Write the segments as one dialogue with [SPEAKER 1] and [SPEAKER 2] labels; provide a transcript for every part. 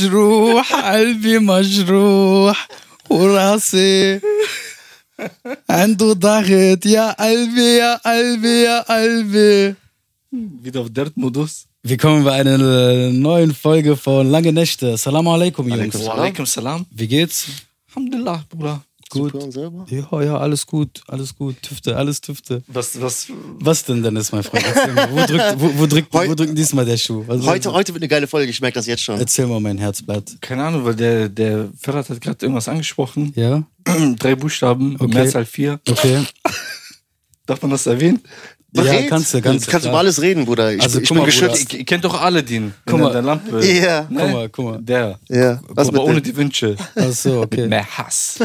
[SPEAKER 1] مجروح قلبي مجروح وراسي عنده ضغط يا قلبي يا قلبي يا قلبي
[SPEAKER 2] Wieder auf Dirt-Modus.
[SPEAKER 1] Willkommen bei einer neuen Folge von Lange Nächte. Salam alaikum, Jungs.
[SPEAKER 2] Wa Alaikum salam.
[SPEAKER 1] Wie geht's?
[SPEAKER 2] Alhamdulillah, Bruder.
[SPEAKER 1] Gut.
[SPEAKER 3] Cyprian selber?
[SPEAKER 1] Ja, ja, alles gut, alles gut. Tüfte, alles Tüfte.
[SPEAKER 2] Was, was,
[SPEAKER 1] Was denn, Dennis, mein Freund? Erzähl mal, Wo drückt, wo, wo drückt, wo
[SPEAKER 3] Heu-
[SPEAKER 1] drückt diesmal der Schuh? Was
[SPEAKER 3] Heute, heute wird eine geile Folge, ich merke das jetzt schon.
[SPEAKER 1] Erzähl mal mein Herzblatt.
[SPEAKER 2] keine Ahnung, weil der, der Ferrat hat gerade irgendwas angesprochen.
[SPEAKER 1] Ja?
[SPEAKER 2] Drei Buchstaben,
[SPEAKER 1] Okay.
[SPEAKER 2] Mehrzahl vier.
[SPEAKER 1] Okay.
[SPEAKER 2] Darf man das erwählen?
[SPEAKER 1] Ja, kannst du, kannst du.
[SPEAKER 3] kannst du über
[SPEAKER 1] klar.
[SPEAKER 3] alles reden, Bruder. Ich,
[SPEAKER 1] Also,
[SPEAKER 3] ich
[SPEAKER 1] guck
[SPEAKER 3] bin
[SPEAKER 1] mal,
[SPEAKER 2] Ihr,
[SPEAKER 1] Bruder.
[SPEAKER 3] geschützt.
[SPEAKER 2] kennt- ihr kennt doch alle den.
[SPEAKER 1] Guck mal.
[SPEAKER 2] Der Lampe.
[SPEAKER 3] Ja.
[SPEAKER 2] Ne?
[SPEAKER 1] Guck mal, guck mal.
[SPEAKER 2] Der.
[SPEAKER 3] Ja, was
[SPEAKER 2] Aber
[SPEAKER 3] mit
[SPEAKER 2] ohne
[SPEAKER 3] ohne
[SPEAKER 2] die Wünsche.
[SPEAKER 1] Ach so, okay.
[SPEAKER 2] Mehr Hass.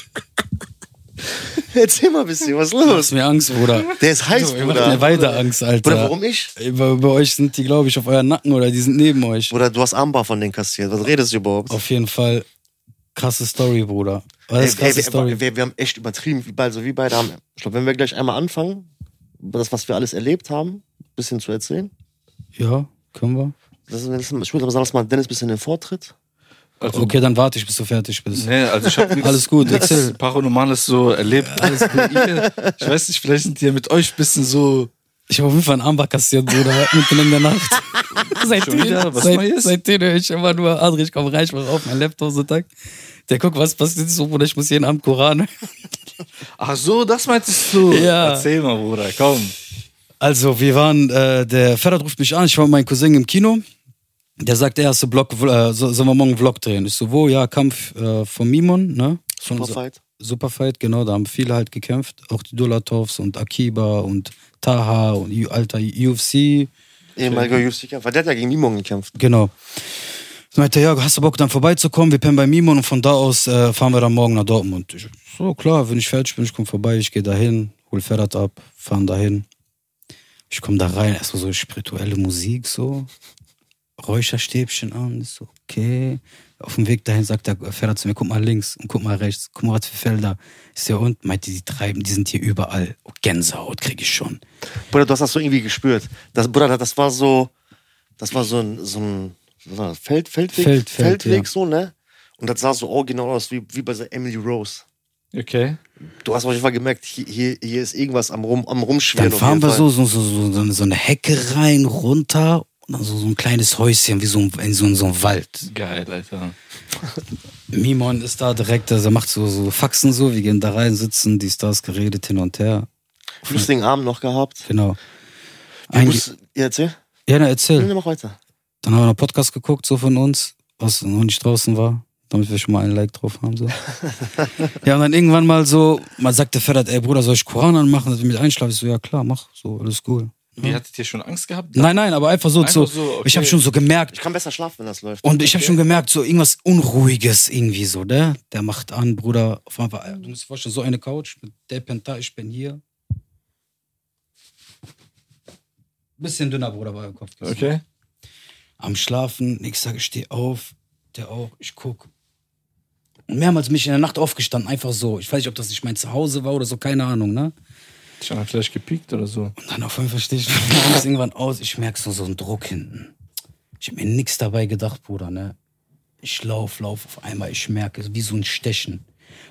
[SPEAKER 3] Erzähl mal ein bisschen, was ist
[SPEAKER 1] Du
[SPEAKER 3] los?
[SPEAKER 1] machst mir Angst, Bruder.
[SPEAKER 3] Der ist heiß,
[SPEAKER 1] Du machst mir
[SPEAKER 3] Bruder.
[SPEAKER 1] weiter Angst, Alter.
[SPEAKER 3] Bruder, warum ich?
[SPEAKER 1] Bei, bei euch sind die, glaube ich, auf euren Nacken oder die sind neben euch.
[SPEAKER 3] Bruder, du hast Armbar von denen kassiert. Was redest du überhaupt?
[SPEAKER 1] Auf jeden Fall krasse Story, Bruder. Was ist
[SPEAKER 3] Ey,
[SPEAKER 1] krasse
[SPEAKER 3] ey,
[SPEAKER 1] Story?
[SPEAKER 3] wir, wir, wir haben echt übertrieben, wie beide, so wie beide haben. Ich glaube, wenn wir gleich einmal anfangen, das, was wir alles erlebt haben, ein bisschen zu erzählen.
[SPEAKER 1] Ja, können wir.
[SPEAKER 3] Das ist, das ist, ich würde aber sagen, lass mal Dennis ein bisschen den Vortritt.
[SPEAKER 2] Also,
[SPEAKER 1] Okay, dann warte ich, bis du fertig bist.
[SPEAKER 2] Ne, also ich habe
[SPEAKER 1] Alles gut,
[SPEAKER 2] nichts
[SPEAKER 1] erzähl.
[SPEAKER 2] Paranormales so erlebt. Alles gut. Ihr, ich weiß nicht, vielleicht sind die ja mit euch ein bisschen so.
[SPEAKER 1] Ich habe auf jeden Fall einen Armband kassiert, Bruder, mitten in der Nacht.
[SPEAKER 2] Schon wieder? Was Neues?
[SPEAKER 1] seit, seitdem höre ich immer nur, André, ich komm rein, ich mach auf mein Laptop so Tag. Der guck, was passiert so, Bruder, ich muss jeden Abend Koran hören.
[SPEAKER 2] Ach so, das meintest du.
[SPEAKER 1] Ja.
[SPEAKER 2] Erzähl mal, Bruder, komm.
[SPEAKER 1] Also, wir waren, äh, der Ferrat ruft mich an, ich war mit meinem Cousin im Kino. Der sagt, er hast du Vlog, äh, so- sollen wir morgen einen Vlog drehen? Ich so, wo? Ja, Kampf äh, von Mimon, ne? Von so-
[SPEAKER 3] Superfight.
[SPEAKER 1] Superfight, genau, da haben viele halt gekämpft. Auch die Dolatovs und Akiba und Taha und U- alter UFC.
[SPEAKER 3] Ehemaliger UFC-Kämpfer. Der hat ja gegen Nimon gekämpft.
[SPEAKER 1] Genau. Ich meinte, ja, hast du Bock, dann vorbeizukommen? Wir pennen bei Mimon und von da aus äh, fahren wir dann morgen nach Dortmund. Ich, so, klar, wenn ich fertig bin, ich komme vorbei, ich gehe dahin, hol Ferrat ab, fahren dahin. Ich komme da rein, erstmal so spirituelle Musik, so. Räucherstäbchen an, ist so, okay. Auf dem Weg dahin sagt der Ferrat zu mir, guck mal links und guck mal rechts, guck mal was für Felder. Ist ja und, meinte, die treiben, die sind hier überall. Oh, Gänsehaut kriege ich schon.
[SPEAKER 3] Bruder, du hast das so irgendwie gespürt. Das, Bruder, das war so, das war so ein, so ein was war das? Feld, Feldweg,
[SPEAKER 1] Feld- Feld,
[SPEAKER 3] Feldweg
[SPEAKER 1] ja.
[SPEAKER 3] so, ne? Und das sah so original aus wie, wie bei so Emily Rose.
[SPEAKER 2] Okay.
[SPEAKER 3] Du hast auf jeden Fall gemerkt, hier, hier, hier ist irgendwas am, Rum, am Rumschwirren.
[SPEAKER 1] Dann fahren wir
[SPEAKER 3] auf jeden
[SPEAKER 1] so, so, so, so, so, so eine Hecke rein, runter und dann so, so ein kleines Häuschen wie so ein, in so, in so einem Wald.
[SPEAKER 2] Geil, Alter.
[SPEAKER 1] Mimon ist da direkt, also er macht so, so Faxen so, wir gehen da rein, sitzen, die Stars geredet hin und her.
[SPEAKER 3] Fall. Flüssigen Arm noch gehabt.
[SPEAKER 1] Genau.
[SPEAKER 3] Du
[SPEAKER 1] Einge-
[SPEAKER 3] musst, ja, erzähl.
[SPEAKER 1] ja, na,
[SPEAKER 3] Nee,
[SPEAKER 1] erzähl.
[SPEAKER 3] mach weiter.
[SPEAKER 1] Dann haben wir noch Podcast geguckt, so von uns, was noch nicht draußen war, damit wir schon mal einen Like drauf haben. So. ja, und dann irgendwann mal so, man sagte Ferdat, ey Bruder, soll ich Koran anmachen, dass ich mit einschlafe? Ich so, ja klar, mach, so, alles cool.
[SPEAKER 3] Hm?
[SPEAKER 2] Wie hattet ihr schon Angst gehabt?
[SPEAKER 1] Nein, nein, aber einfach so,
[SPEAKER 2] Einfach
[SPEAKER 1] so,
[SPEAKER 2] so,
[SPEAKER 1] ich habe
[SPEAKER 2] okay.
[SPEAKER 1] schon so gemerkt,
[SPEAKER 3] Ich kann besser schlafen, wenn das läuft.
[SPEAKER 1] Und ich habe schon gemerkt, so irgendwas Unruhiges irgendwie so, ne? Der macht an, Bruder. Auf einmal, äh, du musst dir vorstellen, so eine Couch, mit der pennt da, ich bin hier. Bisschen dünner, Bruder, war im Kopf.
[SPEAKER 2] Okay.
[SPEAKER 1] Am Schlafen, ich sage, ich stehe auf, der auch, ich guck. Und mehrmals mich in der Nacht aufgestanden, einfach so. Ich weiß nicht, ob das nicht mein Zuhause war oder so, keine Ahnung, ne?
[SPEAKER 2] Schon hat vielleicht gepiekt oder so.
[SPEAKER 1] Und dann auf einmal stehe ich morgens irgendwann aus, ich merke so, so einen Druck hinten. Ich habe mir nichts dabei gedacht, Bruder, ne? Ich lauf, lauf auf einmal, ich merke, es ist wie so ein Stechen.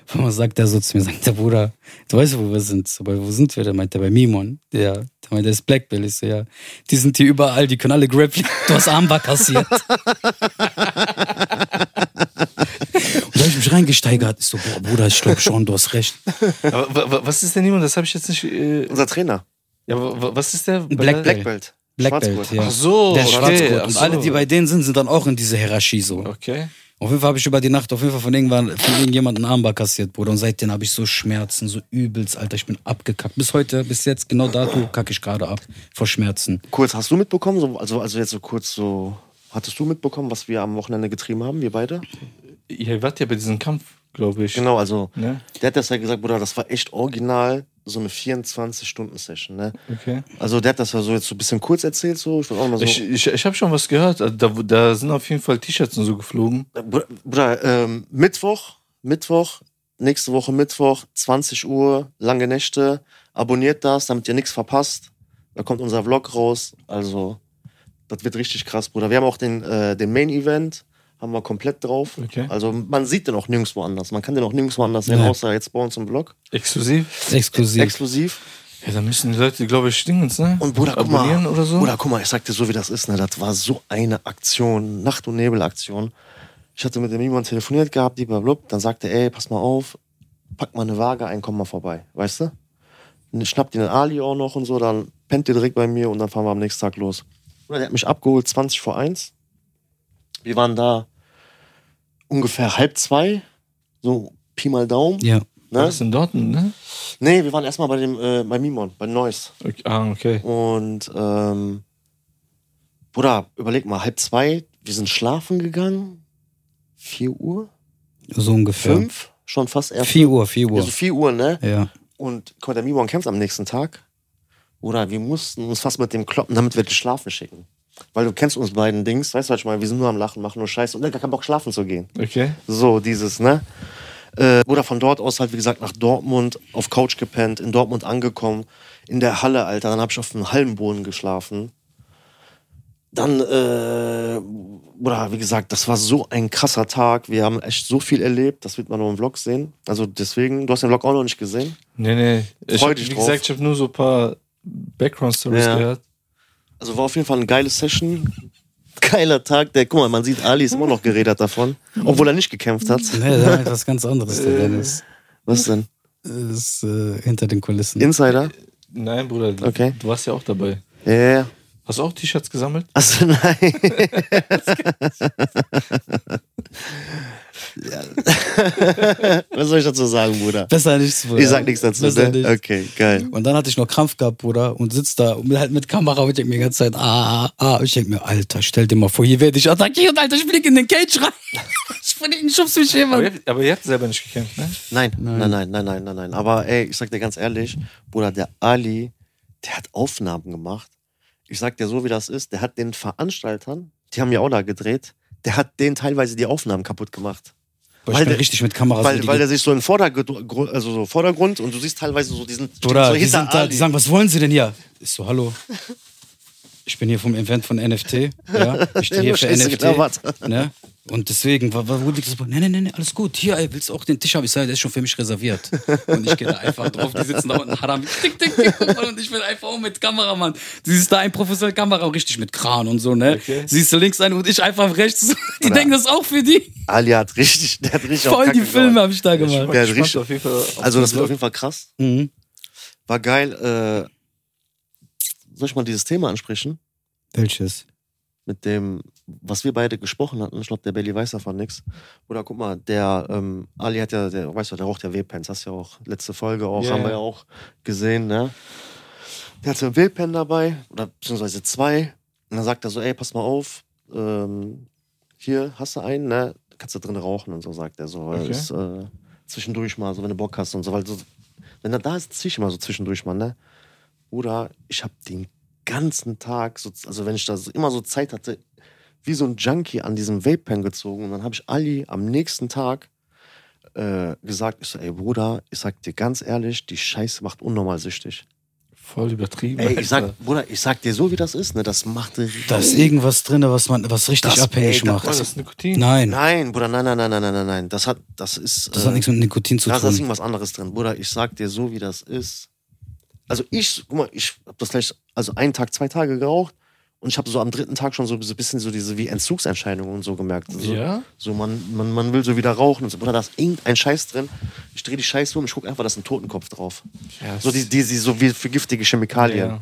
[SPEAKER 1] Auf einmal sagt er so zu mir, sagt der Bruder, du weißt, wo wir sind, aber wo sind wir denn? Meint er bei Mimon. Ja, der meint, der ist Blackbill. Ich so, ja, die sind hier überall, die können alle grappeln. Du hast Armbar kassiert. Und da habe ich mich reingesteigert. Ich so, boah, Bruder, ich glaube schon, du hast recht.
[SPEAKER 2] Aber wa- wa- was ist denn jemand? Das habe ich jetzt nicht. Äh,
[SPEAKER 3] Unser Trainer,
[SPEAKER 2] ja, wa- wa- was ist der?
[SPEAKER 1] Black-
[SPEAKER 3] Black Belt.
[SPEAKER 1] Black Belt,
[SPEAKER 3] Schwarzgurt.
[SPEAKER 1] ja.
[SPEAKER 2] Ach so,
[SPEAKER 1] der ist
[SPEAKER 2] okay,
[SPEAKER 1] Schwarzgurt.
[SPEAKER 2] ach
[SPEAKER 1] Und
[SPEAKER 2] so.
[SPEAKER 1] alle, die bei denen sind, sind dann auch in diese Hierarchie so.
[SPEAKER 2] Okay.
[SPEAKER 1] Auf jeden Fall habe ich über die Nacht auf jeden Fall von, irgendwann, von irgendjemandem einen Armbar kassiert, Bruder. Und seitdem habe ich so Schmerzen, so übelst, Alter. Ich bin abgekackt. Bis heute, bis jetzt, genau dato kacke ich gerade ab. Vor Schmerzen.
[SPEAKER 3] Kurz, hast du mitbekommen? So, also, also jetzt so kurz so. Hattest du mitbekommen, was wir am Wochenende getrieben haben, wir beide?
[SPEAKER 2] Ihr wart ja bei diesem Kampf, glaube ich.
[SPEAKER 3] Genau, also
[SPEAKER 2] Ne?
[SPEAKER 3] Der hat das ja gesagt, Bruder, das war echt original so eine 24-Stunden-Session, ne?
[SPEAKER 2] Okay.
[SPEAKER 3] Also der hat das ja so jetzt so ein bisschen kurz erzählt, so. Ich wollte auch mal so.
[SPEAKER 2] Also Ich, ich, ich habe schon was gehört. Also Da, da sind auf jeden Fall T-Shirts und so geflogen.
[SPEAKER 3] Bruder, Bruder, ähm, Mittwoch, Mittwoch, nächste Woche Mittwoch, 20 Uhr, lange Nächte. Abonniert das, damit ihr nichts verpasst. Da kommt unser Vlog raus. Also Das wird richtig krass, Bruder. Wir haben auch den, äh, den Main Event, haben wir komplett drauf.
[SPEAKER 2] Okay.
[SPEAKER 3] Also man sieht den auch nirgendwo anders. Man kann den auch nirgendwo anders sehen,
[SPEAKER 1] Nee.
[SPEAKER 3] außer jetzt bei uns im Blog.
[SPEAKER 2] Exklusiv?
[SPEAKER 1] Exklusiv.
[SPEAKER 3] Exklusiv.
[SPEAKER 2] Ja, da müssen die Leute, glaube ich, Dingens, ne?
[SPEAKER 3] Und Bruder, guck
[SPEAKER 2] abonnieren
[SPEAKER 3] mal.
[SPEAKER 2] oder so.
[SPEAKER 3] Bruder, guck mal, ich sag dir so, wie das ist. Ne? Das war so eine Aktion, Nacht- und Nebel-Aktion. Ich hatte mit dem jemand telefoniert gehabt, die blub, dann sagte er, ey, pass mal auf, pack mal eine Waage ein, komm mal vorbei, weißt du? Und ich schnapp dir den Ali auch noch und so, dann pennt ihr direkt bei mir und dann fahren wir am nächsten Tag los. Bruder, der hat mich abgeholt, 20 vor 1. Wir waren da ungefähr halb zwei, so Pi mal Daumen.
[SPEAKER 1] Ja.
[SPEAKER 2] War
[SPEAKER 3] Ne?
[SPEAKER 2] das in Dortmund, ne?
[SPEAKER 3] Nee, wir waren erstmal bei dem, äh, bei Mimon, bei Neuss.
[SPEAKER 2] Okay. Ah, okay.
[SPEAKER 3] Und ähm, Bruder, überleg mal, halb zwei, wir sind schlafen gegangen. 4 Uhr?
[SPEAKER 1] So ungefähr.
[SPEAKER 3] Fünf? Schon fast erst.
[SPEAKER 1] 4 Uhr, 4 Uhr.
[SPEAKER 3] Also 4 Uhr, ne?
[SPEAKER 1] Ja.
[SPEAKER 3] Und guck mal, der Mibon kämpft am nächsten Tag. Oder wir mussten uns fast mit dem kloppen, damit wir den Schlafen schicken. Weil du kennst uns beiden Dings, weißt du, was ich meine? Wir sind nur am Lachen, machen nur Scheiße und dann gar keinen Bock schlafen zu gehen.
[SPEAKER 2] Okay.
[SPEAKER 3] So, dieses, ne? Äh, oder von dort aus halt, wie gesagt, nach Dortmund, auf Couch gepennt, in Dortmund angekommen, in der Halle, Alter. Dann hab ich auf dem Hallenboden geschlafen. Dann, äh, oder wie gesagt, das war so ein krasser Tag. Wir haben echt so viel erlebt. Das wird man nur im Vlog sehen. Also deswegen, du hast den Vlog auch noch nicht gesehen.
[SPEAKER 2] Nee, nee. Ich
[SPEAKER 3] Freu
[SPEAKER 2] hab,
[SPEAKER 3] dich
[SPEAKER 2] wie
[SPEAKER 3] drauf.
[SPEAKER 2] gesagt, ich habe nur so ein paar Background-Stories
[SPEAKER 3] Ja.
[SPEAKER 2] gehört.
[SPEAKER 3] Also war auf jeden Fall eine geile Session. Geiler Tag. Der, guck mal, man sieht, Ali ist immer noch geredet davon. Obwohl er nicht gekämpft hat.
[SPEAKER 1] Nee, das ist halt was ganz anderes, der Dennis.
[SPEAKER 3] Was denn?
[SPEAKER 1] Das ist äh, hinter den Kulissen.
[SPEAKER 3] Insider?
[SPEAKER 2] Nein, Bruder,
[SPEAKER 3] Okay.
[SPEAKER 2] du warst ja auch dabei.
[SPEAKER 3] Ja. Yeah.
[SPEAKER 2] Hast du auch T-Shirts gesammelt?
[SPEAKER 3] Achso, nein. Ja. Was soll ich dazu sagen, Bruder?
[SPEAKER 1] Besser nichts, Bruder.
[SPEAKER 3] Ich sag nichts dazu.
[SPEAKER 1] Besser
[SPEAKER 3] Ne?
[SPEAKER 1] nichts.
[SPEAKER 3] Okay, geil.
[SPEAKER 1] Und dann hatte ich noch Krampf gehabt, Bruder, und sitzt da und halt mit Kamera und ich denk mir die ganze Zeit, ah, ah, ah. Ich denk mir, Alter, stell dir mal vor, hier werde ich attackiert, Alter, ich flieg in den Cage rein. ich von hinten schubst mich
[SPEAKER 2] Aber
[SPEAKER 1] jemand.
[SPEAKER 2] ihr, aber ihr habt selber nicht gekämpft, ne?
[SPEAKER 3] Nein, nein, nein, nein, nein, nein, nein. Aber ey, ich sag dir ganz ehrlich, Bruder, der Ali, der hat Aufnahmen gemacht. Ich sag dir so, wie das ist. Der hat den Veranstaltern, die haben ja auch da gedreht, der hat denen teilweise die Aufnahmen kaputt gemacht.
[SPEAKER 1] Boah,
[SPEAKER 3] weil
[SPEAKER 1] ich bin
[SPEAKER 3] der-
[SPEAKER 1] richtig mit Kameras.
[SPEAKER 3] weil,
[SPEAKER 1] so die-
[SPEAKER 3] weil der sich so in Vordergrund, also so Vordergrund und du siehst teilweise so diesen
[SPEAKER 1] Bruder,
[SPEAKER 3] so
[SPEAKER 1] die sind da, die sagen, was wollen sie denn hier? Ich so, hallo. Ich bin hier vom Event von NFT. Ja, ich stehe hier
[SPEAKER 3] Ja, nur
[SPEAKER 1] für
[SPEAKER 3] Scheiße,
[SPEAKER 1] NFT.
[SPEAKER 3] genau, warte.
[SPEAKER 1] Ne? Und deswegen, wa- wa- wo liegt das? Nee, nee, nee, nee, alles gut. Hier, ey, willst du auch den Tisch haben? Ich sage, der ist schon für mich reserviert. Und ich gehe da einfach drauf. Die sitzen da unten, Haram. Tick, tick, tick. Und ich bin einfach um mit Kameramann. Die ist da ein professioneller Kamera, richtig mit Kran und so, ne?
[SPEAKER 2] Okay.
[SPEAKER 1] Siehst du links einen und ich einfach rechts. Die denken das ist auch für die.
[SPEAKER 3] Ali hat richtig, der hat richtig auf
[SPEAKER 1] Voll die
[SPEAKER 3] Kacke
[SPEAKER 1] Filme
[SPEAKER 3] gehauen.
[SPEAKER 1] habe ich da
[SPEAKER 2] Ich
[SPEAKER 1] gemacht.
[SPEAKER 2] bin
[SPEAKER 3] Ja,
[SPEAKER 2] gespannt
[SPEAKER 3] richtig.
[SPEAKER 2] auf jeden Fall. auf
[SPEAKER 3] Also
[SPEAKER 2] den
[SPEAKER 3] das wird auf
[SPEAKER 2] Blog.
[SPEAKER 3] jeden Fall krass.
[SPEAKER 1] Mhm.
[SPEAKER 3] War geil. Äh, soll ich mal dieses Thema ansprechen?
[SPEAKER 1] Welches?
[SPEAKER 3] Mit dem, was wir beide gesprochen hatten. Ich glaube, der Belly weiß davon nichts. Oder guck mal, der ähm, Ali hat ja, der, weißt du, der raucht ja Webpens. Hast ja auch letzte Folge auch,
[SPEAKER 2] Ja,
[SPEAKER 3] haben
[SPEAKER 2] ja.
[SPEAKER 3] wir ja auch gesehen, ne? Der hatte einen Webpen dabei, oder beziehungsweise zwei. Und dann sagt er so, ey, pass mal auf, ähm, hier hast du einen, ne? Kannst du drin rauchen und so, sagt er so. Weil
[SPEAKER 2] Okay.
[SPEAKER 3] es, äh, zwischendurch mal, so wenn du Bock hast und so, weil so, wenn er da ist, zieh ich immer so zwischendurch mal, ne? Bruder, ich habe den ganzen Tag, so, also wenn ich da so, immer so Zeit hatte, wie so ein Junkie an diesem Vape-Pen gezogen. Und dann habe ich Ali am nächsten Tag äh, gesagt, ich so, ey Bruder, ich sag dir ganz ehrlich, die Scheiße macht unnormal süchtig.
[SPEAKER 2] Voll übertrieben.
[SPEAKER 3] Ey, ich
[SPEAKER 2] Alter.
[SPEAKER 3] sag, Bruder, ich sag dir so, wie das ist, ne? Das macht
[SPEAKER 1] Da ist irgendwas drin, was, man, was richtig
[SPEAKER 3] Das-
[SPEAKER 1] abhängig
[SPEAKER 3] ey, da-
[SPEAKER 1] macht.
[SPEAKER 2] Voll das Nikotin.
[SPEAKER 1] Nein.
[SPEAKER 3] Nein, Bruder, nein, nein, nein, nein, nein, nein, nein. Das hat, das ist.
[SPEAKER 1] Das hat nichts mit Nikotin zu
[SPEAKER 3] Da äh, ist
[SPEAKER 1] tun.
[SPEAKER 3] irgendwas anderes drin. Bruder, ich sag dir so, wie das ist. Also ich, guck mal, ich hab das gleich, also einen Tag, zwei Tage geraucht und ich habe so am dritten Tag schon so ein bisschen so diese wie Entzugsentscheidungen und so gemerkt. So,
[SPEAKER 2] Ja?
[SPEAKER 3] so man, man, man will so wieder rauchen und so. Bruder, da ist irgendein Scheiß drin. Ich drehe die Scheiße um, ich guck einfach, da ist ein Totenkopf drauf.
[SPEAKER 2] Ja,
[SPEAKER 3] So die, die, die so wie vergiftige Chemikalien.
[SPEAKER 2] Ja.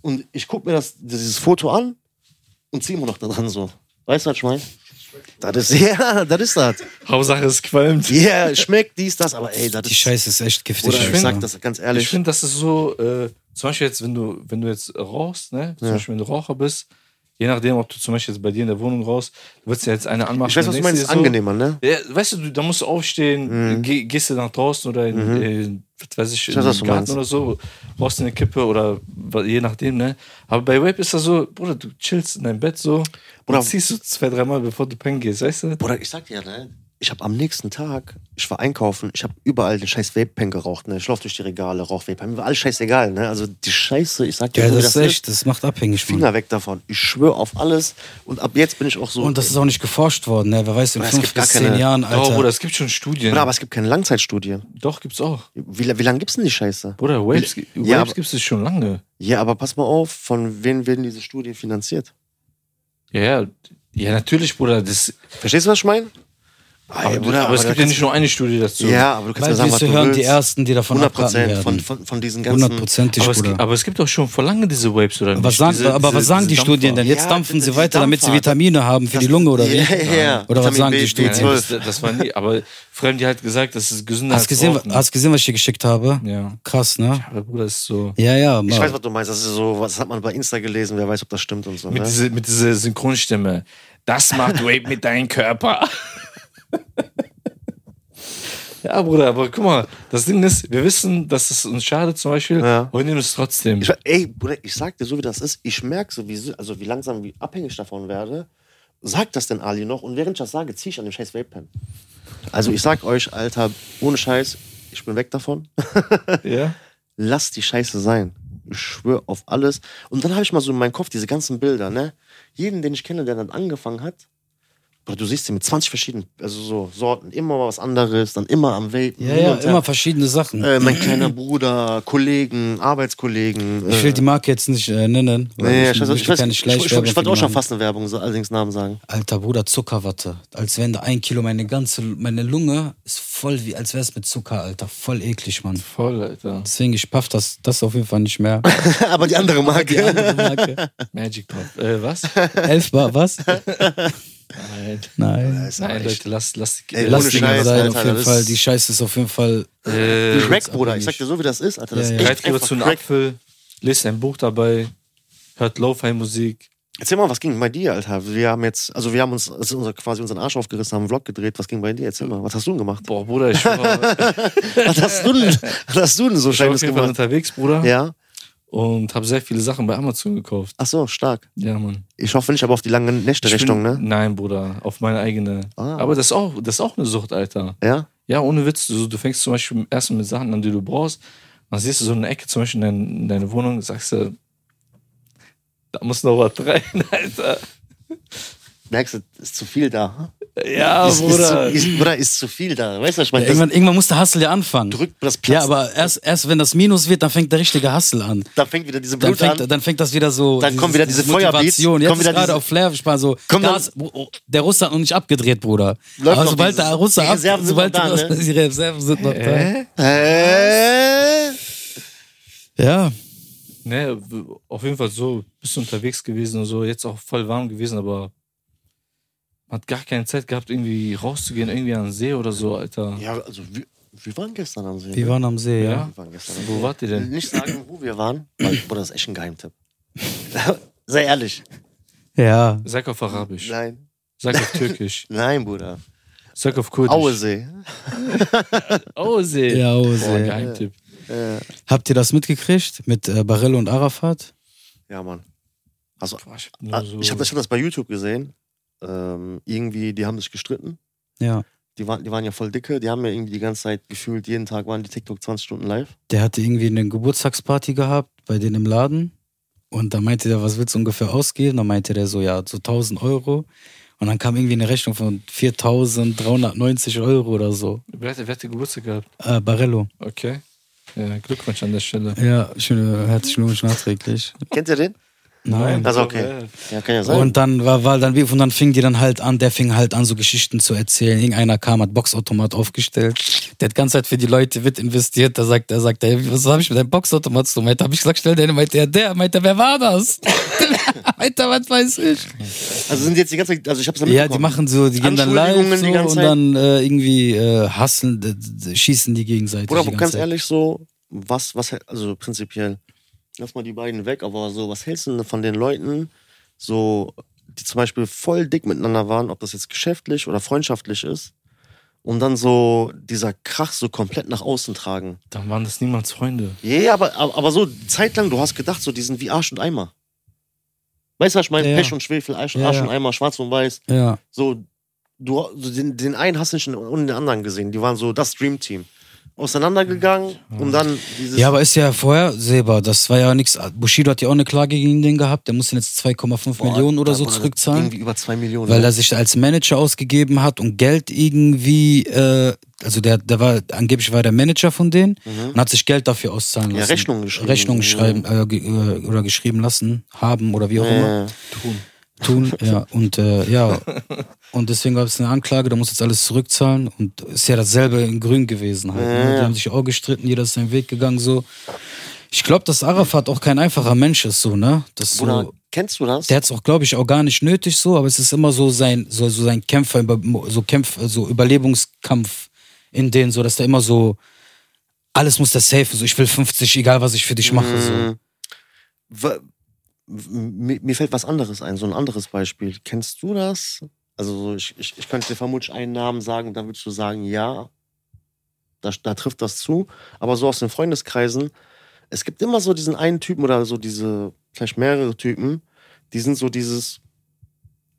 [SPEAKER 3] Und ich guck mir das, dieses Foto an und zieh immer noch da dran so. Weißt du, was ich meine? Das ist, ja, das ist das.
[SPEAKER 2] Hauptsache es qualmt.
[SPEAKER 3] Ja, yeah, schmeckt dies, das, aber ey, das
[SPEAKER 1] Die
[SPEAKER 3] ist.
[SPEAKER 1] Scheiße ist echt giftig.
[SPEAKER 3] Oder ich
[SPEAKER 1] Alter.
[SPEAKER 3] sag das ganz ehrlich.
[SPEAKER 2] Ich finde, das ist so, äh, zum Beispiel jetzt, wenn du, wenn du jetzt rauchst, ne? Zum
[SPEAKER 3] Ja.
[SPEAKER 2] Beispiel, wenn du Raucher bist, je nachdem, ob du zum Beispiel jetzt bei dir in der Wohnung rauchst, du willst ja jetzt eine anmachen.
[SPEAKER 3] Ich weiß, was
[SPEAKER 2] dann
[SPEAKER 3] du
[SPEAKER 2] denkst
[SPEAKER 3] meinst,
[SPEAKER 2] dir
[SPEAKER 3] ist
[SPEAKER 2] so,
[SPEAKER 3] angenehmer, ne?
[SPEAKER 2] Ja, weißt du, du, da musst du aufstehen, geh, gehst du nach draußen oder in, äh, was weiß Mhm. ich, in
[SPEAKER 3] weiß, was
[SPEAKER 2] den
[SPEAKER 3] du
[SPEAKER 2] Garten
[SPEAKER 3] meinst.
[SPEAKER 2] oder so, brauchst du eine Kippe oder wa- je nachdem, ne? Aber bei Vape ist das so, Bruder, du chillst in deinem Bett so
[SPEAKER 3] Bruder.
[SPEAKER 2] und ziehst du zwei, dreimal, bevor du pennen gehst, weißt du?
[SPEAKER 3] Bruder, ich sag dir, ne? ich habe am nächsten Tag, ich war einkaufen, ich habe überall den scheiß Vape-Pen geraucht. Ne? Ich laufe durch die Regale, rauch Vape-Pen. Mir war alles scheißegal. Ne? Also die Scheiße, ich sag dir,
[SPEAKER 1] Ja,
[SPEAKER 3] so wie
[SPEAKER 1] das ist echt, das macht abhängig. Mann.
[SPEAKER 3] Finger weg davon. Ich schwöre auf alles. Und ab jetzt bin ich auch so.
[SPEAKER 1] Und das ist auch nicht geforscht worden, ne? Wer weiß, in
[SPEAKER 3] Es
[SPEAKER 1] fünf
[SPEAKER 3] gibt gar
[SPEAKER 1] bis zehn
[SPEAKER 3] keine-
[SPEAKER 1] Jahren, Alter.
[SPEAKER 2] Oh, Bruder, es gibt schon Studien.
[SPEAKER 3] Bruder, aber es gibt keine Langzeitstudien.
[SPEAKER 2] Doch, gibt's auch.
[SPEAKER 3] Wie, la- wie lange gibt's denn die Scheiße?
[SPEAKER 2] Bruder, Waves,
[SPEAKER 3] Ja,
[SPEAKER 2] Waves
[SPEAKER 3] aber-
[SPEAKER 2] gibt es schon lange.
[SPEAKER 3] Ja, aber pass mal auf, von wem werden diese Studien finanziert?
[SPEAKER 2] Ja, ja, ja natürlich, Bruder. Das,
[SPEAKER 3] Verstehst du, was ich meine?
[SPEAKER 2] aber, aber, es gibt ja nicht nur eine Studie dazu.
[SPEAKER 3] Ja, aber du kannst
[SPEAKER 1] Weil
[SPEAKER 3] mir sagen,
[SPEAKER 1] wir
[SPEAKER 3] was du
[SPEAKER 1] hören
[SPEAKER 3] hören
[SPEAKER 1] die Ersten, die davon
[SPEAKER 3] 100
[SPEAKER 1] abraten
[SPEAKER 3] Prozent
[SPEAKER 1] werden.
[SPEAKER 3] von, von, von diesen ganzen.
[SPEAKER 1] Hundertprozentig,
[SPEAKER 2] aber, es,
[SPEAKER 1] Bruder.
[SPEAKER 2] gibt- aber es gibt doch schon vor lange diese Waves, oder
[SPEAKER 1] Was
[SPEAKER 2] nicht?
[SPEAKER 1] sagen,
[SPEAKER 2] diese,
[SPEAKER 1] aber was
[SPEAKER 2] diese-
[SPEAKER 1] sagen die
[SPEAKER 2] diese
[SPEAKER 1] Studien denn?
[SPEAKER 2] Dampfer.
[SPEAKER 1] Jetzt
[SPEAKER 3] Ja,
[SPEAKER 1] dampfen
[SPEAKER 3] diese
[SPEAKER 1] sie weiter, damit sie
[SPEAKER 3] Dampfer,
[SPEAKER 1] Vitamine haben für die Lunge oder wie?
[SPEAKER 3] Ja, ja, ja.
[SPEAKER 1] Oder was
[SPEAKER 3] Vitamin
[SPEAKER 1] sagen die
[SPEAKER 3] B,
[SPEAKER 1] Studien?
[SPEAKER 2] Ja,
[SPEAKER 3] B12.
[SPEAKER 2] das, das war nie, aber Fremdi hat gesagt, das ist gesünder
[SPEAKER 1] Hast
[SPEAKER 2] als
[SPEAKER 1] gesehen,
[SPEAKER 2] Rauchen.
[SPEAKER 1] hast gesehen, was ich dir geschickt habe?
[SPEAKER 2] Ja.
[SPEAKER 1] Krass, ne?
[SPEAKER 2] Aber Bruder, das ist so.
[SPEAKER 1] Ja, ja. Mann.
[SPEAKER 3] Ich weiß, was du meinst. Das ist so, was hat man bei Insta gelesen? Wer weiß, ob das stimmt und so.
[SPEAKER 2] Mit,
[SPEAKER 3] Ne?
[SPEAKER 2] diese, mit dieser Synchronstimme. Das macht Rape mit deinem Körper. ja, Bruder, aber guck mal, das Ding ist, wir wissen, dass es uns schadet zum Beispiel,
[SPEAKER 3] Ja.
[SPEAKER 2] und wir nehmen es trotzdem.
[SPEAKER 3] Ich, ey, Bruder, ich sag dir so, wie das ist. Ich merke so, wie, sü- also wie langsam, wie abhängig ich davon werde. Sag das denn Ali noch? Und während ich das sage, ziehe ich an dem scheiß Vape-Pen. Also ich sag euch, Alter, ohne Scheiß, ich bin weg davon.
[SPEAKER 2] ja?
[SPEAKER 3] lass die Scheiße sein. Ich schwöre auf alles. Und dann habe ich mal so in meinem Kopf diese ganzen Bilder, ne? Jeden, den ich kenne, der dann angefangen hat, oder du siehst ihn mit 20 verschiedenen, also so Sorten, immer mal was anderes, dann immer am Vapen.
[SPEAKER 1] ja,
[SPEAKER 3] hin
[SPEAKER 1] ja,
[SPEAKER 3] und her.
[SPEAKER 1] immer verschiedene Sachen.
[SPEAKER 3] Äh, mein kleiner Bruder, Kollegen, Arbeitskollegen.
[SPEAKER 1] ich will die Marke jetzt nicht äh, nennen. weil
[SPEAKER 3] Nee,
[SPEAKER 1] ich,
[SPEAKER 3] ich, weiß, ich,
[SPEAKER 1] möchte
[SPEAKER 3] weiß,
[SPEAKER 1] keine
[SPEAKER 3] ich, ich, ich,
[SPEAKER 1] Schleichwerbung für
[SPEAKER 3] wollte
[SPEAKER 1] die
[SPEAKER 3] auch schon
[SPEAKER 1] machen.
[SPEAKER 3] fast eine Werbung, so allerdings Namen sagen.
[SPEAKER 1] Alter Bruder, Zuckerwatte. Als wenn da ein Kilo meine ganze, meine Lunge ist voll, wie als wäre es mit Zucker, Alter. Voll eklig, Mann.
[SPEAKER 2] Voll, Alter.
[SPEAKER 1] Deswegen, ich paff das, das auf jeden Fall nicht mehr.
[SPEAKER 3] Aber die andere
[SPEAKER 1] Die
[SPEAKER 3] Marke.
[SPEAKER 1] andere Marke.
[SPEAKER 2] Magic Pop. Äh, was?
[SPEAKER 1] Elfbar, was?
[SPEAKER 2] Nein,
[SPEAKER 1] Nein.
[SPEAKER 2] Nein Leute, lasst, lasst,
[SPEAKER 3] Ey,
[SPEAKER 1] Lass
[SPEAKER 3] ohne
[SPEAKER 1] die
[SPEAKER 3] Scheiß,
[SPEAKER 1] sein,
[SPEAKER 3] Alter,
[SPEAKER 1] auf jeden
[SPEAKER 3] das
[SPEAKER 1] Fall.
[SPEAKER 3] ist-
[SPEAKER 1] Die Scheiße ist auf jeden Fall.
[SPEAKER 2] äh,
[SPEAKER 3] Crack, Bruder. Ich sag dir so, wie das ist, Alter. Das
[SPEAKER 1] Ja, ja.
[SPEAKER 3] ist echt
[SPEAKER 2] greift lieber
[SPEAKER 3] einfach
[SPEAKER 2] zu einem
[SPEAKER 3] Crack.
[SPEAKER 2] Apfel, lest ein Buch dabei, hört Lo-Fi-Musik.
[SPEAKER 3] Erzähl mal, was ging bei dir, Alter? Wir haben jetzt, also wir haben uns also unser, quasi unseren Arsch aufgerissen, haben einen Vlog gedreht. Was ging bei dir? Erzähl mal, was hast du denn gemacht?
[SPEAKER 2] Boah, Bruder, ich war,
[SPEAKER 3] Was hast du denn, was hast du denn so
[SPEAKER 2] ich war auf
[SPEAKER 3] Schönes
[SPEAKER 2] jeden Fall
[SPEAKER 3] gemacht?
[SPEAKER 2] unterwegs, Bruder,
[SPEAKER 3] Ja?
[SPEAKER 2] und habe sehr viele Sachen bei Amazon gekauft.
[SPEAKER 3] Ach so, stark.
[SPEAKER 2] Ja, Mann.
[SPEAKER 3] Ich hoffe nicht, aber auf die lange Nächte
[SPEAKER 2] Ich
[SPEAKER 3] Richtung,
[SPEAKER 2] bin-
[SPEAKER 3] ne?
[SPEAKER 2] Nein, Bruder, auf meine eigene.
[SPEAKER 3] Ah.
[SPEAKER 2] Aber das ist, auch, das ist auch eine Sucht, Alter.
[SPEAKER 3] Ja?
[SPEAKER 2] Ja, ohne Witz. Du, du fängst zum Beispiel erst mit Sachen an, die du brauchst. Dann siehst du so eine Ecke, zum Beispiel in, dein, in deine Wohnung, sagst du, da muss noch was rein, Alter.
[SPEAKER 3] Merkst du, ist zu viel da.
[SPEAKER 2] Ja,
[SPEAKER 3] ist,
[SPEAKER 2] Bruder.
[SPEAKER 3] Ist zu, ist, Bruder, ist zu viel da. Weißt du, was ich
[SPEAKER 1] Ja,
[SPEAKER 3] meine? Das
[SPEAKER 1] irgendwann, irgendwann muss der Hustle ja anfangen.
[SPEAKER 3] drückt das Platz.
[SPEAKER 1] Ja, aber erst, erst wenn das Minus wird, dann fängt der richtige Hustle an.
[SPEAKER 3] Da fängt wieder diese
[SPEAKER 1] Dann
[SPEAKER 3] Blut an.
[SPEAKER 1] fängt, dann fängt das wieder so.
[SPEAKER 3] Dann kommen wieder diese Feuerbeats,
[SPEAKER 1] Motivation. Jetzt
[SPEAKER 3] kommen
[SPEAKER 1] ist
[SPEAKER 3] wieder
[SPEAKER 1] gerade
[SPEAKER 3] diese-
[SPEAKER 1] auf Flair, ich war so.
[SPEAKER 3] Kommen
[SPEAKER 1] da
[SPEAKER 3] dann-
[SPEAKER 1] ist, oh, oh, der Russe hat noch nicht abgedreht, Bruder.
[SPEAKER 3] Läuft
[SPEAKER 1] aber
[SPEAKER 3] noch
[SPEAKER 1] sobald
[SPEAKER 3] dieses-
[SPEAKER 1] der Russe
[SPEAKER 3] die
[SPEAKER 1] ab,
[SPEAKER 3] Reserven sind
[SPEAKER 1] sobald
[SPEAKER 3] noch da,
[SPEAKER 1] der Russe-
[SPEAKER 3] ne?
[SPEAKER 1] die Reserven sind noch
[SPEAKER 2] Hä?
[SPEAKER 3] Hä?
[SPEAKER 1] da. Ja.
[SPEAKER 2] Ne, auf jeden Fall so, bist du unterwegs gewesen und so, jetzt auch voll warm gewesen, aber man hat gar keine Zeit gehabt, irgendwie rauszugehen, irgendwie an den See oder so, Alter.
[SPEAKER 3] Ja, also wir, wir waren gestern am See. ne?
[SPEAKER 1] Wir waren am See, ja.
[SPEAKER 2] Ja.
[SPEAKER 3] Wir waren gestern am
[SPEAKER 2] Wo wart ihr denn?
[SPEAKER 3] Nicht sagen, wo wir waren, weil, Bruder, das ist echt ein Geheimtipp. Sei ehrlich.
[SPEAKER 1] Ja.
[SPEAKER 2] Sag auf Arabisch,
[SPEAKER 3] Nein.
[SPEAKER 2] sag auf Türkisch,
[SPEAKER 3] Nein, Bruder.
[SPEAKER 2] sag auf Kurdisch.
[SPEAKER 3] Auesee.
[SPEAKER 2] Aussee.
[SPEAKER 1] Ja, Aussee.
[SPEAKER 2] Boah, Geheimtipp.
[SPEAKER 3] Äh,
[SPEAKER 1] Habt ihr das mitgekriegt mit äh, Barello und Arafat?
[SPEAKER 3] ja, Mann. Also,
[SPEAKER 2] Boah, ich hab
[SPEAKER 3] ah,
[SPEAKER 2] nur so.
[SPEAKER 3] ich habe das, ich hab das bei YouTube gesehen. Ähm, irgendwie, die haben sich gestritten.
[SPEAKER 1] Ja.
[SPEAKER 3] Die waren, die waren ja voll dicke. Die haben ja irgendwie die ganze Zeit gefühlt, jeden Tag waren die TikTok 20 Stunden live.
[SPEAKER 1] Der hatte irgendwie eine Geburtstagsparty gehabt bei denen im Laden. Und dann meinte der, was willst du ungefähr ausgeben? Dann meinte der so, ja, so 1000 Euro. Und dann kam irgendwie eine Rechnung von 4390 Euro oder so.
[SPEAKER 2] wer, hat, wer hat den Geburtstag gehabt?
[SPEAKER 1] Äh, Barello.
[SPEAKER 2] Okay. Ja, Glückwunsch an der Stelle.
[SPEAKER 1] Ja, schön, herzlichen Glückwunsch nachträglich.
[SPEAKER 3] Kennt ihr den?
[SPEAKER 1] Nein.
[SPEAKER 3] Also okay. Ja, kann ja sein.
[SPEAKER 1] Und dann war, war dann wie, und dann fing die dann halt an, der fing halt an, so Geschichten zu erzählen. Irgendeiner kam, hat Boxautomat aufgestellt. Der hat ganz halt für die Leute wird investiert. Da sagt, er sagt, ey, was habe ich mit deinem Boxautomat zu tun? Meinte, hab ich gesagt, schnell den, meinte er, der, meinte, wer war das? meinte, was weiß ich.
[SPEAKER 3] also sind die jetzt die ganze Zeit, also ich hab's
[SPEAKER 1] Ja, die machen so, die gehen dann live
[SPEAKER 3] Anschuldigungen
[SPEAKER 1] so,
[SPEAKER 3] die ganze
[SPEAKER 1] und
[SPEAKER 3] Zeit.
[SPEAKER 1] dann äh, irgendwie äh, hasseln, d- d- schießen die gegenseitig.
[SPEAKER 3] Bruder,
[SPEAKER 1] die
[SPEAKER 3] aber
[SPEAKER 1] ganze
[SPEAKER 3] ganz
[SPEAKER 1] Zeit.
[SPEAKER 3] ehrlich, so, was, was, also prinzipiell, lass mal die beiden weg, aber so, was hältst du denn von den Leuten, so, die zum Beispiel voll dick miteinander waren, ob das jetzt geschäftlich oder freundschaftlich ist, und dann so dieser Krach so komplett nach außen tragen?
[SPEAKER 2] Dann waren das niemals Freunde.
[SPEAKER 3] Ja, yeah, aber, aber aber so zeitlang, du hast gedacht, so, die sind wie Arsch und Eimer. Weißt du, was ich meine?
[SPEAKER 1] Ja, ja.
[SPEAKER 3] Pech und Schwefel, Arsch,
[SPEAKER 1] Ja,
[SPEAKER 3] Arsch
[SPEAKER 1] ja.
[SPEAKER 3] und Eimer, schwarz und weiß,
[SPEAKER 1] Ja.
[SPEAKER 3] so, du, so den, den einen hast du nicht und den anderen gesehen. Die waren so das Dream Team. Auseinandergegangen und dann dieses.
[SPEAKER 1] Ja, aber ist ja vorhersehbar. Das war ja nichts. Bushido hat ja auch eine Klage gegen den gehabt. Der muss den jetzt 2,5
[SPEAKER 3] Boah,
[SPEAKER 1] Millionen oder
[SPEAKER 3] da
[SPEAKER 1] so
[SPEAKER 3] war das
[SPEAKER 1] zurückzahlen.
[SPEAKER 3] Irgendwie über 2 Millionen.
[SPEAKER 1] Weil
[SPEAKER 3] ne?
[SPEAKER 1] er sich als Manager ausgegeben hat und Geld irgendwie, äh, also der, der war, angeblich war der Manager von denen und hat sich Geld dafür auszahlen
[SPEAKER 3] Mhm. Ja,
[SPEAKER 1] lassen.
[SPEAKER 3] Rechnungen geschrieben.
[SPEAKER 1] Rechnungen schreiben, äh, ge- äh, oder geschrieben lassen, haben oder wie auch immer.
[SPEAKER 3] Äh,
[SPEAKER 2] Tun.
[SPEAKER 1] Tun, ja. Und äh, ja, und deswegen gab es eine Anklage, da muss jetzt alles zurückzahlen und ist ja dasselbe in Grün gewesen halt. ne? Die haben sich auch gestritten, jeder ist seinen Weg gegangen so. Ich glaube, dass Arafat auch kein einfacher Mensch ist, so, ne? Das
[SPEAKER 3] Bruder,
[SPEAKER 1] so,
[SPEAKER 3] kennst du das?
[SPEAKER 1] der hat es auch, glaube ich, auch gar nicht nötig so, aber es ist immer so sein, so, so sein Kämpfer, über, so Kämpf, so Überlebenskampf in denen, so, dass der immer so, alles muss der safe, so ich will 50, egal was ich für dich mache. So.
[SPEAKER 3] Mm. Wa- m- Mir mir fällt was anderes ein, so ein anderes Beispiel. Kennst du das? Also so, ich, ich, ich könnte dir vermutlich einen Namen sagen und dann würdest du sagen, ja, da, da trifft das zu. Aber so aus den Freundeskreisen, es gibt immer so diesen einen Typen oder so diese, vielleicht mehrere Typen, die sind so dieses,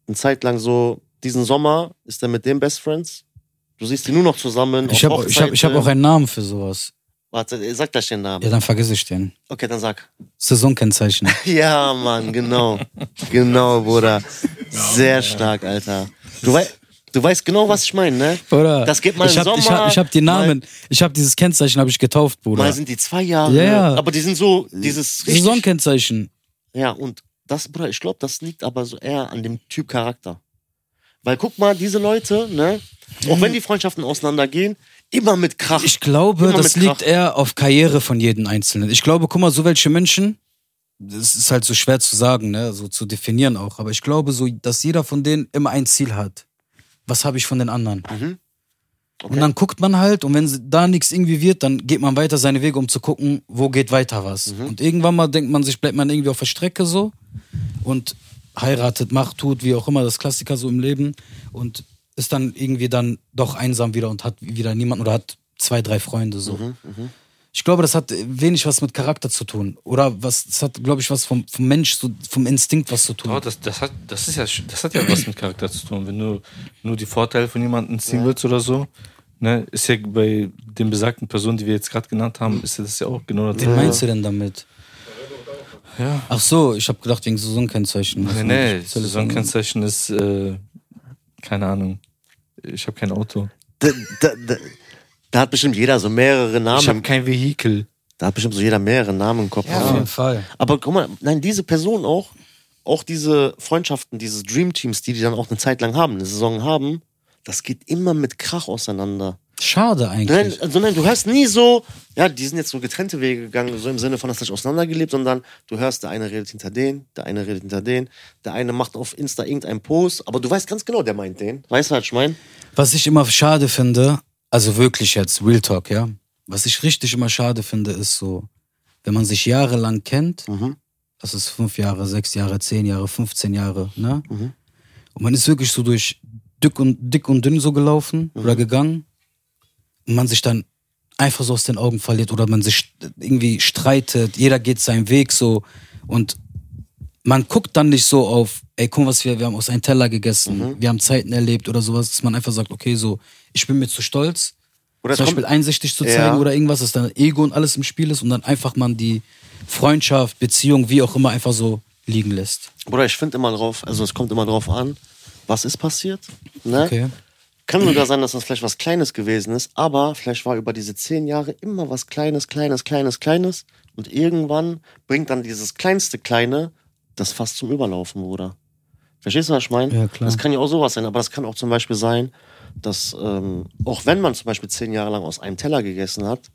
[SPEAKER 3] eine Zeit lang so, diesen Sommer ist er mit dem Best Friends. Du siehst die nur noch zusammen.
[SPEAKER 1] Ich habe ich hab, ich hab auch
[SPEAKER 3] einen.
[SPEAKER 1] einen Namen für sowas.
[SPEAKER 3] Warte, sag gleich den Namen.
[SPEAKER 1] Ja, dann vergesse ich den.
[SPEAKER 3] Okay, dann sag.
[SPEAKER 1] Saisonkennzeichen.
[SPEAKER 3] Ja, Mann, genau. Genau, Bruder. Sehr stark, Alter. Du, wei du weißt genau, was ich meine, ne?
[SPEAKER 1] Oder?
[SPEAKER 3] Das geht mal
[SPEAKER 1] ich
[SPEAKER 3] im
[SPEAKER 1] hab, Ich
[SPEAKER 3] Sommer,
[SPEAKER 1] habe ich hab die
[SPEAKER 3] mal-
[SPEAKER 1] Namen, ich habe dieses Kennzeichen habe ich getauft,
[SPEAKER 3] Mal
[SPEAKER 1] Bruder.
[SPEAKER 3] sind die zwei Jahre, ne?
[SPEAKER 1] Ja, ja.
[SPEAKER 3] aber die sind so, dieses richtig-
[SPEAKER 1] Saisonkennzeichen.
[SPEAKER 3] Ja, und das, Bruder, ich glaube, das liegt aber so eher an dem Typ Charakter. Weil guck mal, diese Leute, ne? Auch wenn die Freundschaften auseinandergehen, immer mit Krach.
[SPEAKER 1] Ich glaube,
[SPEAKER 3] Immer
[SPEAKER 1] das
[SPEAKER 3] mit
[SPEAKER 1] liegt
[SPEAKER 3] Kraft.
[SPEAKER 1] eher auf Karriere von jedem Einzelnen. Ich glaube, guck mal, so welche Menschen, das ist halt so schwer zu sagen, ne? so zu definieren auch, aber ich glaube so, dass jeder von denen immer ein Ziel hat. Was habe ich von den anderen?
[SPEAKER 3] Mhm. Okay.
[SPEAKER 1] Und dann guckt man halt und wenn da nichts irgendwie wird, dann geht man weiter seine Wege, um zu gucken, wo geht weiter was. Und irgendwann mal denkt man sich, bleibt man irgendwie auf der Strecke so und heiratet, macht, tut, wie auch immer, das Klassiker so im Leben und ist dann irgendwie dann doch einsam wieder und hat wieder niemanden oder hat zwei, drei Freunde so. Ich glaube, das hat wenig was mit Charakter zu tun. Oder was, das hat, glaube ich, was vom, vom Mensch, so, vom Instinkt was zu tun.
[SPEAKER 2] Aber Oh, das, das, hat, das, ist ja, sch- das hat ja was mit Charakter zu tun. Wenn du nur die Vorteile von jemandem ziehen willst oder so, ne, ist ja bei den besagten Personen, die wir jetzt gerade genannt haben, ist ja das ja auch genau das.
[SPEAKER 1] Wen meinst du denn damit?
[SPEAKER 2] Ja.
[SPEAKER 1] Ach so, ich habe gedacht wegen Saisonkennzeichen. Also
[SPEAKER 2] Nee, nee, Saisonkennzeichen ist, äh, keine Ahnung. Ich habe kein Auto.
[SPEAKER 3] Da, da, da, da hat bestimmt jeder so mehrere
[SPEAKER 2] Ich habe
[SPEAKER 3] Namen.
[SPEAKER 2] kein Vehikel.
[SPEAKER 3] Da hat bestimmt so jeder mehrere Namen im Kopf.
[SPEAKER 1] Auf jeden Fall.
[SPEAKER 3] Aber guck mal, nein, diese Person auch, auch diese Freundschaften, diese Dreamteams, die die dann auch eine Zeit lang haben, eine Saison haben, das geht immer mit Krach auseinander.
[SPEAKER 1] Schade
[SPEAKER 3] Nein,
[SPEAKER 1] eigentlich.
[SPEAKER 3] also nein, du hörst nie so, ja, die sind jetzt so getrennte Wege gegangen, so im Sinne von, dass sich auseinandergelebt, sondern du hörst, der eine redet hinter den, der eine redet hinter den, der eine macht auf Insta irgendeinen Post, aber du weißt ganz genau, der meint den. Weißt du, was ich meine?
[SPEAKER 1] Was ich immer schade finde, also wirklich jetzt, Real Talk, ja. Was ich richtig immer schade finde, ist so, wenn man sich jahrelang kennt,
[SPEAKER 3] Mhm.
[SPEAKER 1] das ist fünf Jahre, sechs Jahre, zehn Jahre, 15 Jahre, ne?
[SPEAKER 3] Mhm.
[SPEAKER 1] Und man ist wirklich so durch dick und, dick und dünn so gelaufen
[SPEAKER 3] Mhm.
[SPEAKER 1] oder gegangen und man sich dann einfach so aus den Augen verliert oder man sich irgendwie streitet, jeder geht seinen Weg so und man guckt dann nicht so auf, ey, guck mal, was wir, wir haben aus einem Teller gegessen,
[SPEAKER 3] Mhm.
[SPEAKER 1] wir haben Zeiten erlebt oder sowas, dass man einfach sagt, okay, so, ich bin mir zu stolz,
[SPEAKER 3] Oder es
[SPEAKER 1] zum Beispiel
[SPEAKER 3] kommt,
[SPEAKER 1] einsichtig zu
[SPEAKER 3] Ja.
[SPEAKER 1] zeigen oder irgendwas, dass dann Ego und alles im Spiel ist und dann einfach man die Freundschaft, Beziehung, wie auch immer, einfach so liegen lässt.
[SPEAKER 3] Bruder, ich finde immer drauf, also es kommt immer drauf an, was ist passiert, ne?
[SPEAKER 1] Okay.
[SPEAKER 3] Kann sogar sein, dass das vielleicht was Kleines gewesen ist, aber vielleicht war über diese zehn Jahre immer was Kleines, Kleines, Kleines, Kleines. Und irgendwann bringt dann dieses kleinste Kleine das fast zum Überlaufen, Bruder. Verstehst du, was ich meine?
[SPEAKER 1] Ja, klar.
[SPEAKER 3] Das kann ja auch sowas sein, aber das kann auch zum Beispiel sein, dass ähm, auch wenn man zum Beispiel zehn Jahre lang aus einem Teller gegessen hat,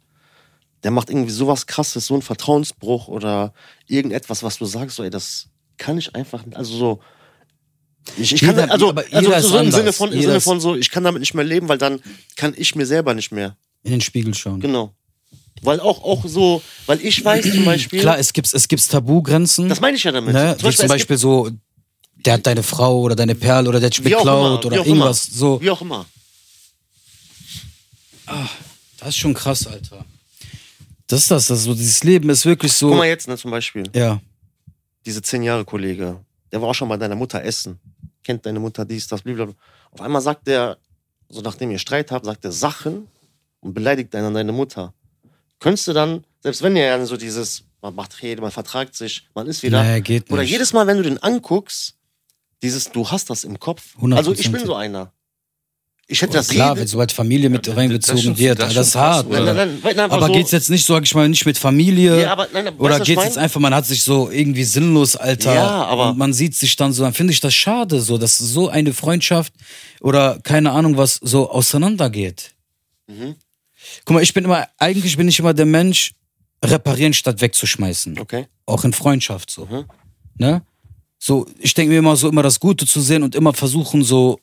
[SPEAKER 3] der macht irgendwie sowas krasses, so ein Vertrauensbruch oder irgendetwas, was du sagst, so, ey, das kann ich einfach, also so. Ich, ich kann,
[SPEAKER 1] Jeder-
[SPEAKER 3] da- also,
[SPEAKER 1] aber jeder
[SPEAKER 3] also
[SPEAKER 1] ist
[SPEAKER 3] so im
[SPEAKER 1] anders.
[SPEAKER 3] Sinne von, im
[SPEAKER 1] Jeder
[SPEAKER 3] Sinne
[SPEAKER 1] ist-
[SPEAKER 3] von so, ich kann damit nicht mehr leben, weil dann kann ich mir selber nicht mehr.
[SPEAKER 1] In den Spiegel schauen.
[SPEAKER 3] Genau. Weil auch, auch so, weil ich weiß zum Beispiel,
[SPEAKER 1] Klar, es gibt, es gibt Tabugrenzen.
[SPEAKER 3] das meine ich ja damit.
[SPEAKER 1] ne? Wie zum
[SPEAKER 3] es gibt-
[SPEAKER 1] Beispiel so, der hat deine Frau oder deine Perle oder der hat dich
[SPEAKER 3] wie auch
[SPEAKER 1] beklaut
[SPEAKER 3] immer,
[SPEAKER 1] oder
[SPEAKER 3] wie auch immer,
[SPEAKER 1] irgendwas. So.
[SPEAKER 3] Wie auch immer.
[SPEAKER 1] Das ist schon krass, Alter. Das ist das, das ist so, dieses Leben ist wirklich so.
[SPEAKER 3] Guck mal jetzt, ne, zum Beispiel,
[SPEAKER 1] ja.
[SPEAKER 3] diese 10 Jahre Kollege, der war auch schon bei deiner Mutter essen. kennt deine Mutter dies, das, blablabla. Auf einmal sagt der, so nachdem ihr Streit habt, sagt er Sachen und beleidigt einen an deine Mutter. Könntest du dann, selbst wenn ihr ja so dieses, man macht Rede, man vertragt sich, man ist wieder,
[SPEAKER 1] Nee, geht nicht.
[SPEAKER 3] oder jedes Mal, wenn du den anguckst, dieses, du hast das im Kopf. Also ich bin so einer. Ich hätte das
[SPEAKER 1] Klar,
[SPEAKER 3] jede-
[SPEAKER 1] wenn sobald Familie mit
[SPEAKER 2] Ja, das- das
[SPEAKER 1] reinbezogen
[SPEAKER 2] schon-
[SPEAKER 1] wird,
[SPEAKER 2] das
[SPEAKER 1] das,
[SPEAKER 2] schon
[SPEAKER 1] ist
[SPEAKER 2] krass,
[SPEAKER 1] hart.
[SPEAKER 2] oder?
[SPEAKER 3] Nein, nein, nein, nein, einfach
[SPEAKER 1] aber
[SPEAKER 3] so.
[SPEAKER 1] geht's jetzt nicht, sag ich mal, nicht mit Familie?
[SPEAKER 3] Ja, aber nein, weißt du,
[SPEAKER 1] oder
[SPEAKER 3] was ich
[SPEAKER 1] geht's
[SPEAKER 3] meine?
[SPEAKER 1] jetzt einfach, man hat sich so irgendwie sinnlos, Alter.
[SPEAKER 3] Ja, aber-
[SPEAKER 1] Und man sieht sich dann so, dann finde ich das schade, so, dass so eine Freundschaft oder keine Ahnung was so auseinandergeht.
[SPEAKER 3] Mhm.
[SPEAKER 1] Guck mal, ich bin immer, eigentlich bin ich immer der Mensch, reparieren statt wegzuschmeißen
[SPEAKER 3] Okay.
[SPEAKER 1] auch in Freundschaft so.
[SPEAKER 3] Mhm.
[SPEAKER 1] Ne? So, ich denke mir immer so, immer das Gute zu sehen und immer versuchen, so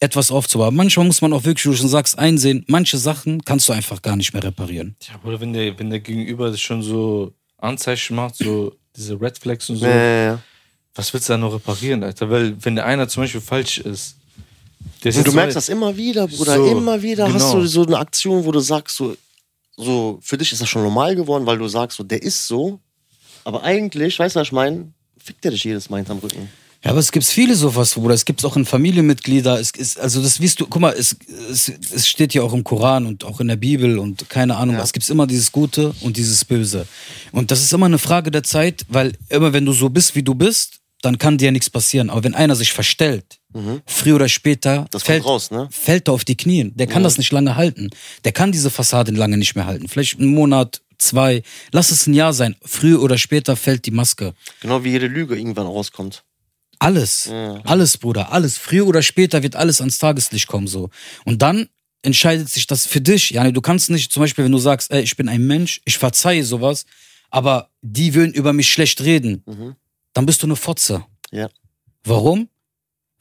[SPEAKER 1] etwas aufzubauen. Manchmal muss man auch wirklich, wie du schon sagst, einsehen, manche Sachen kannst du einfach gar nicht mehr reparieren.
[SPEAKER 2] Ja, oder wenn der, wenn der Gegenüber schon so Anzeichen macht, so diese Red Flags und so,
[SPEAKER 3] Ja, ja, ja.
[SPEAKER 2] was willst du da noch reparieren, Alter? Weil, wenn der einer zum Beispiel falsch ist, der ist
[SPEAKER 3] Und du
[SPEAKER 2] jetzt
[SPEAKER 3] merkst
[SPEAKER 2] so-
[SPEAKER 3] das immer wieder, Bruder.
[SPEAKER 2] So,
[SPEAKER 3] immer wieder hast
[SPEAKER 2] genau.
[SPEAKER 3] du so eine Aktion, wo du sagst, so, so, für dich ist das schon normal geworden, weil du sagst, so, der ist so. Aber eigentlich, weißt du, was ich meine? Fickt der dich jedes Mal hinterm Rücken.
[SPEAKER 1] Ja, aber es gibt viele sowas, Bruder. Es gibt auch in Familienmitglieder. Es ist, also das wirst du, guck mal, es, es, es steht ja auch im Koran und auch in der Bibel und keine Ahnung.
[SPEAKER 3] Ja.
[SPEAKER 1] Es gibt immer dieses Gute und dieses Böse. Und das ist immer eine Frage der Zeit, weil immer wenn du so bist, wie du bist, dann kann dir nichts passieren. Aber wenn einer sich verstellt, früher oder später,
[SPEAKER 3] Mhm. Das kommt
[SPEAKER 1] fällt,
[SPEAKER 3] raus, ne? Mhm.
[SPEAKER 1] fällt er auf die Knie. Der kann das nicht lange halten. Der kann diese Fassade lange nicht mehr halten. Vielleicht einen Monat, zwei. Lass es ein Jahr sein. Früher oder später fällt die Maske.
[SPEAKER 3] Genau wie jede Lüge irgendwann rauskommt.
[SPEAKER 1] Alles. Alles, Bruder, alles. Früher oder später wird alles ans Tageslicht kommen, so. Und dann entscheidet sich das für dich. Yani, du kannst nicht, zum Beispiel, wenn du sagst, ey, ich bin ein Mensch, ich verzeihe sowas, aber die würden über mich schlecht reden,
[SPEAKER 3] Mhm.
[SPEAKER 1] dann bist du eine Fotze.
[SPEAKER 3] Ja.
[SPEAKER 1] Warum?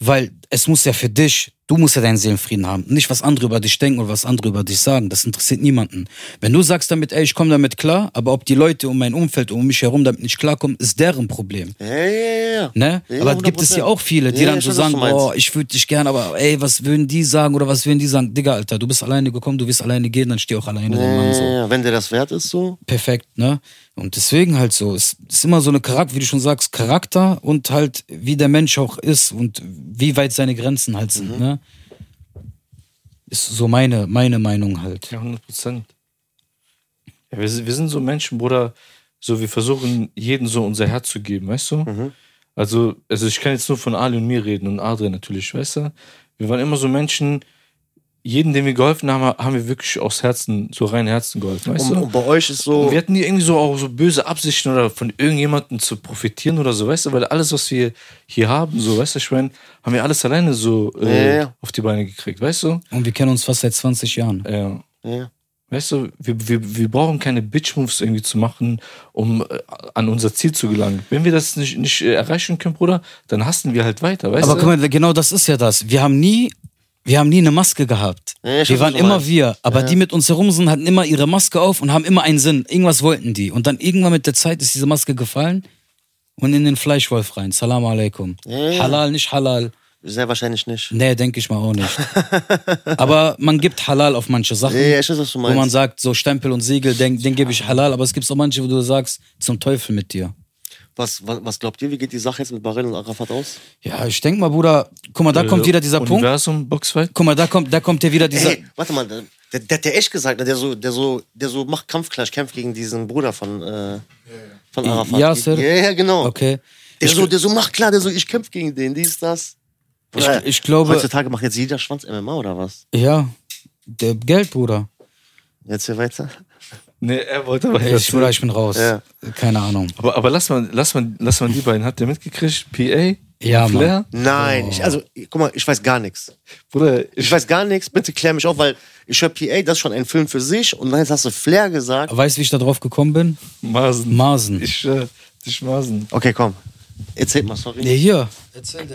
[SPEAKER 1] Weil es muss ja für dich, du musst ja deinen Seelenfrieden haben. Nicht, was andere über dich denken oder was andere über dich sagen. Das interessiert niemanden. Wenn du sagst damit, ey, ich komme damit klar, aber ob die Leute um mein Umfeld, um mich herum damit nicht klarkommen, ist deren Problem.
[SPEAKER 3] Ja, ja, ja, ja.
[SPEAKER 1] Ne?
[SPEAKER 3] Ja,
[SPEAKER 1] aber gibt es
[SPEAKER 3] 100%.
[SPEAKER 1] ja auch viele, die
[SPEAKER 3] Ja,
[SPEAKER 1] dann
[SPEAKER 3] ich
[SPEAKER 1] so
[SPEAKER 3] weiß, was
[SPEAKER 1] sagen,
[SPEAKER 3] du meinst.
[SPEAKER 1] boah, ich würde dich gern, aber ey, was würden die sagen oder was würden die sagen? Digga, Alter, du bist alleine gekommen, du wirst alleine gehen, dann steh auch alleine
[SPEAKER 3] Ja,
[SPEAKER 1] den Mann
[SPEAKER 3] ja,
[SPEAKER 1] so.
[SPEAKER 3] ja. Wenn der das wert ist, so.
[SPEAKER 1] Perfekt, ne? Und deswegen halt so, es ist immer so eine Charakter, wie du schon sagst, Charakter und halt, wie der Mensch auch ist und wie weit seine Grenzen halt sind,
[SPEAKER 3] Mhm.
[SPEAKER 1] ne? Ist so meine, meine Meinung halt.
[SPEAKER 2] Ja, 100 Prozent. Ja, wir, sind- wir sind so Menschen, Bruder, so wir versuchen, jedem so unser Herz zu geben, weißt du?
[SPEAKER 3] Mhm.
[SPEAKER 2] Also, also ich kann jetzt nur von Ali und mir reden und Adrian natürlich, weißt du? Wir waren immer so Menschen, jeden, dem wir geholfen haben, haben wir wirklich aus Herzen, so rein Herzen geholfen, weißt
[SPEAKER 3] Und,
[SPEAKER 2] du?
[SPEAKER 3] und bei euch ist so.
[SPEAKER 2] Und wir hatten nie irgendwie so auch so böse Absichten oder von irgendjemandem zu profitieren oder so, weißt du, weil alles, was wir hier haben, so, weißt du, ich meine, haben wir alles alleine so
[SPEAKER 3] Ja,
[SPEAKER 2] äh,
[SPEAKER 3] ja.
[SPEAKER 2] auf die Beine gekriegt, weißt du?
[SPEAKER 1] Und wir kennen uns fast seit 20 Jahren.
[SPEAKER 2] Ja.
[SPEAKER 3] ja.
[SPEAKER 2] Weißt du, wir, wir, wir brauchen keine Bitch-Moves irgendwie zu machen, um äh, an unser Ziel zu gelangen. Wenn wir das nicht, nicht äh, erreichen können, Bruder, dann hassen wir halt weiter, weißt
[SPEAKER 1] Aber
[SPEAKER 2] du?
[SPEAKER 1] guck mal, genau das ist ja das. Wir haben nie, wir haben nie eine Maske gehabt.
[SPEAKER 3] Ja, ich
[SPEAKER 1] wir
[SPEAKER 3] weiß,
[SPEAKER 1] waren
[SPEAKER 3] was du
[SPEAKER 1] immer
[SPEAKER 3] meinst.
[SPEAKER 1] wir. Aber die mit uns herum sind, hatten immer ihre Maske auf und haben immer einen Sinn. Irgendwas wollten die. Und dann irgendwann mit der Zeit ist diese Maske gefallen und in den Fleischwolf rein. Salam alaikum.
[SPEAKER 3] Ja.
[SPEAKER 1] Halal, nicht halal.
[SPEAKER 3] Sehr wahrscheinlich nicht.
[SPEAKER 1] Nee, denke ich mal auch nicht. aber man gibt halal auf manche Sachen.
[SPEAKER 3] Ja, ja, ich weiß, was du
[SPEAKER 1] Wo man
[SPEAKER 3] meinst.
[SPEAKER 1] sagt, so Stempel und Siegel, den, den gebe ich halal, aber es gibt auch manche, wo du sagst, zum Teufel mit dir.
[SPEAKER 3] Was, was, was glaubt ihr, wie geht die Sache jetzt mit Baril und Arafat aus?
[SPEAKER 1] Ja, ich denke mal, Bruder, guck mal, da kommt wieder dieser Punkt.
[SPEAKER 2] Äh, Universum, Boxfight.
[SPEAKER 1] Guck mal, da kommt, da kommt ja wieder dieser.
[SPEAKER 3] Ey, warte mal, der, der, der hat ja echt gesagt, der so, der so, der so macht Kampfklatsch, kämpft gegen diesen Bruder von, äh, von Arafat.
[SPEAKER 1] Yasser?
[SPEAKER 3] Ja, ja, genau.
[SPEAKER 1] Okay.
[SPEAKER 3] Der so, der so macht klar, der so, ich kämpfe gegen den, dies, das.
[SPEAKER 1] Ich,
[SPEAKER 3] Bruder,
[SPEAKER 1] ich glaube,
[SPEAKER 3] Heutzutage macht jetzt jeder Schwanz MMA oder was?
[SPEAKER 1] ja, der Geld, Bruder.
[SPEAKER 3] Jetzt hier weiter.
[SPEAKER 2] Nee, er wollte
[SPEAKER 1] Ey, Ich, Bruder, ich bin raus.
[SPEAKER 3] Ja.
[SPEAKER 1] Keine Ahnung.
[SPEAKER 2] aber, aber lass mal, lass mal, lass mal die beiden. Hat der mitgekriegt? PA?
[SPEAKER 1] Ja,
[SPEAKER 2] Flair?
[SPEAKER 3] Nein,
[SPEAKER 1] Oh.
[SPEAKER 3] ich, also guck mal, ich weiß gar nichts.
[SPEAKER 2] Bruder,
[SPEAKER 3] Ich weiß gar nichts, bitte klär mich auf, weil ich höre PA, das ist schon ein Film für sich und dann hast du Flair gesagt.
[SPEAKER 1] Weißt du, wie ich da drauf gekommen bin?
[SPEAKER 2] Masen.
[SPEAKER 1] Masen.
[SPEAKER 2] Ich, äh, dich Masen.
[SPEAKER 3] Okay, komm. Erzähl mal, sorry.
[SPEAKER 1] Nee, hier.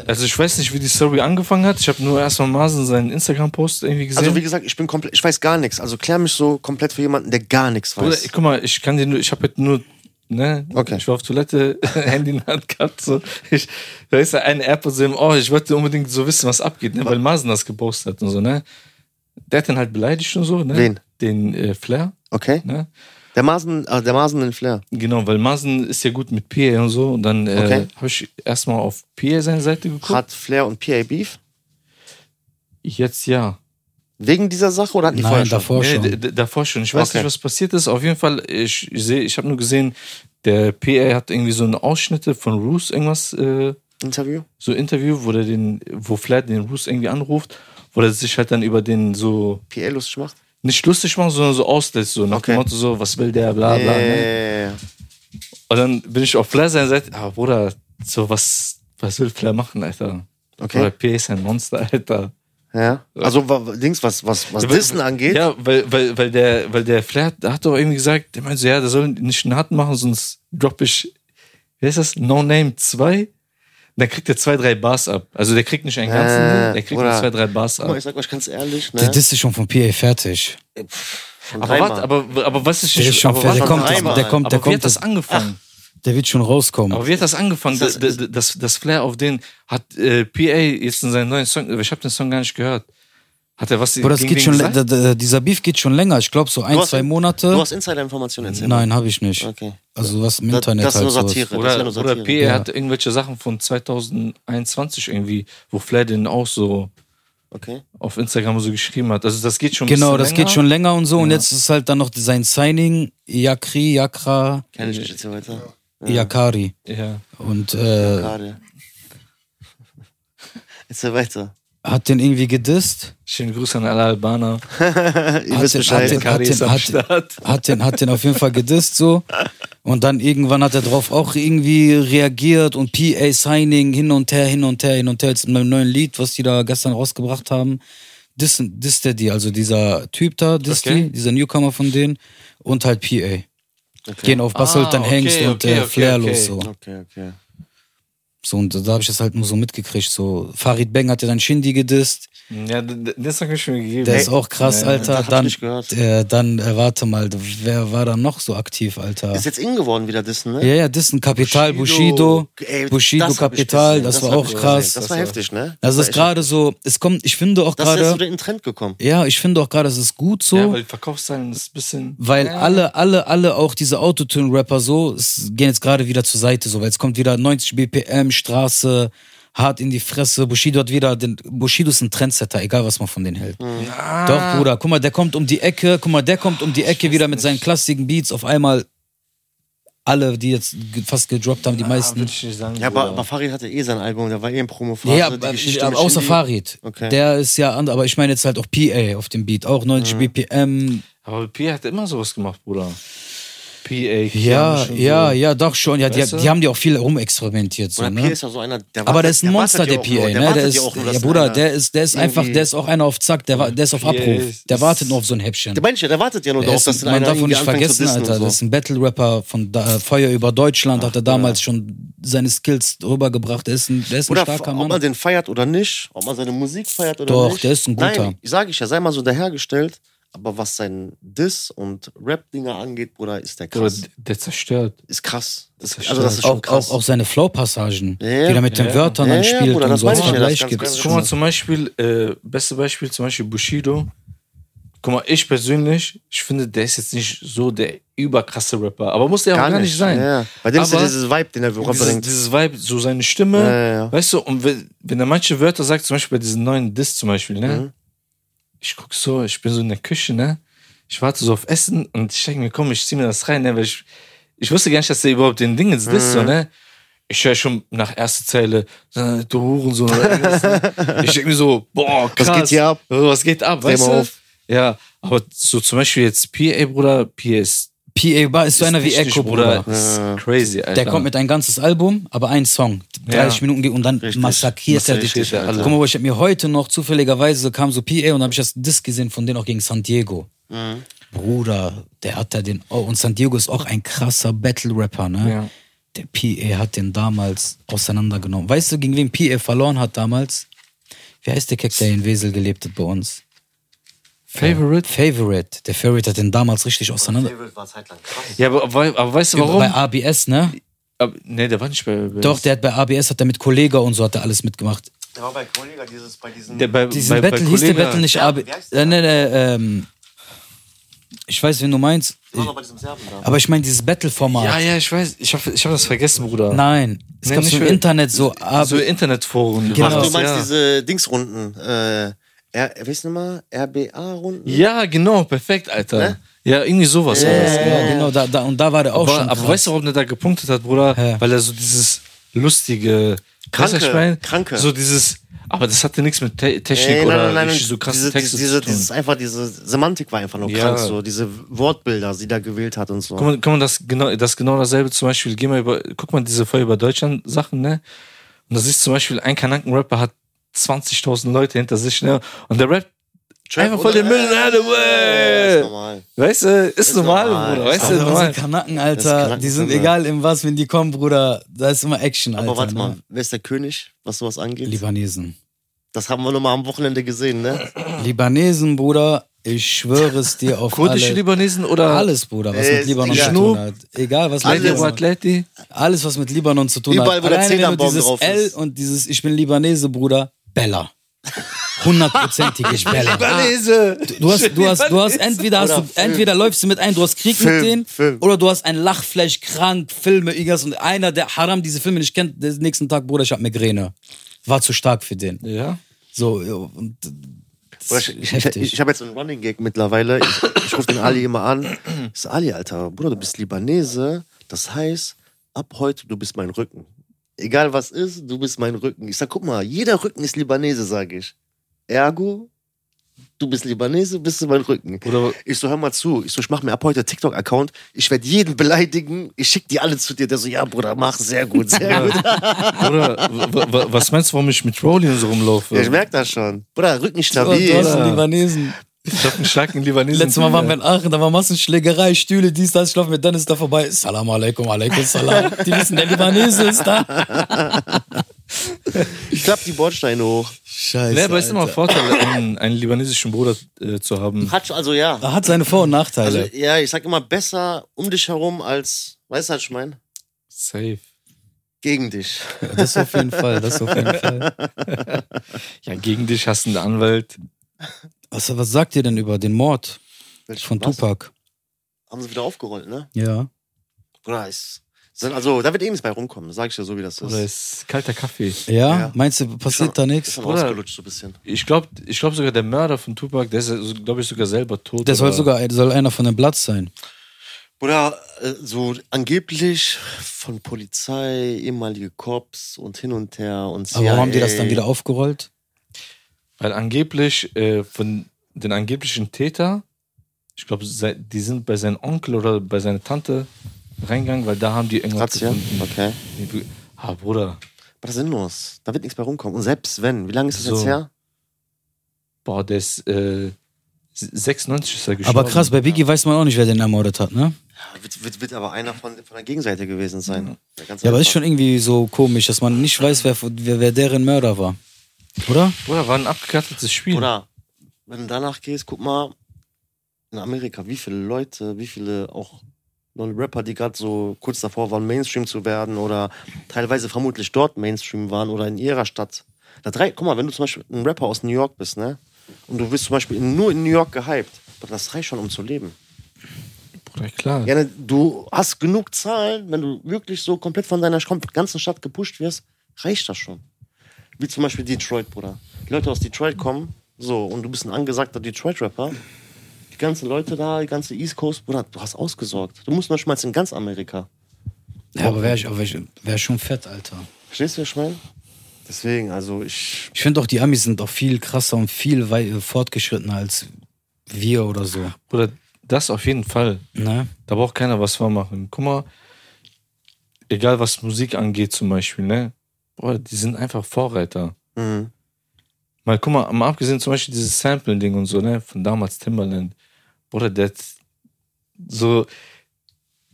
[SPEAKER 2] Also ich weiß nicht, wie die Story angefangen hat. Ich habe nur erstmal Masen seinen Instagram-Post irgendwie gesehen.
[SPEAKER 3] Also wie gesagt, ich bin komplett, ich weiß gar nichts. Also klär mich so komplett für jemanden, der gar nichts
[SPEAKER 2] Bruder,
[SPEAKER 3] weiß.
[SPEAKER 2] guck mal, ich kann dir nur, ich habe jetzt nur, ne?
[SPEAKER 3] Okay.
[SPEAKER 2] Ich war auf Toilette, Handy in der Hand gehabt, so. Ich, da ist ja eine App und so, im- oh, ich wollte unbedingt so wissen, was abgeht, ne? Weil Masen das gepostet hat und so, ne? Der hat den halt beleidigt und so, ne?
[SPEAKER 3] Wen?
[SPEAKER 2] Den äh, Flair,
[SPEAKER 3] Okay.
[SPEAKER 2] ne?
[SPEAKER 3] Der Masen, äh, der Masen den Flair.
[SPEAKER 2] Genau, weil Masen ist ja gut mit PA und so. Und dann äh,
[SPEAKER 3] Okay.
[SPEAKER 2] habe ich erstmal auf PA seine Seite geguckt.
[SPEAKER 3] Hat Flair und PA Beef?
[SPEAKER 2] Jetzt ja.
[SPEAKER 3] Wegen dieser Sache oder hatten die vorher
[SPEAKER 1] Nein,
[SPEAKER 3] schon?
[SPEAKER 1] davor
[SPEAKER 2] Nee,
[SPEAKER 1] schon.
[SPEAKER 2] d- d- davor schon. Ich weiß
[SPEAKER 3] Okay.
[SPEAKER 2] nicht, was passiert ist. Auf jeden Fall, ich ich sehe, ich habe nur gesehen, der PA hat irgendwie so eine Ausschnitte von Roos irgendwas, äh,
[SPEAKER 3] Interview?
[SPEAKER 2] so Interview, wo der den, wo Flair den Roos irgendwie anruft, wo er sich halt dann über den so
[SPEAKER 3] PA lustig macht?
[SPEAKER 2] nicht lustig macht, sondern so auslässt, so nach
[SPEAKER 3] Okay.
[SPEAKER 2] dem Motto so, was will der, bla bla. Ne?
[SPEAKER 3] Äh,
[SPEAKER 2] Und dann bin ich auf Flair seiner Seite, ah, Bruder, so was, was will Flair machen, Alter?
[SPEAKER 3] Okay.
[SPEAKER 2] Oder P ist ein Monster, Alter.
[SPEAKER 3] Ja. Also wa- wa- Dings, was, was, was Dissen angeht,
[SPEAKER 2] Ja, weil, weil, weil, der, weil der Flair hat- hat doch irgendwie gesagt, der meinte so, ja, der soll nicht einen harten machen, sonst drop ich, wie heißt das, No Name 2? Dann kriegt er zwei, drei Bars ab. Also der kriegt nicht einen ganzen,
[SPEAKER 3] Äh,
[SPEAKER 2] der kriegt
[SPEAKER 3] Bruder.
[SPEAKER 2] nur zwei, drei Bars
[SPEAKER 3] Guck mal,
[SPEAKER 2] ab.
[SPEAKER 3] ich sag euch ganz ehrlich,
[SPEAKER 1] Der
[SPEAKER 3] ne?
[SPEAKER 1] Diss ist schon von PA fertig.
[SPEAKER 3] Schon
[SPEAKER 2] Aber
[SPEAKER 3] dreimal.
[SPEAKER 2] warte, aber, aber was ist
[SPEAKER 1] Der ist schon
[SPEAKER 2] aber
[SPEAKER 1] fertig. Der
[SPEAKER 2] was-
[SPEAKER 1] kommt,
[SPEAKER 3] dreimal.
[SPEAKER 1] der kommt, der
[SPEAKER 2] aber wie
[SPEAKER 1] kommt,
[SPEAKER 2] hat das
[SPEAKER 1] das,
[SPEAKER 2] angefangen?
[SPEAKER 3] Ah.
[SPEAKER 1] der wird schon rauskommen.
[SPEAKER 2] Aber wie hat das angefangen? Das, das, das, das Flair auf den hat äh, PA jetzt in seinen neuen Song, ich habe den Song gar nicht gehört. Hat er was
[SPEAKER 1] Bro, das
[SPEAKER 2] gegen
[SPEAKER 1] geht
[SPEAKER 2] den
[SPEAKER 1] schon,
[SPEAKER 2] gesagt?
[SPEAKER 1] da- da- dieser Beef geht schon länger. Ich glaube so ein,
[SPEAKER 3] Du hast-
[SPEAKER 1] zwei Monate.
[SPEAKER 3] Du hast Insider-Informationen erzählt.
[SPEAKER 1] Nein, habe ich nicht.
[SPEAKER 3] Okay.
[SPEAKER 1] Also was im
[SPEAKER 3] Das-
[SPEAKER 1] Internet
[SPEAKER 3] das ist
[SPEAKER 1] halt
[SPEAKER 3] nur
[SPEAKER 1] sowas.
[SPEAKER 3] Satire. Das ist ja
[SPEAKER 2] Oder,
[SPEAKER 3] nur
[SPEAKER 2] oder
[SPEAKER 3] Satire.
[SPEAKER 2] PA
[SPEAKER 1] Ja.
[SPEAKER 2] hat irgendwelche Sachen von 2021 irgendwie, wo Flair den auch so
[SPEAKER 3] Okay.
[SPEAKER 2] auf Instagram so geschrieben hat. Also das geht schon ein
[SPEAKER 1] Genau,
[SPEAKER 2] bisschen
[SPEAKER 1] das
[SPEAKER 2] länger.
[SPEAKER 1] geht schon länger und so. Und
[SPEAKER 2] Ja.
[SPEAKER 1] jetzt ist halt dann noch sein Signing, Yakri, Yakra,
[SPEAKER 3] Kenne ich nicht jetzt hier weiter.
[SPEAKER 1] Yakari.
[SPEAKER 2] Ja.
[SPEAKER 1] Und äh,
[SPEAKER 3] Gerade. Erzähl weiter.
[SPEAKER 1] hat den irgendwie gedisst.
[SPEAKER 2] Schönen Gruß an alle Albaner.
[SPEAKER 3] Ihr
[SPEAKER 1] Hat
[SPEAKER 3] wisst
[SPEAKER 1] den-
[SPEAKER 3] Bescheid.
[SPEAKER 1] hat den-
[SPEAKER 2] Kari ist am
[SPEAKER 1] hat-
[SPEAKER 2] Start.
[SPEAKER 1] Hat den, hat den auf jeden Fall gedisst so. Und dann irgendwann hat er drauf auch irgendwie reagiert und PA Signing hin und her, hin und her, hin und her. Jetzt mit dem neuen Lied, was die da gestern rausgebracht haben, dissen- disst er die, also dieser Typ da, disst
[SPEAKER 2] Okay.
[SPEAKER 1] die, dieser Newcomer von denen und halt PA. Gehen auf Basel,
[SPEAKER 2] Ah,
[SPEAKER 1] dann
[SPEAKER 2] okay,
[SPEAKER 1] Hengst und
[SPEAKER 2] okay,
[SPEAKER 1] äh,
[SPEAKER 2] okay,
[SPEAKER 1] Flair
[SPEAKER 2] okay.
[SPEAKER 1] los so.
[SPEAKER 3] Okay, okay.
[SPEAKER 1] So, und da habe ich das halt nur so mitgekriegt. So, Farid Bang hat ja dann Shindy gedisst.
[SPEAKER 2] Ja, d- d- den Song hab ich schon gegeben.
[SPEAKER 1] Der ist auch krass,
[SPEAKER 2] Ja,
[SPEAKER 1] Alter.
[SPEAKER 3] das hab ich
[SPEAKER 1] Dann,
[SPEAKER 3] nicht gehört.
[SPEAKER 1] äh, dann äh, warte mal, wer war da noch so aktiv, Alter?
[SPEAKER 3] Ist jetzt in geworden wieder Dissen, ne?
[SPEAKER 1] Ja, ja, Dissen, Kapital,
[SPEAKER 2] Bushido.
[SPEAKER 1] Bushido,
[SPEAKER 3] Ey,
[SPEAKER 1] Bushido,
[SPEAKER 3] das hab ich
[SPEAKER 1] Kapital,
[SPEAKER 3] gesehen,
[SPEAKER 1] das, war
[SPEAKER 3] hab
[SPEAKER 1] auch
[SPEAKER 3] ich
[SPEAKER 1] krass.
[SPEAKER 3] gesehen. Das
[SPEAKER 2] Das
[SPEAKER 3] war
[SPEAKER 2] war-
[SPEAKER 3] heftig, ne?
[SPEAKER 1] also es
[SPEAKER 3] war
[SPEAKER 1] ist
[SPEAKER 3] echt-
[SPEAKER 1] gerade so, es kommt, ich finde auch
[SPEAKER 3] Das ist jetzt
[SPEAKER 1] gerade,
[SPEAKER 3] wieder in den Trend gekommen.
[SPEAKER 1] ja, ich finde auch gerade, es ist gut so.
[SPEAKER 2] Ja, weil die Verkaufszahlen ist ein bisschen.
[SPEAKER 1] Weil
[SPEAKER 2] Ja.
[SPEAKER 1] alle, alle, alle, auch diese Autotune-Rapper so, es gehen jetzt gerade wieder zur Seite, so, weil es kommt wieder 90 BPM, Straße, hart in die Fresse. Bushido hat wieder, den, Bushido ist ein Trendsetter, egal was man von denen hält.
[SPEAKER 3] Hm.
[SPEAKER 1] Doch, Bruder, guck mal, der kommt um die Ecke, guck mal, der kommt um
[SPEAKER 3] Ah,
[SPEAKER 1] die Ecke wieder mit seinen klassischen Beats, auf einmal alle, die jetzt ge- fast gedroppt haben, die
[SPEAKER 2] Ah,
[SPEAKER 1] meisten.
[SPEAKER 2] würd ich nicht sagen,
[SPEAKER 3] Ja, aber,
[SPEAKER 2] Bruder.
[SPEAKER 3] aber Farid hatte eh sein Album, da war eh ein promo
[SPEAKER 1] Ja, ja,
[SPEAKER 3] die
[SPEAKER 1] aber-
[SPEAKER 3] Geschichte
[SPEAKER 1] aber
[SPEAKER 3] mit
[SPEAKER 1] außer
[SPEAKER 3] Shindy.
[SPEAKER 1] Farid.
[SPEAKER 3] Okay.
[SPEAKER 1] Der ist ja anders, aber ich meine jetzt halt auch PA auf dem Beat, auch
[SPEAKER 3] Hm.
[SPEAKER 1] 90 BPM,
[SPEAKER 2] Aber PA hat immer sowas gemacht, Bruder. PA.
[SPEAKER 1] Ja, ja, ja, doch schon. Ja, die,
[SPEAKER 2] Weißt du?
[SPEAKER 1] die haben ja auch viel rumexperimentiert. So,
[SPEAKER 3] Oder
[SPEAKER 1] ne?
[SPEAKER 3] P ist ja so einer, der
[SPEAKER 1] aber
[SPEAKER 3] wartet-
[SPEAKER 1] der ist ein Monster,
[SPEAKER 3] wartet
[SPEAKER 1] der
[SPEAKER 3] ja auch nur-
[SPEAKER 1] PA.
[SPEAKER 3] der
[SPEAKER 1] ne?
[SPEAKER 3] wartet
[SPEAKER 1] der
[SPEAKER 3] ja
[SPEAKER 1] ist,
[SPEAKER 3] auch nur,
[SPEAKER 1] ja,
[SPEAKER 3] dass
[SPEAKER 1] Bruder,
[SPEAKER 3] einer-
[SPEAKER 1] der ist, der ist einfach,
[SPEAKER 3] irgendwie-
[SPEAKER 1] der ist auch einer auf Zack, der, wa- der ist auf
[SPEAKER 2] PA
[SPEAKER 1] Abruf.
[SPEAKER 2] ist-
[SPEAKER 1] Der wartet nur auf so ein Häppchen.
[SPEAKER 3] Der meine ich ja, der wartet ja nur
[SPEAKER 1] Der
[SPEAKER 3] darauf,
[SPEAKER 1] ist,
[SPEAKER 3] dass
[SPEAKER 1] man
[SPEAKER 3] einer
[SPEAKER 1] darf ihn
[SPEAKER 3] irgendwie
[SPEAKER 1] nicht
[SPEAKER 3] anfängt zu
[SPEAKER 1] vergessen,
[SPEAKER 3] dissen
[SPEAKER 1] Alter.
[SPEAKER 3] und so.
[SPEAKER 1] Das ist ein Battle-Rapper von da, äh, Feuer über Deutschland, hat er damals schon seine Skills rübergebracht. Der ist ein, der ist ein
[SPEAKER 3] Oder
[SPEAKER 1] starker
[SPEAKER 3] ob man
[SPEAKER 1] Mann.
[SPEAKER 3] den feiert oder nicht, ob man seine Musik feiert oder
[SPEAKER 1] Doch,
[SPEAKER 3] nicht.
[SPEAKER 1] der ist ein guter.
[SPEAKER 3] Nein, sage ich ja, sei mal so dahergestellt. Aber was sein Diss und Rap-Dinger angeht, Bruder, ist der
[SPEAKER 2] Bruder,
[SPEAKER 3] krass.
[SPEAKER 2] der zerstört.
[SPEAKER 3] Ist krass. Das,
[SPEAKER 2] Das
[SPEAKER 3] also das ist schon
[SPEAKER 1] Auch,
[SPEAKER 3] krass.
[SPEAKER 1] auch, auch seine Flow-Passagen,
[SPEAKER 3] Ja, ja.
[SPEAKER 1] die er mit den
[SPEAKER 2] Ja.
[SPEAKER 1] Wörtern
[SPEAKER 3] Ja,
[SPEAKER 1] dann
[SPEAKER 3] ja,
[SPEAKER 1] spielt
[SPEAKER 3] Bruder,
[SPEAKER 1] und
[SPEAKER 3] das
[SPEAKER 1] so
[SPEAKER 3] meine ich
[SPEAKER 1] auch
[SPEAKER 3] ja, das
[SPEAKER 1] gleich
[SPEAKER 3] ganz
[SPEAKER 1] gibt.
[SPEAKER 3] krass.
[SPEAKER 2] Guck mal zum Beispiel, äh, beste Beispiel zum Beispiel Bushido. Guck mal, ich persönlich, ich finde, der ist jetzt nicht so der überkrasse Rapper. Aber muss der auch gar nicht, sein.
[SPEAKER 3] Ja, ja. Bei dem ist ja
[SPEAKER 2] Aber
[SPEAKER 3] dieses Vibe, den er
[SPEAKER 2] Dieses,
[SPEAKER 3] rüberbringt.
[SPEAKER 2] dieses Vibe, so seine Stimme.
[SPEAKER 3] Ja, ja, ja.
[SPEAKER 2] Weißt du, und wenn, wenn er manche Wörter sagt, zum Beispiel bei diesem neuen Diss zum Beispiel, ne?
[SPEAKER 3] Mhm.
[SPEAKER 2] Ich guck so, ich bin so in der Küche, ne? Ich warte so auf Essen und ich denke mir, komm, ich zieh mir das rein, ne? Weil ich, ich wusste gar nicht, dass der überhaupt den Ding ins Diss, so,
[SPEAKER 3] Mhm.
[SPEAKER 2] ne? Ich höre schon nach erster Zeile, äh, du Hurensohn oder irgendwas. ne? Ich denke mir so, boah, krass.
[SPEAKER 3] geht hier ab?
[SPEAKER 2] Oh, Was geht ab,
[SPEAKER 3] Dreh
[SPEAKER 2] weißt
[SPEAKER 3] mal
[SPEAKER 2] du?
[SPEAKER 3] auf.
[SPEAKER 2] Ja, aber so zum Beispiel jetzt PA, Bruder, PA ist,
[SPEAKER 1] PA Bar ist so
[SPEAKER 2] ist
[SPEAKER 1] einer wie
[SPEAKER 2] richtig,
[SPEAKER 1] Echo, Bruder.
[SPEAKER 2] Ist crazy, Alter.
[SPEAKER 1] Der kommt mit ein ganzes Album, aber ein Song. 30 Minuten geht und dann
[SPEAKER 3] Richtig.
[SPEAKER 1] massakriert er dich.
[SPEAKER 3] Massakriert er alle.
[SPEAKER 1] Guck mal, ich habe mir heute noch zufälligerweise kam so PA und habe ich das Disc gesehen von denen auch gegen San Diego.
[SPEAKER 3] Mhm.
[SPEAKER 1] Bruder, der hat da den. Oh, und San Diego ist auch ein krasser Battle-Rapper, ne?
[SPEAKER 2] Ja.
[SPEAKER 1] Der PA hat den damals auseinandergenommen. Weißt du, gegen wen PA verloren hat damals? Wie heißt der Keck, der in Wesel gelebt hat bei uns? Äh,
[SPEAKER 2] Favorite?
[SPEAKER 1] Favorite. Der Favorite hat den damals richtig auseinander.
[SPEAKER 3] war zeitlang krass.
[SPEAKER 2] Ja, aber, aber, aber weißt du warum?
[SPEAKER 1] Bei ABS, ne?
[SPEAKER 2] Aber, nee, der war nicht bei. bei
[SPEAKER 1] Doch, der hat bei ABS, hat er mit Kollega und so hat er alles mitgemacht.
[SPEAKER 3] Der war bei Kollega dieses, bei diesem.
[SPEAKER 2] der bei,
[SPEAKER 1] Diesen
[SPEAKER 2] bei, bei
[SPEAKER 1] Battle hieß der
[SPEAKER 2] Kollega.
[SPEAKER 1] Battle nicht
[SPEAKER 3] Ja,
[SPEAKER 1] AB.
[SPEAKER 3] wie heißt der?
[SPEAKER 1] Äh, nee, nee, ähm, ich weiß, wen du meinst.
[SPEAKER 3] war doch bei diesem Serben da.
[SPEAKER 1] Aber ich meine, dieses Battle-Format.
[SPEAKER 2] Ja, ja, ich weiß. Ich habe ich hab das vergessen, Bruder.
[SPEAKER 1] Nein, es
[SPEAKER 2] Nee,
[SPEAKER 1] gab
[SPEAKER 2] nicht
[SPEAKER 1] so im
[SPEAKER 2] für-
[SPEAKER 1] Internet so, ab,
[SPEAKER 2] so Internetforen.
[SPEAKER 1] Genau.
[SPEAKER 2] war
[SPEAKER 3] Ach,
[SPEAKER 2] das,
[SPEAKER 3] du meinst
[SPEAKER 2] ja.
[SPEAKER 3] diese Dingsrunden. Äh, R, weißt du nochmal? RBA-Runden?
[SPEAKER 2] ja, genau, perfekt, Alter.
[SPEAKER 3] Ne?
[SPEAKER 2] Ja, irgendwie sowas. war das,
[SPEAKER 1] ja,
[SPEAKER 2] genau.
[SPEAKER 1] genau, da, da, und da war der auch
[SPEAKER 2] Aber,
[SPEAKER 1] schon.
[SPEAKER 2] aber
[SPEAKER 1] krass.
[SPEAKER 2] weißt du, warum der da gepunktet hat, Bruder?
[SPEAKER 1] Ja.
[SPEAKER 2] Weil er so dieses lustige, weißt du, was ich
[SPEAKER 3] Kranke,
[SPEAKER 2] meine?
[SPEAKER 3] kranke.
[SPEAKER 2] So dieses, aber das hatte nichts mit Te Technik
[SPEAKER 3] Ey,
[SPEAKER 2] oder
[SPEAKER 3] nein, nein, nein, nein.
[SPEAKER 2] richtig so krasse
[SPEAKER 3] diese,
[SPEAKER 2] Texte
[SPEAKER 3] diese,
[SPEAKER 2] zu tun.
[SPEAKER 3] dieses einfach, diese Semantik war einfach nur
[SPEAKER 2] Ja.
[SPEAKER 3] krank, so diese Wortbilder, die da gewählt hat und so.
[SPEAKER 2] Guck mal, guck mal das, genau, das genau dasselbe zum Beispiel, geh mal über, guck mal diese voll über Deutschland-Sachen, ne? Und da siehst du zum Beispiel, ein Kanaken-Rapper hat 20.000 Leute hinter sich, ne? Und der rappt
[SPEAKER 3] Trap
[SPEAKER 2] einfach voll
[SPEAKER 3] oder-
[SPEAKER 2] den Müll, ne? Du,
[SPEAKER 3] Ja,
[SPEAKER 2] äh.
[SPEAKER 3] ist normal.
[SPEAKER 2] Weißt du, ist, normal,
[SPEAKER 3] normal,
[SPEAKER 2] Bruder,
[SPEAKER 3] ist
[SPEAKER 2] weißt du,
[SPEAKER 1] Aber unsere
[SPEAKER 2] normal.
[SPEAKER 1] Kanaken,
[SPEAKER 3] Das ist
[SPEAKER 1] Alter,
[SPEAKER 3] Kanaken,
[SPEAKER 1] die sind
[SPEAKER 3] Bruder.
[SPEAKER 1] egal in was, wenn die kommen, Bruder, da ist immer Action, Alter.
[SPEAKER 3] Aber warte mal,
[SPEAKER 1] ne?
[SPEAKER 3] wer ist der König, was sowas angeht?
[SPEAKER 1] Libanesen.
[SPEAKER 3] Das haben wir nochmal am Wochenende gesehen, ne?
[SPEAKER 1] Libanesen, Bruder, ich schwöre es dir auf
[SPEAKER 2] Kurdische
[SPEAKER 1] alle.
[SPEAKER 2] Libanesen oder
[SPEAKER 1] Alles, Bruder, was
[SPEAKER 3] Ey,
[SPEAKER 1] mit Libanon
[SPEAKER 3] Digga.
[SPEAKER 1] zu tun hat. Egal, was mit
[SPEAKER 2] Lady
[SPEAKER 3] Alles.
[SPEAKER 1] Libanon,
[SPEAKER 2] White Lady?
[SPEAKER 1] alles, was mit Libanon zu tun
[SPEAKER 3] Überall,
[SPEAKER 1] hat.
[SPEAKER 3] wo der
[SPEAKER 1] wenn du
[SPEAKER 3] Zehnerbaum
[SPEAKER 1] dieses
[SPEAKER 3] drauf
[SPEAKER 1] L
[SPEAKER 3] ist.
[SPEAKER 1] und dieses Ich bin Libanese, Bruder, Bella. Hundertprozentig ich Bella.
[SPEAKER 2] Libanese!
[SPEAKER 1] Ah, Du hast, du hast, du hast, entweder hast
[SPEAKER 3] Oder
[SPEAKER 1] du,
[SPEAKER 3] Film.
[SPEAKER 1] entweder läufst du mit ein, du hast Krieg
[SPEAKER 3] Film,
[SPEAKER 1] mit denen,
[SPEAKER 3] Film.
[SPEAKER 1] oder du hast ein Lachfleisch, krank, Filme, irgendwas, und einer, der Haram diese Filme nicht kennt, der nächsten Tag, Bruder, ich hab Migräne. War zu stark für den.
[SPEAKER 2] Ja.
[SPEAKER 1] So, ja, und,
[SPEAKER 3] Oder
[SPEAKER 1] das
[SPEAKER 3] Ich,
[SPEAKER 1] ist
[SPEAKER 3] ich, ich,
[SPEAKER 1] heftig.
[SPEAKER 3] ich habe jetzt einen Running Gag mittlerweile. Ich, ich rufe den Ali immer an. Ich sag, Ali, Alter, Bruder, du bist Libanese. Das heißt, ab heute, du bist mein Rücken. Egal was ist, du bist mein Rücken. Ich sag, guck mal, jeder Rücken ist Libanese, sage ich. Ergo, du bist Libanese, bist du mein Rücken.
[SPEAKER 2] Oder
[SPEAKER 3] Ich so, hör mal zu. Ich so, ich mach mir ab heute TikTok-Account. Ich werde jeden beleidigen. Ich schick die alle zu dir. Der so, ja, Bruder, mach sehr gut, sehr gut.
[SPEAKER 2] Bruder, wa- wa- was meinst du, warum ich mit Rolli und so rumlaufe?
[SPEAKER 3] Ja, ich merk das schon. Bruder,
[SPEAKER 1] Du
[SPEAKER 3] Rücken
[SPEAKER 1] hast du hast
[SPEAKER 3] stabil.
[SPEAKER 1] einen Libanesen.
[SPEAKER 2] ich hab einen starken Libanesen.
[SPEAKER 1] Letztes Mal waren wir in Aachen, da war Massenschlägerei, Stühle, dies, das. Ich laufe mit Dennis da vorbei. Salam alaikum, alaikum salam. Die wissen, der Libanese ist da.
[SPEAKER 3] Ich klapp die Bordsteine hoch.
[SPEAKER 1] Scheiße.
[SPEAKER 2] Nee, aber es ist immer ein Vorteil, einen, einen libanesischen Bruder äh, zu haben.
[SPEAKER 3] Hat schon, also ja.
[SPEAKER 1] Er hat seine Vor- und Nachteile.
[SPEAKER 3] Also, ja, ich sag immer besser um dich herum als, weißt du, was ich meine?
[SPEAKER 2] Safe.
[SPEAKER 3] Gegen dich.
[SPEAKER 1] das auf jeden Fall, das auf jeden Fall.
[SPEAKER 2] Ja, gegen dich hast du einen Anwalt.
[SPEAKER 1] Also, was sagt ihr denn über den Mord von
[SPEAKER 3] Was?
[SPEAKER 1] Tupac?
[SPEAKER 3] Haben sie wieder aufgerollt, ne?
[SPEAKER 1] Ja.
[SPEAKER 3] Bruder, ist, sind, also da wird eh nichts bei rumkommen, sag ich dir so, wie das ist.
[SPEAKER 2] Oder ist kalter Kaffee.
[SPEAKER 1] Ja?
[SPEAKER 3] Ja.
[SPEAKER 1] Meinst du, passiert da
[SPEAKER 3] Ist
[SPEAKER 1] nichts?
[SPEAKER 3] dann
[SPEAKER 2] Bruder.
[SPEAKER 3] ausgelutscht so ein bisschen.
[SPEAKER 2] Ich glaube ich glaub sogar, der Mörder von Tupac, der ist, glaube ich, sogar selber tot.
[SPEAKER 1] Der soll
[SPEAKER 2] oder-
[SPEAKER 1] sogar soll einer von dem Platz sein.
[SPEAKER 3] Bruder, äh, so angeblich von Polizei, ehemalige Cops und hin und her und
[SPEAKER 1] Aber warum haben die das dann wieder aufgerollt?
[SPEAKER 2] Weil angeblich äh, von den angeblichen Täter, ich glaube, die sind bei seinem Onkel oder bei seiner Tante reingegangen, weil da haben die irgendwas
[SPEAKER 3] Razzia? Okay.
[SPEAKER 2] gefunden. Ah, Bruder.
[SPEAKER 3] Aber das ist sinnlos. Da wird nichts bei rumkommen. Und selbst wenn, wie lange ist das
[SPEAKER 2] So.
[SPEAKER 3] jetzt her?
[SPEAKER 2] Boah, der ist äh, 96 ist er gestorben.
[SPEAKER 1] Aber krass, bei Biggie weiß man auch nicht, wer den ermordet hat, ne?
[SPEAKER 3] Ja, wird, wird, wird aber einer von, von der Gegenseite gewesen sein. Ja, ganz
[SPEAKER 1] Ja, aber
[SPEAKER 3] einfach.
[SPEAKER 1] ist schon irgendwie so komisch, dass man nicht weiß, wer, wer, wer deren Mörder war. Oder?
[SPEAKER 2] Bruder, war ein abgekartetes Spiel.
[SPEAKER 3] Oder wenn du danach gehst, guck mal, in Amerika, wie viele Leute, wie viele auch Non-Rapper, die gerade so kurz davor waren, Mainstream zu werden oder teilweise vermutlich dort Mainstream waren oder in ihrer Stadt. Da drei, guck mal, wenn du zum Beispiel ein Rapper aus New York bist, ne? Und du bist zum Beispiel in, nur in New York gehypt, aber das reicht schon, um zu leben.
[SPEAKER 2] Bruder, klar.
[SPEAKER 3] Ja, ne, du hast genug Zahlen, wenn du wirklich so komplett von deiner Sch- ganzen Stadt gepusht wirst, reicht das schon. Wie zum Beispiel Detroit, Bruder. Die Leute aus Detroit kommen, so, und du bist ein angesagter Detroit-Rapper. Die ganzen Leute da, die ganze East Coast, Bruder, du hast ausgesorgt. Du musst manchmal in ganz Amerika.
[SPEAKER 1] Ja, aber wäre wär schon fett, Alter.
[SPEAKER 3] Verstehst du, was ich meine? Deswegen, also ich.
[SPEAKER 1] Ich finde auch, die Amis sind auch viel krasser und viel wei- äh, fortgeschrittener als wir oder so.
[SPEAKER 2] Bruder, das auf jeden Fall.
[SPEAKER 1] Ne?
[SPEAKER 2] Da braucht keiner was vormachen. Guck mal, egal was Musik angeht zum Beispiel, ne? Boah, die sind einfach Vorreiter.
[SPEAKER 3] Mhm.
[SPEAKER 2] Mal guck mal, mal abgesehen zum Beispiel dieses Sample-Ding und so, ne? Von damals Timberland. Bruder, der hat so.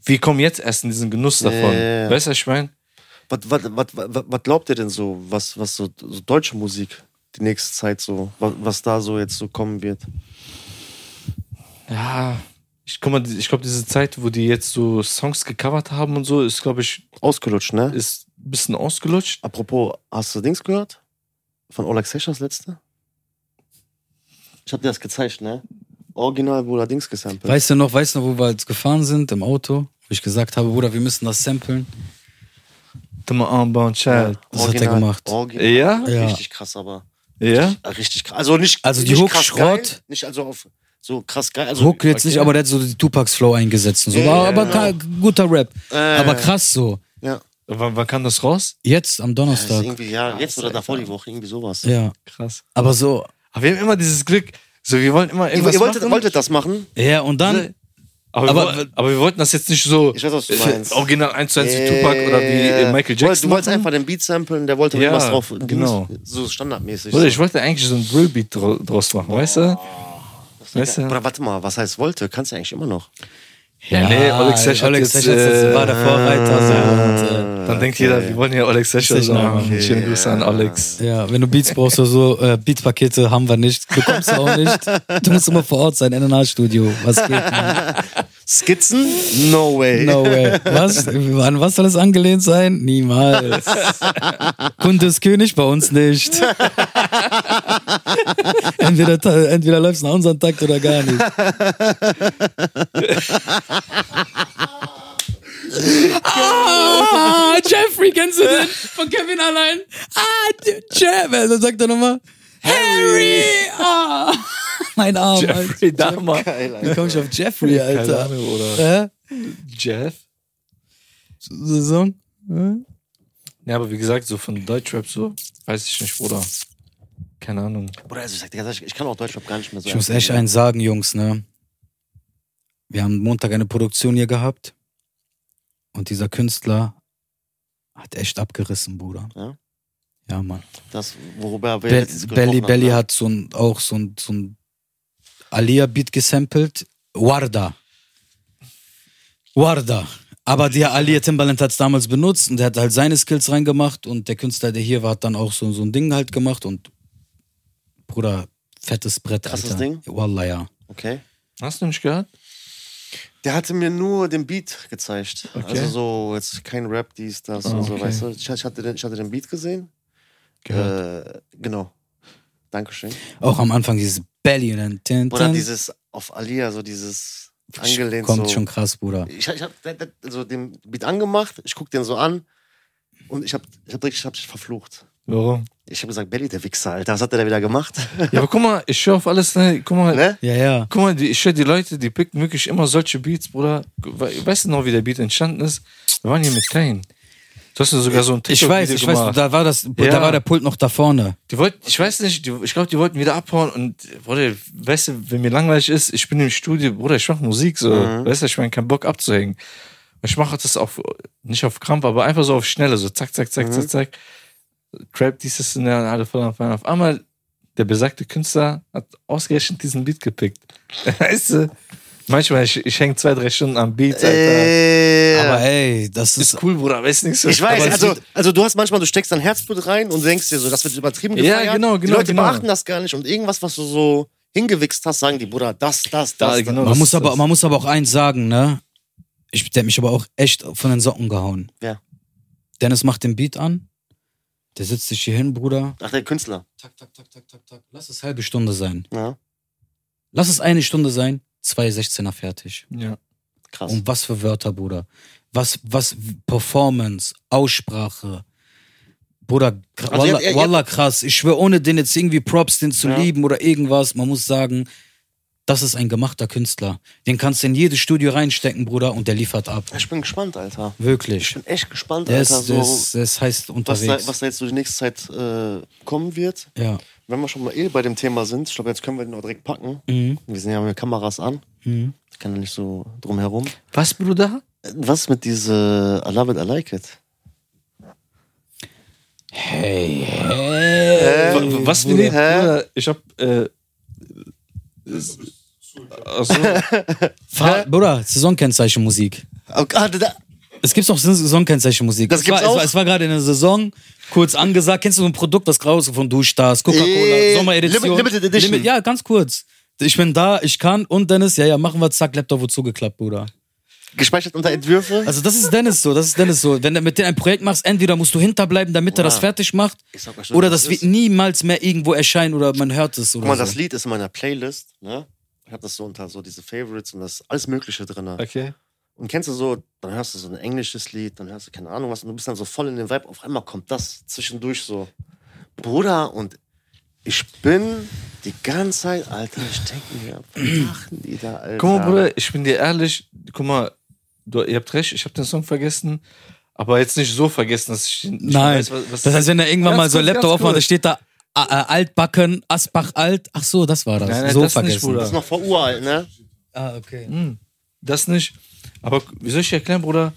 [SPEAKER 2] Wir kommen jetzt erst in diesen Genuss
[SPEAKER 3] Ja,
[SPEAKER 2] davon.
[SPEAKER 3] ja, ja.
[SPEAKER 2] Weißt du, was ich meine?
[SPEAKER 3] Was, was, was, was, was glaubt ihr denn so, was, was so, so deutsche Musik die nächste Zeit so, was, was da so jetzt so kommen wird?
[SPEAKER 2] Ja. Ich, guck mal, ich glaube, diese Zeit, wo die jetzt so Songs gecovert haben und so, ist, glaube ich,
[SPEAKER 3] Ausgelutscht, ne?
[SPEAKER 2] ist ein bisschen ausgelutscht.
[SPEAKER 3] Apropos, hast du Dings gehört? Von Olax Sessions letzte? Ich hab dir das gezeigt, ne? original Bruder Dings gesampelt.
[SPEAKER 1] Weißt du noch, weißt du noch, wo wir jetzt gefahren sind im Auto? Wo ich gesagt habe, Bruder, wir müssen das samplen.
[SPEAKER 2] Dummer Armband, Child.
[SPEAKER 1] äh, das hat er gemacht.
[SPEAKER 3] Original.
[SPEAKER 2] Ja?
[SPEAKER 1] Ja.
[SPEAKER 3] Richtig krass, aber.
[SPEAKER 2] Ja?
[SPEAKER 3] Richtig krass. Also nicht.
[SPEAKER 1] Also die
[SPEAKER 3] nicht
[SPEAKER 1] Hook
[SPEAKER 3] krass
[SPEAKER 1] Schrott.
[SPEAKER 3] Geil, nicht also auf so krass geil. Also
[SPEAKER 1] Ruck jetzt
[SPEAKER 3] okay.
[SPEAKER 1] nicht, aber der hat so die Tupacs Flow eingesetzt und so.
[SPEAKER 3] Ja,
[SPEAKER 1] War
[SPEAKER 3] ja, genau.
[SPEAKER 1] aber ka- guter Rap.
[SPEAKER 3] Ja,
[SPEAKER 1] aber
[SPEAKER 3] ja.
[SPEAKER 1] krass so.
[SPEAKER 3] Ja.
[SPEAKER 2] Wann, wann kam das raus?
[SPEAKER 1] Jetzt am
[SPEAKER 3] Das ist
[SPEAKER 1] Donnerstag.
[SPEAKER 3] irgendwie, ja, jetzt oder davor die Woche, irgendwie sowas.
[SPEAKER 1] Ja.
[SPEAKER 2] Krass.
[SPEAKER 1] Aber so.
[SPEAKER 2] Aber wir haben immer dieses Glück. So, wir wollen immer
[SPEAKER 3] Ihr,
[SPEAKER 2] irgendwas
[SPEAKER 3] ihr wolltet,
[SPEAKER 2] machen.
[SPEAKER 3] wolltet das machen?
[SPEAKER 1] Ja, und dann. aber-
[SPEAKER 2] aber, wir, wollten- aber wir wollten das jetzt nicht so
[SPEAKER 3] Ich weiß, was du
[SPEAKER 2] äh,
[SPEAKER 3] meinst.
[SPEAKER 2] original 1 zu 1 wie
[SPEAKER 3] Äh,
[SPEAKER 2] Tupac oder wie äh, Michael
[SPEAKER 3] Du wolltest,
[SPEAKER 2] Jackson.
[SPEAKER 3] du wolltest
[SPEAKER 2] machen.
[SPEAKER 3] einfach den Beat samplen, der wollte
[SPEAKER 2] Ja,
[SPEAKER 3] irgendwas drauf.
[SPEAKER 2] genau.
[SPEAKER 3] So standardmäßig.
[SPEAKER 2] Oder ich wollte eigentlich so ein Drillbeat dra draus machen, weißt du?
[SPEAKER 3] Ah,
[SPEAKER 2] Weißt du?
[SPEAKER 3] Oder warte mal, was heißt wollte? Kannst du eigentlich immer noch.
[SPEAKER 2] Ja, nee, Alex Sash hat
[SPEAKER 1] Alex
[SPEAKER 2] jetzt,
[SPEAKER 1] Sash hat jetzt-
[SPEAKER 2] äh,
[SPEAKER 1] war der Vorreiter. So. Und, äh,
[SPEAKER 2] Dann denkt jeder, wir wollen ja Alex Session
[SPEAKER 1] Session
[SPEAKER 2] sagen.
[SPEAKER 1] machen.
[SPEAKER 2] Schönen Grüße an Alex.
[SPEAKER 1] Ja, wenn du Beats brauchst oder so, äh, Beatspakete haben wir nicht, bekommst du auch nicht. Du musst immer vor Ort sein, NNA-Studio. Was geht? Mann?
[SPEAKER 3] Skizzen? No way.
[SPEAKER 1] No way. Was? An was soll es angelehnt sein? Niemals. Kunde ist König, bei uns nicht. Entweder, ta- entweder läufst du nach unserem Takt oder gar nicht. ah, Jeffrey, kennst du den? Von Kevin allein. Ah, Jeffrey. Also sagt er nochmal. Harry! Ah, mein
[SPEAKER 3] Oh
[SPEAKER 1] Arm, Alter.
[SPEAKER 2] Jeffrey Dahmer.
[SPEAKER 1] Wie komm ich auf Jeffrey, Alter?
[SPEAKER 2] Ahnung, oder
[SPEAKER 1] Hä?
[SPEAKER 2] Jeff.
[SPEAKER 1] Saison?
[SPEAKER 2] Ja, aber wie gesagt, so von Deutschrap so, weiß ich nicht, Bruder. Keine Ahnung.
[SPEAKER 3] Oder also ich sag dir ganz ehrlich, ich kann auch Deutschrap gar nicht mehr so.
[SPEAKER 1] Ich muss echt eins sagen, Jungs, ne? Wir haben Montag eine Produktion hier gehabt und dieser Künstler hat echt abgerissen, Bruder.
[SPEAKER 3] Ja?
[SPEAKER 1] Ja, Mann.
[SPEAKER 3] Das, worüber wir
[SPEAKER 1] Be
[SPEAKER 3] letztens gesprochen
[SPEAKER 1] Belly
[SPEAKER 3] haben,
[SPEAKER 1] Belly
[SPEAKER 3] ne?
[SPEAKER 1] hat so ein, auch so ein, so ein Alia-Beat gesampelt. Warda. Warda. Aber der Alia Timbaland hat es damals benutzt und der hat halt seine Skills reingemacht und der Künstler, der hier war, hat dann auch so, so ein Ding halt gemacht und Bruder, fettes Brett.
[SPEAKER 3] Krasses
[SPEAKER 1] Alter.
[SPEAKER 3] Ding?
[SPEAKER 1] Wallah, ja.
[SPEAKER 3] ne? Okay.
[SPEAKER 2] Hast du nicht gehört?
[SPEAKER 3] Der hatte mir nur den Beat gezeigt.
[SPEAKER 2] Okay.
[SPEAKER 3] Also so, jetzt kein Rap, dies, das
[SPEAKER 2] Ah,
[SPEAKER 1] Oh,
[SPEAKER 3] und so,
[SPEAKER 2] okay.
[SPEAKER 3] weißt du? Ich, ich, hatte den, ich hatte den Beat gesehen. Äh, genau. Dankeschön.
[SPEAKER 1] Auch am Anfang dieses Belly und dann tin,
[SPEAKER 3] Oder
[SPEAKER 1] tin.
[SPEAKER 3] dieses auf Alia, so dieses angelehnt
[SPEAKER 1] Kommt
[SPEAKER 3] so.
[SPEAKER 1] schon krass, Bruder.
[SPEAKER 3] Ich, ich hab da- da- so den Beat angemacht, ich guck den so an und ich hab, ich hab, direkt- ich hab dich verflucht.
[SPEAKER 2] Warum?
[SPEAKER 3] Ich hab gesagt, Belly, der Wichser, Alter, was hat der da wieder gemacht?
[SPEAKER 2] Ja, aber guck mal, ich höre auf alles, ne? Guck mal,
[SPEAKER 3] ne?
[SPEAKER 1] Ja, ja.
[SPEAKER 2] guck mal, die, ich höre die Leute, die picken wirklich immer solche Beats, Bruder. We- Weißt du noch, wie der Beat entstanden ist? Wir waren hier mit Kane. Du hast ja sogar so ein
[SPEAKER 1] Ich weiß, ich weiß, da war, das,
[SPEAKER 2] Ja.
[SPEAKER 1] da war der Pult noch da vorne.
[SPEAKER 2] Die wollten, ich weiß nicht, die, ich glaube, die wollten wieder abhauen und, Bruder, weißt du, wenn mir langweilig ist, ich bin im Studio, Bruder, ich mache Musik, so,
[SPEAKER 3] Mhm.
[SPEAKER 2] weißt du, ich meine, keinen Bock abzuhängen. Und ich mache das auf, nicht auf Krampf, aber einfach so auf Schnelle, so zack, zack,
[SPEAKER 3] Mhm.
[SPEAKER 2] zack, zack, zack. Trap, dieses und dann alle voll am Feiern. Auf einmal, der besagte Künstler hat ausgerechnet diesen Beat gepickt. weißt du? Manchmal, ich, ich hänge zwei, drei Stunden am Beat, Alter.
[SPEAKER 3] Äh,
[SPEAKER 1] Aber ey, das ist.
[SPEAKER 2] ist cool, Bruder, weißt du nichts.
[SPEAKER 3] ich
[SPEAKER 2] aber
[SPEAKER 3] weiß,
[SPEAKER 2] es
[SPEAKER 3] also,
[SPEAKER 2] sieht-
[SPEAKER 3] also du hast manchmal, du steckst dein Herzblut rein und denkst dir so, das wird übertrieben
[SPEAKER 2] Ja,
[SPEAKER 3] gefeiert.
[SPEAKER 2] genau,
[SPEAKER 3] Die
[SPEAKER 2] genau,
[SPEAKER 3] Leute
[SPEAKER 2] genau.
[SPEAKER 3] beachten das gar nicht und irgendwas, was du so hingewichst hast, sagen die, Bruder, das, das, das.
[SPEAKER 2] Da,
[SPEAKER 3] das.
[SPEAKER 2] genau.
[SPEAKER 1] Man
[SPEAKER 2] das
[SPEAKER 1] muss,
[SPEAKER 2] ist
[SPEAKER 1] aber,
[SPEAKER 2] das.
[SPEAKER 1] man muss aber auch eins sagen, ne? Ich, der hat mich aber auch echt von den Socken gehauen.
[SPEAKER 3] Wer?
[SPEAKER 1] Dennis macht den Beat an. Der sitzt sich hier hin, Bruder.
[SPEAKER 3] Ach, der Künstler.
[SPEAKER 1] Tak, tak, tak, tak, tak, tak. Lass es halbe Stunde sein.
[SPEAKER 3] Ja,
[SPEAKER 1] Lass es eine Stunde sein. Zwei 16er fertig.
[SPEAKER 2] Ja.
[SPEAKER 3] krass.
[SPEAKER 1] Und was für Wörter, Bruder. Was, was, Performance, Aussprache. Bruder, kr-
[SPEAKER 3] Also
[SPEAKER 1] Wallah,
[SPEAKER 3] ihr habt- ihr- ihr
[SPEAKER 1] Wallah krass. Ich schwöre, ohne den jetzt irgendwie Props, den zu
[SPEAKER 3] Ja.
[SPEAKER 1] lieben oder irgendwas, man muss sagen, das ist ein gemachter Künstler. Den kannst du in jedes Studio reinstecken, Bruder, und der liefert ab.
[SPEAKER 3] Ich bin gespannt, Alter. Ich
[SPEAKER 1] Wirklich.
[SPEAKER 3] bin echt gespannt,
[SPEAKER 1] Der
[SPEAKER 3] Alter,
[SPEAKER 1] ist,
[SPEAKER 3] so,
[SPEAKER 1] der ist, der ist heiß
[SPEAKER 3] was, da,
[SPEAKER 1] unterwegs.
[SPEAKER 3] was da jetzt so die nächste Zeit äh, kommen wird.
[SPEAKER 1] ja.
[SPEAKER 3] Wenn wir schon mal eh bei dem Thema sind, ich glaube, jetzt können wir den auch direkt packen.
[SPEAKER 1] Mhm.
[SPEAKER 3] Wir sind ja mit Kameras an.
[SPEAKER 1] Mhm.
[SPEAKER 3] Ich kann ja nicht so drum herum.
[SPEAKER 2] Was, Bruder?
[SPEAKER 3] Äh, Was mit diese I love it, I like it?
[SPEAKER 1] Hey, hey.
[SPEAKER 2] Wa- wa- Was wir
[SPEAKER 3] Bruder.
[SPEAKER 2] nicht,
[SPEAKER 3] Hä?
[SPEAKER 2] Bruder, ich hab. Äh, also,
[SPEAKER 1] Fra Bruder, Saisonkennzeichenmusik.
[SPEAKER 3] Oh, ah, da, da.
[SPEAKER 1] Es gibt auch Saisonkennzeichenmusik.
[SPEAKER 3] Das
[SPEAKER 1] es
[SPEAKER 3] gibt's
[SPEAKER 1] war,
[SPEAKER 3] auch?
[SPEAKER 1] Es war, es war gerade in der Saison, kurz angesagt. Kennst du so ein Produkt, das draußen von Duschstars, Coca-Cola,
[SPEAKER 3] Äh,
[SPEAKER 1] Sommeredition?
[SPEAKER 3] Limit- Limited Edition.
[SPEAKER 1] ja, ganz kurz. Ich bin da, ich kann und Dennis, ja, ja, machen wir, zack, Laptop wird zugeklappt, Bruder.
[SPEAKER 3] Gespeichert unter Entwürfe.
[SPEAKER 1] Also das ist Dennis so, das ist Dennis so. Wenn du mit denen ein Projekt machst, entweder musst du hinterbleiben, damit er
[SPEAKER 3] Ja.
[SPEAKER 1] das fertig macht,
[SPEAKER 3] Ah. Ich sag euch schon,
[SPEAKER 1] oder
[SPEAKER 3] das
[SPEAKER 1] das
[SPEAKER 3] ist-
[SPEAKER 1] wird niemals mehr irgendwo erscheinen oder man hört es oder
[SPEAKER 3] Guck mal,
[SPEAKER 1] so.
[SPEAKER 3] das Lied ist in meiner Playlist. Ne? Ich habe das so unter so diese Favorites und das ist alles Mögliche drin.
[SPEAKER 2] Okay.
[SPEAKER 3] Und kennst du so, dann hörst du so ein englisches Lied, dann hörst du keine Ahnung was und du bist dann so voll in den Vibe. Auf einmal kommt das zwischendurch so. Bruder, und ich bin die ganze Zeit, Alter, ich denke mir, was machen die da, Alter?
[SPEAKER 2] Guck mal, Bruder, ich bin dir ehrlich, guck mal, du, ihr habt recht, ich habe den Song vergessen, aber jetzt nicht so vergessen, dass ich nicht
[SPEAKER 1] Nein.
[SPEAKER 2] weiß, was, was
[SPEAKER 1] das heißt, wenn er irgendwann
[SPEAKER 2] Ganz
[SPEAKER 1] mal so einen
[SPEAKER 2] kurz,
[SPEAKER 1] Laptop
[SPEAKER 2] ganz
[SPEAKER 1] aufmacht, da
[SPEAKER 2] kurz.
[SPEAKER 1] steht da äh, äh, Altbacken, Asbach alt. Ach so, das war das.
[SPEAKER 2] Nein, nein,
[SPEAKER 1] so
[SPEAKER 2] das nicht,
[SPEAKER 1] vergessen.
[SPEAKER 2] Bruder.
[SPEAKER 3] das ist noch vor uralt, ne?
[SPEAKER 1] ah, okay.
[SPEAKER 2] das nicht. Aber wie soll ich dir erklären, Bruder,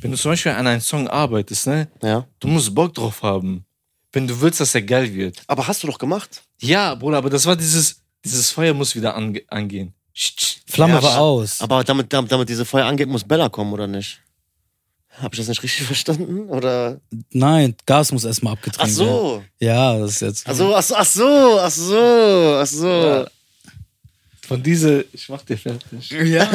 [SPEAKER 2] wenn du zum Beispiel an einem Song arbeitest, ne,
[SPEAKER 3] Ja.
[SPEAKER 2] du musst Bock drauf haben. Wenn du willst, dass er geil wird.
[SPEAKER 3] Aber hast du doch gemacht.
[SPEAKER 2] Ja, Bruder, aber das war dieses, dieses Feuer muss wieder ange angehen.
[SPEAKER 1] Flamme
[SPEAKER 3] Ja,
[SPEAKER 1] war
[SPEAKER 3] aber-
[SPEAKER 1] aus.
[SPEAKER 3] Aber damit, damit, damit diese Feuer angeht, muss Bella kommen, oder nicht? Habe ich das nicht richtig verstanden? Oder?
[SPEAKER 1] Nein, Gas muss erstmal
[SPEAKER 3] Ach
[SPEAKER 1] abgetreten werden.
[SPEAKER 3] so.
[SPEAKER 1] Ja, das ist jetzt.
[SPEAKER 3] Ach
[SPEAKER 2] Also,
[SPEAKER 3] so, ach so, ach so, ach so, ach so.
[SPEAKER 2] Ja. Von diese, ich mach dir fertig.
[SPEAKER 1] ja.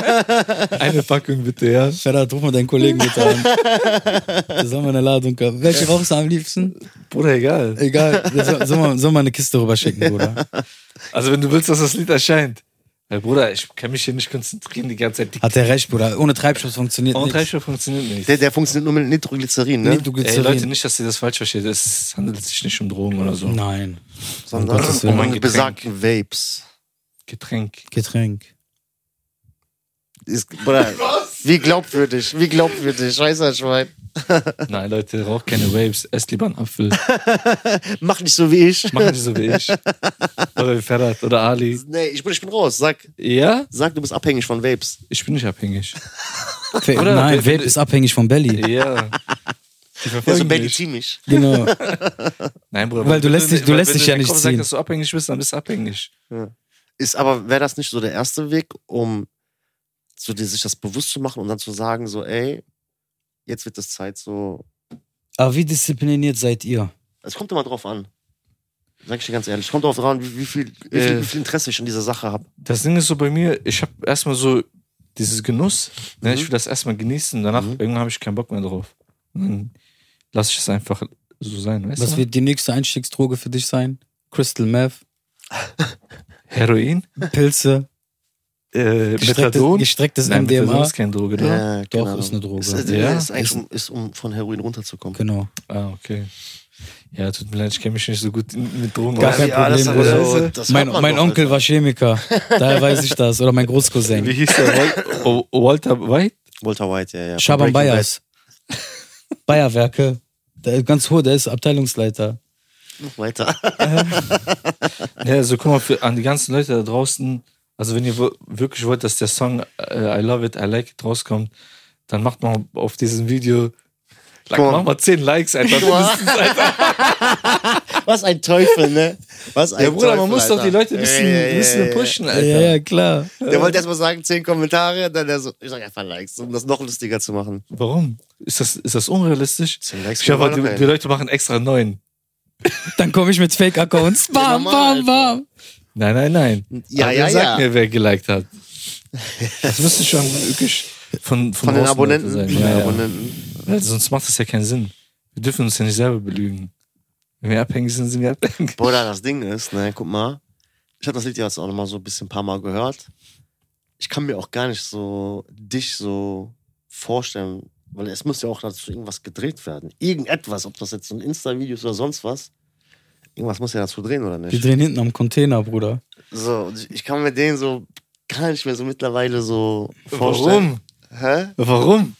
[SPEAKER 2] Eine Packung bitte, ja.
[SPEAKER 1] Ferhat, ruf mal deinen Kollegen bitte an. Zusammen eine Ladung. haben. Welche rauchst du am liebsten?
[SPEAKER 2] Bruder, egal.
[SPEAKER 1] Egal. das Soll, soll, man, soll man eine Kiste rüberschicken, Bruder?
[SPEAKER 2] Also wenn du willst, dass das Lied erscheint. Weil, Bruder, ich kann mich hier nicht konzentrieren die ganze Zeit. Die
[SPEAKER 1] Hat er recht, Bruder. Ohne Treibstoff funktioniert
[SPEAKER 2] Ohne
[SPEAKER 1] nichts.
[SPEAKER 2] Treibstoff funktioniert nicht.
[SPEAKER 3] Der, der funktioniert nur mit Nitroglycerin, ne?
[SPEAKER 1] Nee, du
[SPEAKER 2] Ey, Leute,
[SPEAKER 1] Glycerin.
[SPEAKER 2] nicht, dass ihr das falsch versteht. Es handelt sich nicht um Drogen oder so.
[SPEAKER 1] Nein.
[SPEAKER 3] Sondern
[SPEAKER 1] Um Gottes Willen.
[SPEAKER 3] um
[SPEAKER 2] Ein Getränk.
[SPEAKER 3] besagten Vapes.
[SPEAKER 2] Getränk.
[SPEAKER 1] Getränk.
[SPEAKER 3] Ist, Bruder, wie glaubwürdig, wie glaubwürdig, scheißer Schwein.
[SPEAKER 2] Nein, Leute, raucht keine Waves. Esst lieber einen Apfel.
[SPEAKER 3] Mach nicht so wie ich.
[SPEAKER 2] Machen die so wie ich. Oder wie Ferhat oder Ali.
[SPEAKER 3] Nee, ich bin, ich bin raus. Sag,
[SPEAKER 2] Ja,
[SPEAKER 3] sag, du bist abhängig von Vapes.
[SPEAKER 2] ich bin nicht abhängig.
[SPEAKER 1] Fa-
[SPEAKER 2] Oder-
[SPEAKER 1] Nein, Vape ist abhängig vom Belly.
[SPEAKER 2] Ja. Die
[SPEAKER 3] Ja, so
[SPEAKER 2] verfolgen dich.
[SPEAKER 3] medizinisch.
[SPEAKER 1] Genau.
[SPEAKER 2] Nein, Bruder.
[SPEAKER 1] Weil
[SPEAKER 2] wenn
[SPEAKER 1] du lässt dich- du
[SPEAKER 2] wenn
[SPEAKER 1] lässt dich ja
[SPEAKER 2] deinem
[SPEAKER 1] nicht
[SPEAKER 2] Kopf
[SPEAKER 1] ziehen.
[SPEAKER 2] Sagst, dass du abhängig bist, dann bist du abhängig.
[SPEAKER 3] Ist aber, wäre das nicht so der erste Weg, um so dir sich das bewusst zu machen und dann zu sagen, so, ey, jetzt wird es Zeit, so.
[SPEAKER 1] Aber wie diszipliniert seid ihr?
[SPEAKER 3] Es kommt immer drauf an. Sag ich dir ganz ehrlich, kommt drauf an, wie, wie, viel, wie, viel,
[SPEAKER 2] Äh.
[SPEAKER 3] wie viel Interesse ich in dieser Sache habe.
[SPEAKER 2] Das Ding ist so bei mir, ich habe erstmal so dieses Genuss. Ne? Ich will das erstmal genießen. Danach,
[SPEAKER 3] Mhm.
[SPEAKER 2] irgendwann habe ich keinen Bock mehr drauf. Und dann lasse ich es einfach so sein. Weißt
[SPEAKER 1] Was
[SPEAKER 2] du?
[SPEAKER 1] wird die nächste Einstiegsdroge für dich sein? Crystal Meth,
[SPEAKER 2] Heroin,
[SPEAKER 1] Pilze,
[SPEAKER 2] äh,
[SPEAKER 1] gestrecktes,
[SPEAKER 2] Methadon.
[SPEAKER 1] gestrecktes
[SPEAKER 2] Nein, Methadon
[SPEAKER 1] MDMA.
[SPEAKER 2] ist keine Droge, oder?
[SPEAKER 1] Doch, ist eine Droge.
[SPEAKER 3] Ist, ist,
[SPEAKER 2] Ja,
[SPEAKER 3] ist eigentlich,
[SPEAKER 1] ist-
[SPEAKER 3] um, ist, um von Heroin runterzukommen.
[SPEAKER 1] Genau.
[SPEAKER 2] Ah, okay. Ja, tut mir leid, ich kenne mich nicht so gut in- mit Drogen
[SPEAKER 1] Gar
[SPEAKER 2] aus.
[SPEAKER 1] kein
[SPEAKER 3] Ja, das-
[SPEAKER 1] Problem, Bruder.
[SPEAKER 3] also, das
[SPEAKER 1] mein
[SPEAKER 3] hört man
[SPEAKER 1] mein
[SPEAKER 3] doch,
[SPEAKER 1] Onkel war Chemiker, daher weiß ich das. Oder mein
[SPEAKER 2] Wie
[SPEAKER 1] Großcousin.
[SPEAKER 2] hieß der? Wal- O- Oh, Walter White?
[SPEAKER 3] Walter White, ja, ja. von
[SPEAKER 1] Schaban
[SPEAKER 3] Breaking Bad.
[SPEAKER 1] Bayers. Bayerwerke. Der, ist ganz hoch, der ist Abteilungsleiter.
[SPEAKER 3] Weiter.
[SPEAKER 2] Ja, also guck mal, für, an die ganzen Leute da draußen, also wenn ihr wo- wirklich wollt, dass der Song äh, I Love It, I Like It rauskommt, dann macht mal auf diesem Video, like,
[SPEAKER 3] Guck mal.
[SPEAKER 2] mach mal 10 Likes einfach. mindestens, Alter.
[SPEAKER 3] Was ein Teufel, ne? Was ein
[SPEAKER 2] Ja, Bruder,
[SPEAKER 3] Teufel,
[SPEAKER 2] man muss doch die
[SPEAKER 3] Alter.
[SPEAKER 2] Leute ein bisschen,
[SPEAKER 3] Ja, ja, ja,
[SPEAKER 2] ein bisschen
[SPEAKER 3] ja.
[SPEAKER 2] pushen,
[SPEAKER 1] Ja,
[SPEAKER 2] Alter.
[SPEAKER 1] ja, klar.
[SPEAKER 3] Der wollte erstmal sagen, 10 Kommentare, dann der so, ich sag einfach Likes, um das noch lustiger zu machen.
[SPEAKER 2] Warum? Ist das, ist das unrealistisch?
[SPEAKER 3] 10 Likes
[SPEAKER 2] Ich hoffe,
[SPEAKER 3] kann man
[SPEAKER 2] die,
[SPEAKER 3] auch,
[SPEAKER 2] die
[SPEAKER 3] ey.
[SPEAKER 2] Leute machen extra neun.
[SPEAKER 1] Dann komme ich mit Fake-Accounts. Bam,
[SPEAKER 3] normal,
[SPEAKER 1] bam, bam.
[SPEAKER 2] Nein, nein, nein.
[SPEAKER 3] Ja,
[SPEAKER 2] Aber
[SPEAKER 3] ja,
[SPEAKER 2] dann sag
[SPEAKER 3] ja.
[SPEAKER 2] mir, wer geliked hat. Das müsste schon wirklich von, von,
[SPEAKER 3] Von den
[SPEAKER 2] außen
[SPEAKER 3] Abonnenten.
[SPEAKER 2] Leute
[SPEAKER 3] Von
[SPEAKER 2] Sein.
[SPEAKER 3] den
[SPEAKER 2] Ja, ja.
[SPEAKER 3] Abonnenten.
[SPEAKER 2] Weil sonst macht das ja keinen Sinn. Wir dürfen uns ja nicht selber belügen. Wenn wir abhängig sind, sind wir abhängig.
[SPEAKER 3] Bruder, das Ding ist, ne, guck mal. Ich habe das Lied ja jetzt auch nochmal so ein bisschen ein paar Mal gehört. Ich kann mir auch gar nicht so dich so vorstellen, weil es muss ja auch dazu irgendwas gedreht werden. Irgendetwas, ob das jetzt so ein Insta-Video ist oder sonst was. Irgendwas muss ja dazu drehen, oder
[SPEAKER 1] Wir
[SPEAKER 3] nicht?
[SPEAKER 1] drehen hinten am Container, Bruder.
[SPEAKER 3] So, und ich- ich kann mir den so gar nicht mehr so mittlerweile so vorstellen.
[SPEAKER 2] Warum?
[SPEAKER 3] Warum? Hä?
[SPEAKER 2] Warum?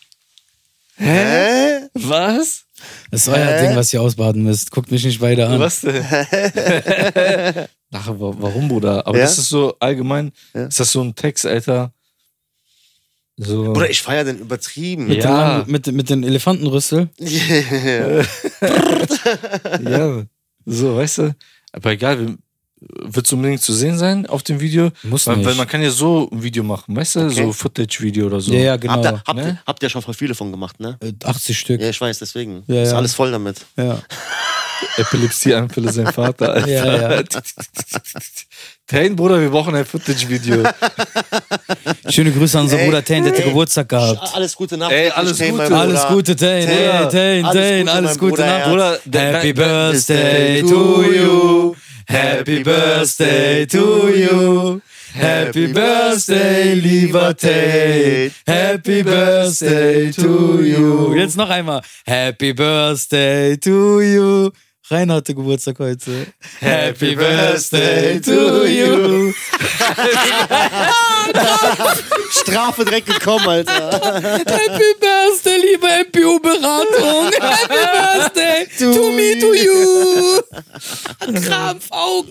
[SPEAKER 2] Hä?
[SPEAKER 3] Hä?
[SPEAKER 2] Was?
[SPEAKER 1] Das ist euer
[SPEAKER 3] Hä?
[SPEAKER 1] Ding, was ihr ausbaden müsst. Guckt mich nicht weiter an.
[SPEAKER 2] Was denn? Ach, wa- warum, Bruder? Aber
[SPEAKER 3] Ja?
[SPEAKER 2] das ist so allgemein,
[SPEAKER 3] Ja.
[SPEAKER 2] ist das so ein Text, Alter? So.
[SPEAKER 3] Bruder, ich feiere den übertrieben.
[SPEAKER 1] Mit,
[SPEAKER 2] Ja.
[SPEAKER 1] den, langen- mit, mit den Elefantenrüssel.
[SPEAKER 3] Yeah.
[SPEAKER 2] ja. So, weißt du? Aber egal, wir- wird's unbedingt zu sehen sein auf dem Video?
[SPEAKER 1] Muss
[SPEAKER 2] Weil,
[SPEAKER 1] nicht.
[SPEAKER 2] weil man kann ja so ein Video machen, weißt du?
[SPEAKER 3] Okay.
[SPEAKER 2] So Footage-Video oder so.
[SPEAKER 1] ja, ja,
[SPEAKER 3] habt,
[SPEAKER 1] genau.
[SPEAKER 3] ihr, habt,
[SPEAKER 2] ne?
[SPEAKER 3] ihr, habt ihr schon voll viele von gemacht, ne?
[SPEAKER 1] Äh, 80 Stück.
[SPEAKER 3] Ja, ich weiß, deswegen.
[SPEAKER 1] Ja,
[SPEAKER 3] Ist
[SPEAKER 1] ja.
[SPEAKER 3] alles voll damit.
[SPEAKER 1] Ja.
[SPEAKER 2] Epilepsieanfälle sein Vater. Alter.
[SPEAKER 1] Ja, ja.
[SPEAKER 2] Tain, Bruder, wir brauchen ein Footage-Video.
[SPEAKER 1] Schöne Grüße an unseren
[SPEAKER 3] Ey.
[SPEAKER 1] Bruder Tane, der hat
[SPEAKER 3] Ey.
[SPEAKER 1] Geburtstag gehabt.
[SPEAKER 3] Sch- Alles Gute Nacht.
[SPEAKER 2] Ey, alles
[SPEAKER 3] Hey, mein
[SPEAKER 2] Gute.
[SPEAKER 1] Alles
[SPEAKER 3] Bruder.
[SPEAKER 1] Gute, Tane,
[SPEAKER 3] Tane,
[SPEAKER 1] hey, Tane,
[SPEAKER 3] alles
[SPEAKER 1] Tane, alles
[SPEAKER 3] Gute, mein
[SPEAKER 1] Gute
[SPEAKER 3] Bruder,
[SPEAKER 1] Nacht.
[SPEAKER 3] Herz.
[SPEAKER 2] Bruder, dein-
[SPEAKER 1] Happy
[SPEAKER 2] dein- dein-
[SPEAKER 1] Birthday to you. Happy Birthday to you. Happy Birthday, lieber Tate. Happy Birthday to you. Jetzt noch einmal. Happy Birthday to you. Rainer hatte Geburtstag heute. Happy Birthday to you.
[SPEAKER 3] Strafe direkt gekommen, Alter.
[SPEAKER 1] Happy Birthday, liebe MPU-Beratung. Happy Birthday to me, to you. Krampfaugen.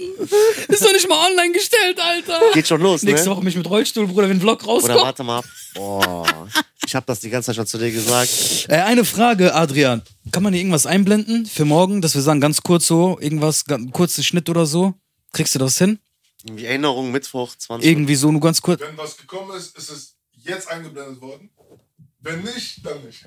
[SPEAKER 1] Ist doch nicht mal online gestellt, Alter.
[SPEAKER 3] Geht schon los,
[SPEAKER 1] Nächste
[SPEAKER 3] ne?
[SPEAKER 1] Woche mich mit Rollstuhl, Bruder, wenn ein Vlog
[SPEAKER 3] Oder
[SPEAKER 1] rauskommt.
[SPEAKER 3] warte mal ab. Boah. Ich hab das die ganze Zeit schon zu dir gesagt.
[SPEAKER 1] Äh, eine Frage, Adrian. Kann man hier irgendwas einblenden für morgen, dass wir sagen, ganz kurz so, irgendwas, ga- einen kurzen Schnitt oder so? Kriegst du das hin?
[SPEAKER 3] Die Erinnerung, Mittwoch, 20 Uhr.
[SPEAKER 1] Irgendwie so, nur ganz kurz.
[SPEAKER 4] Wenn was gekommen ist, ist es jetzt eingeblendet worden. Wenn nicht, dann nicht.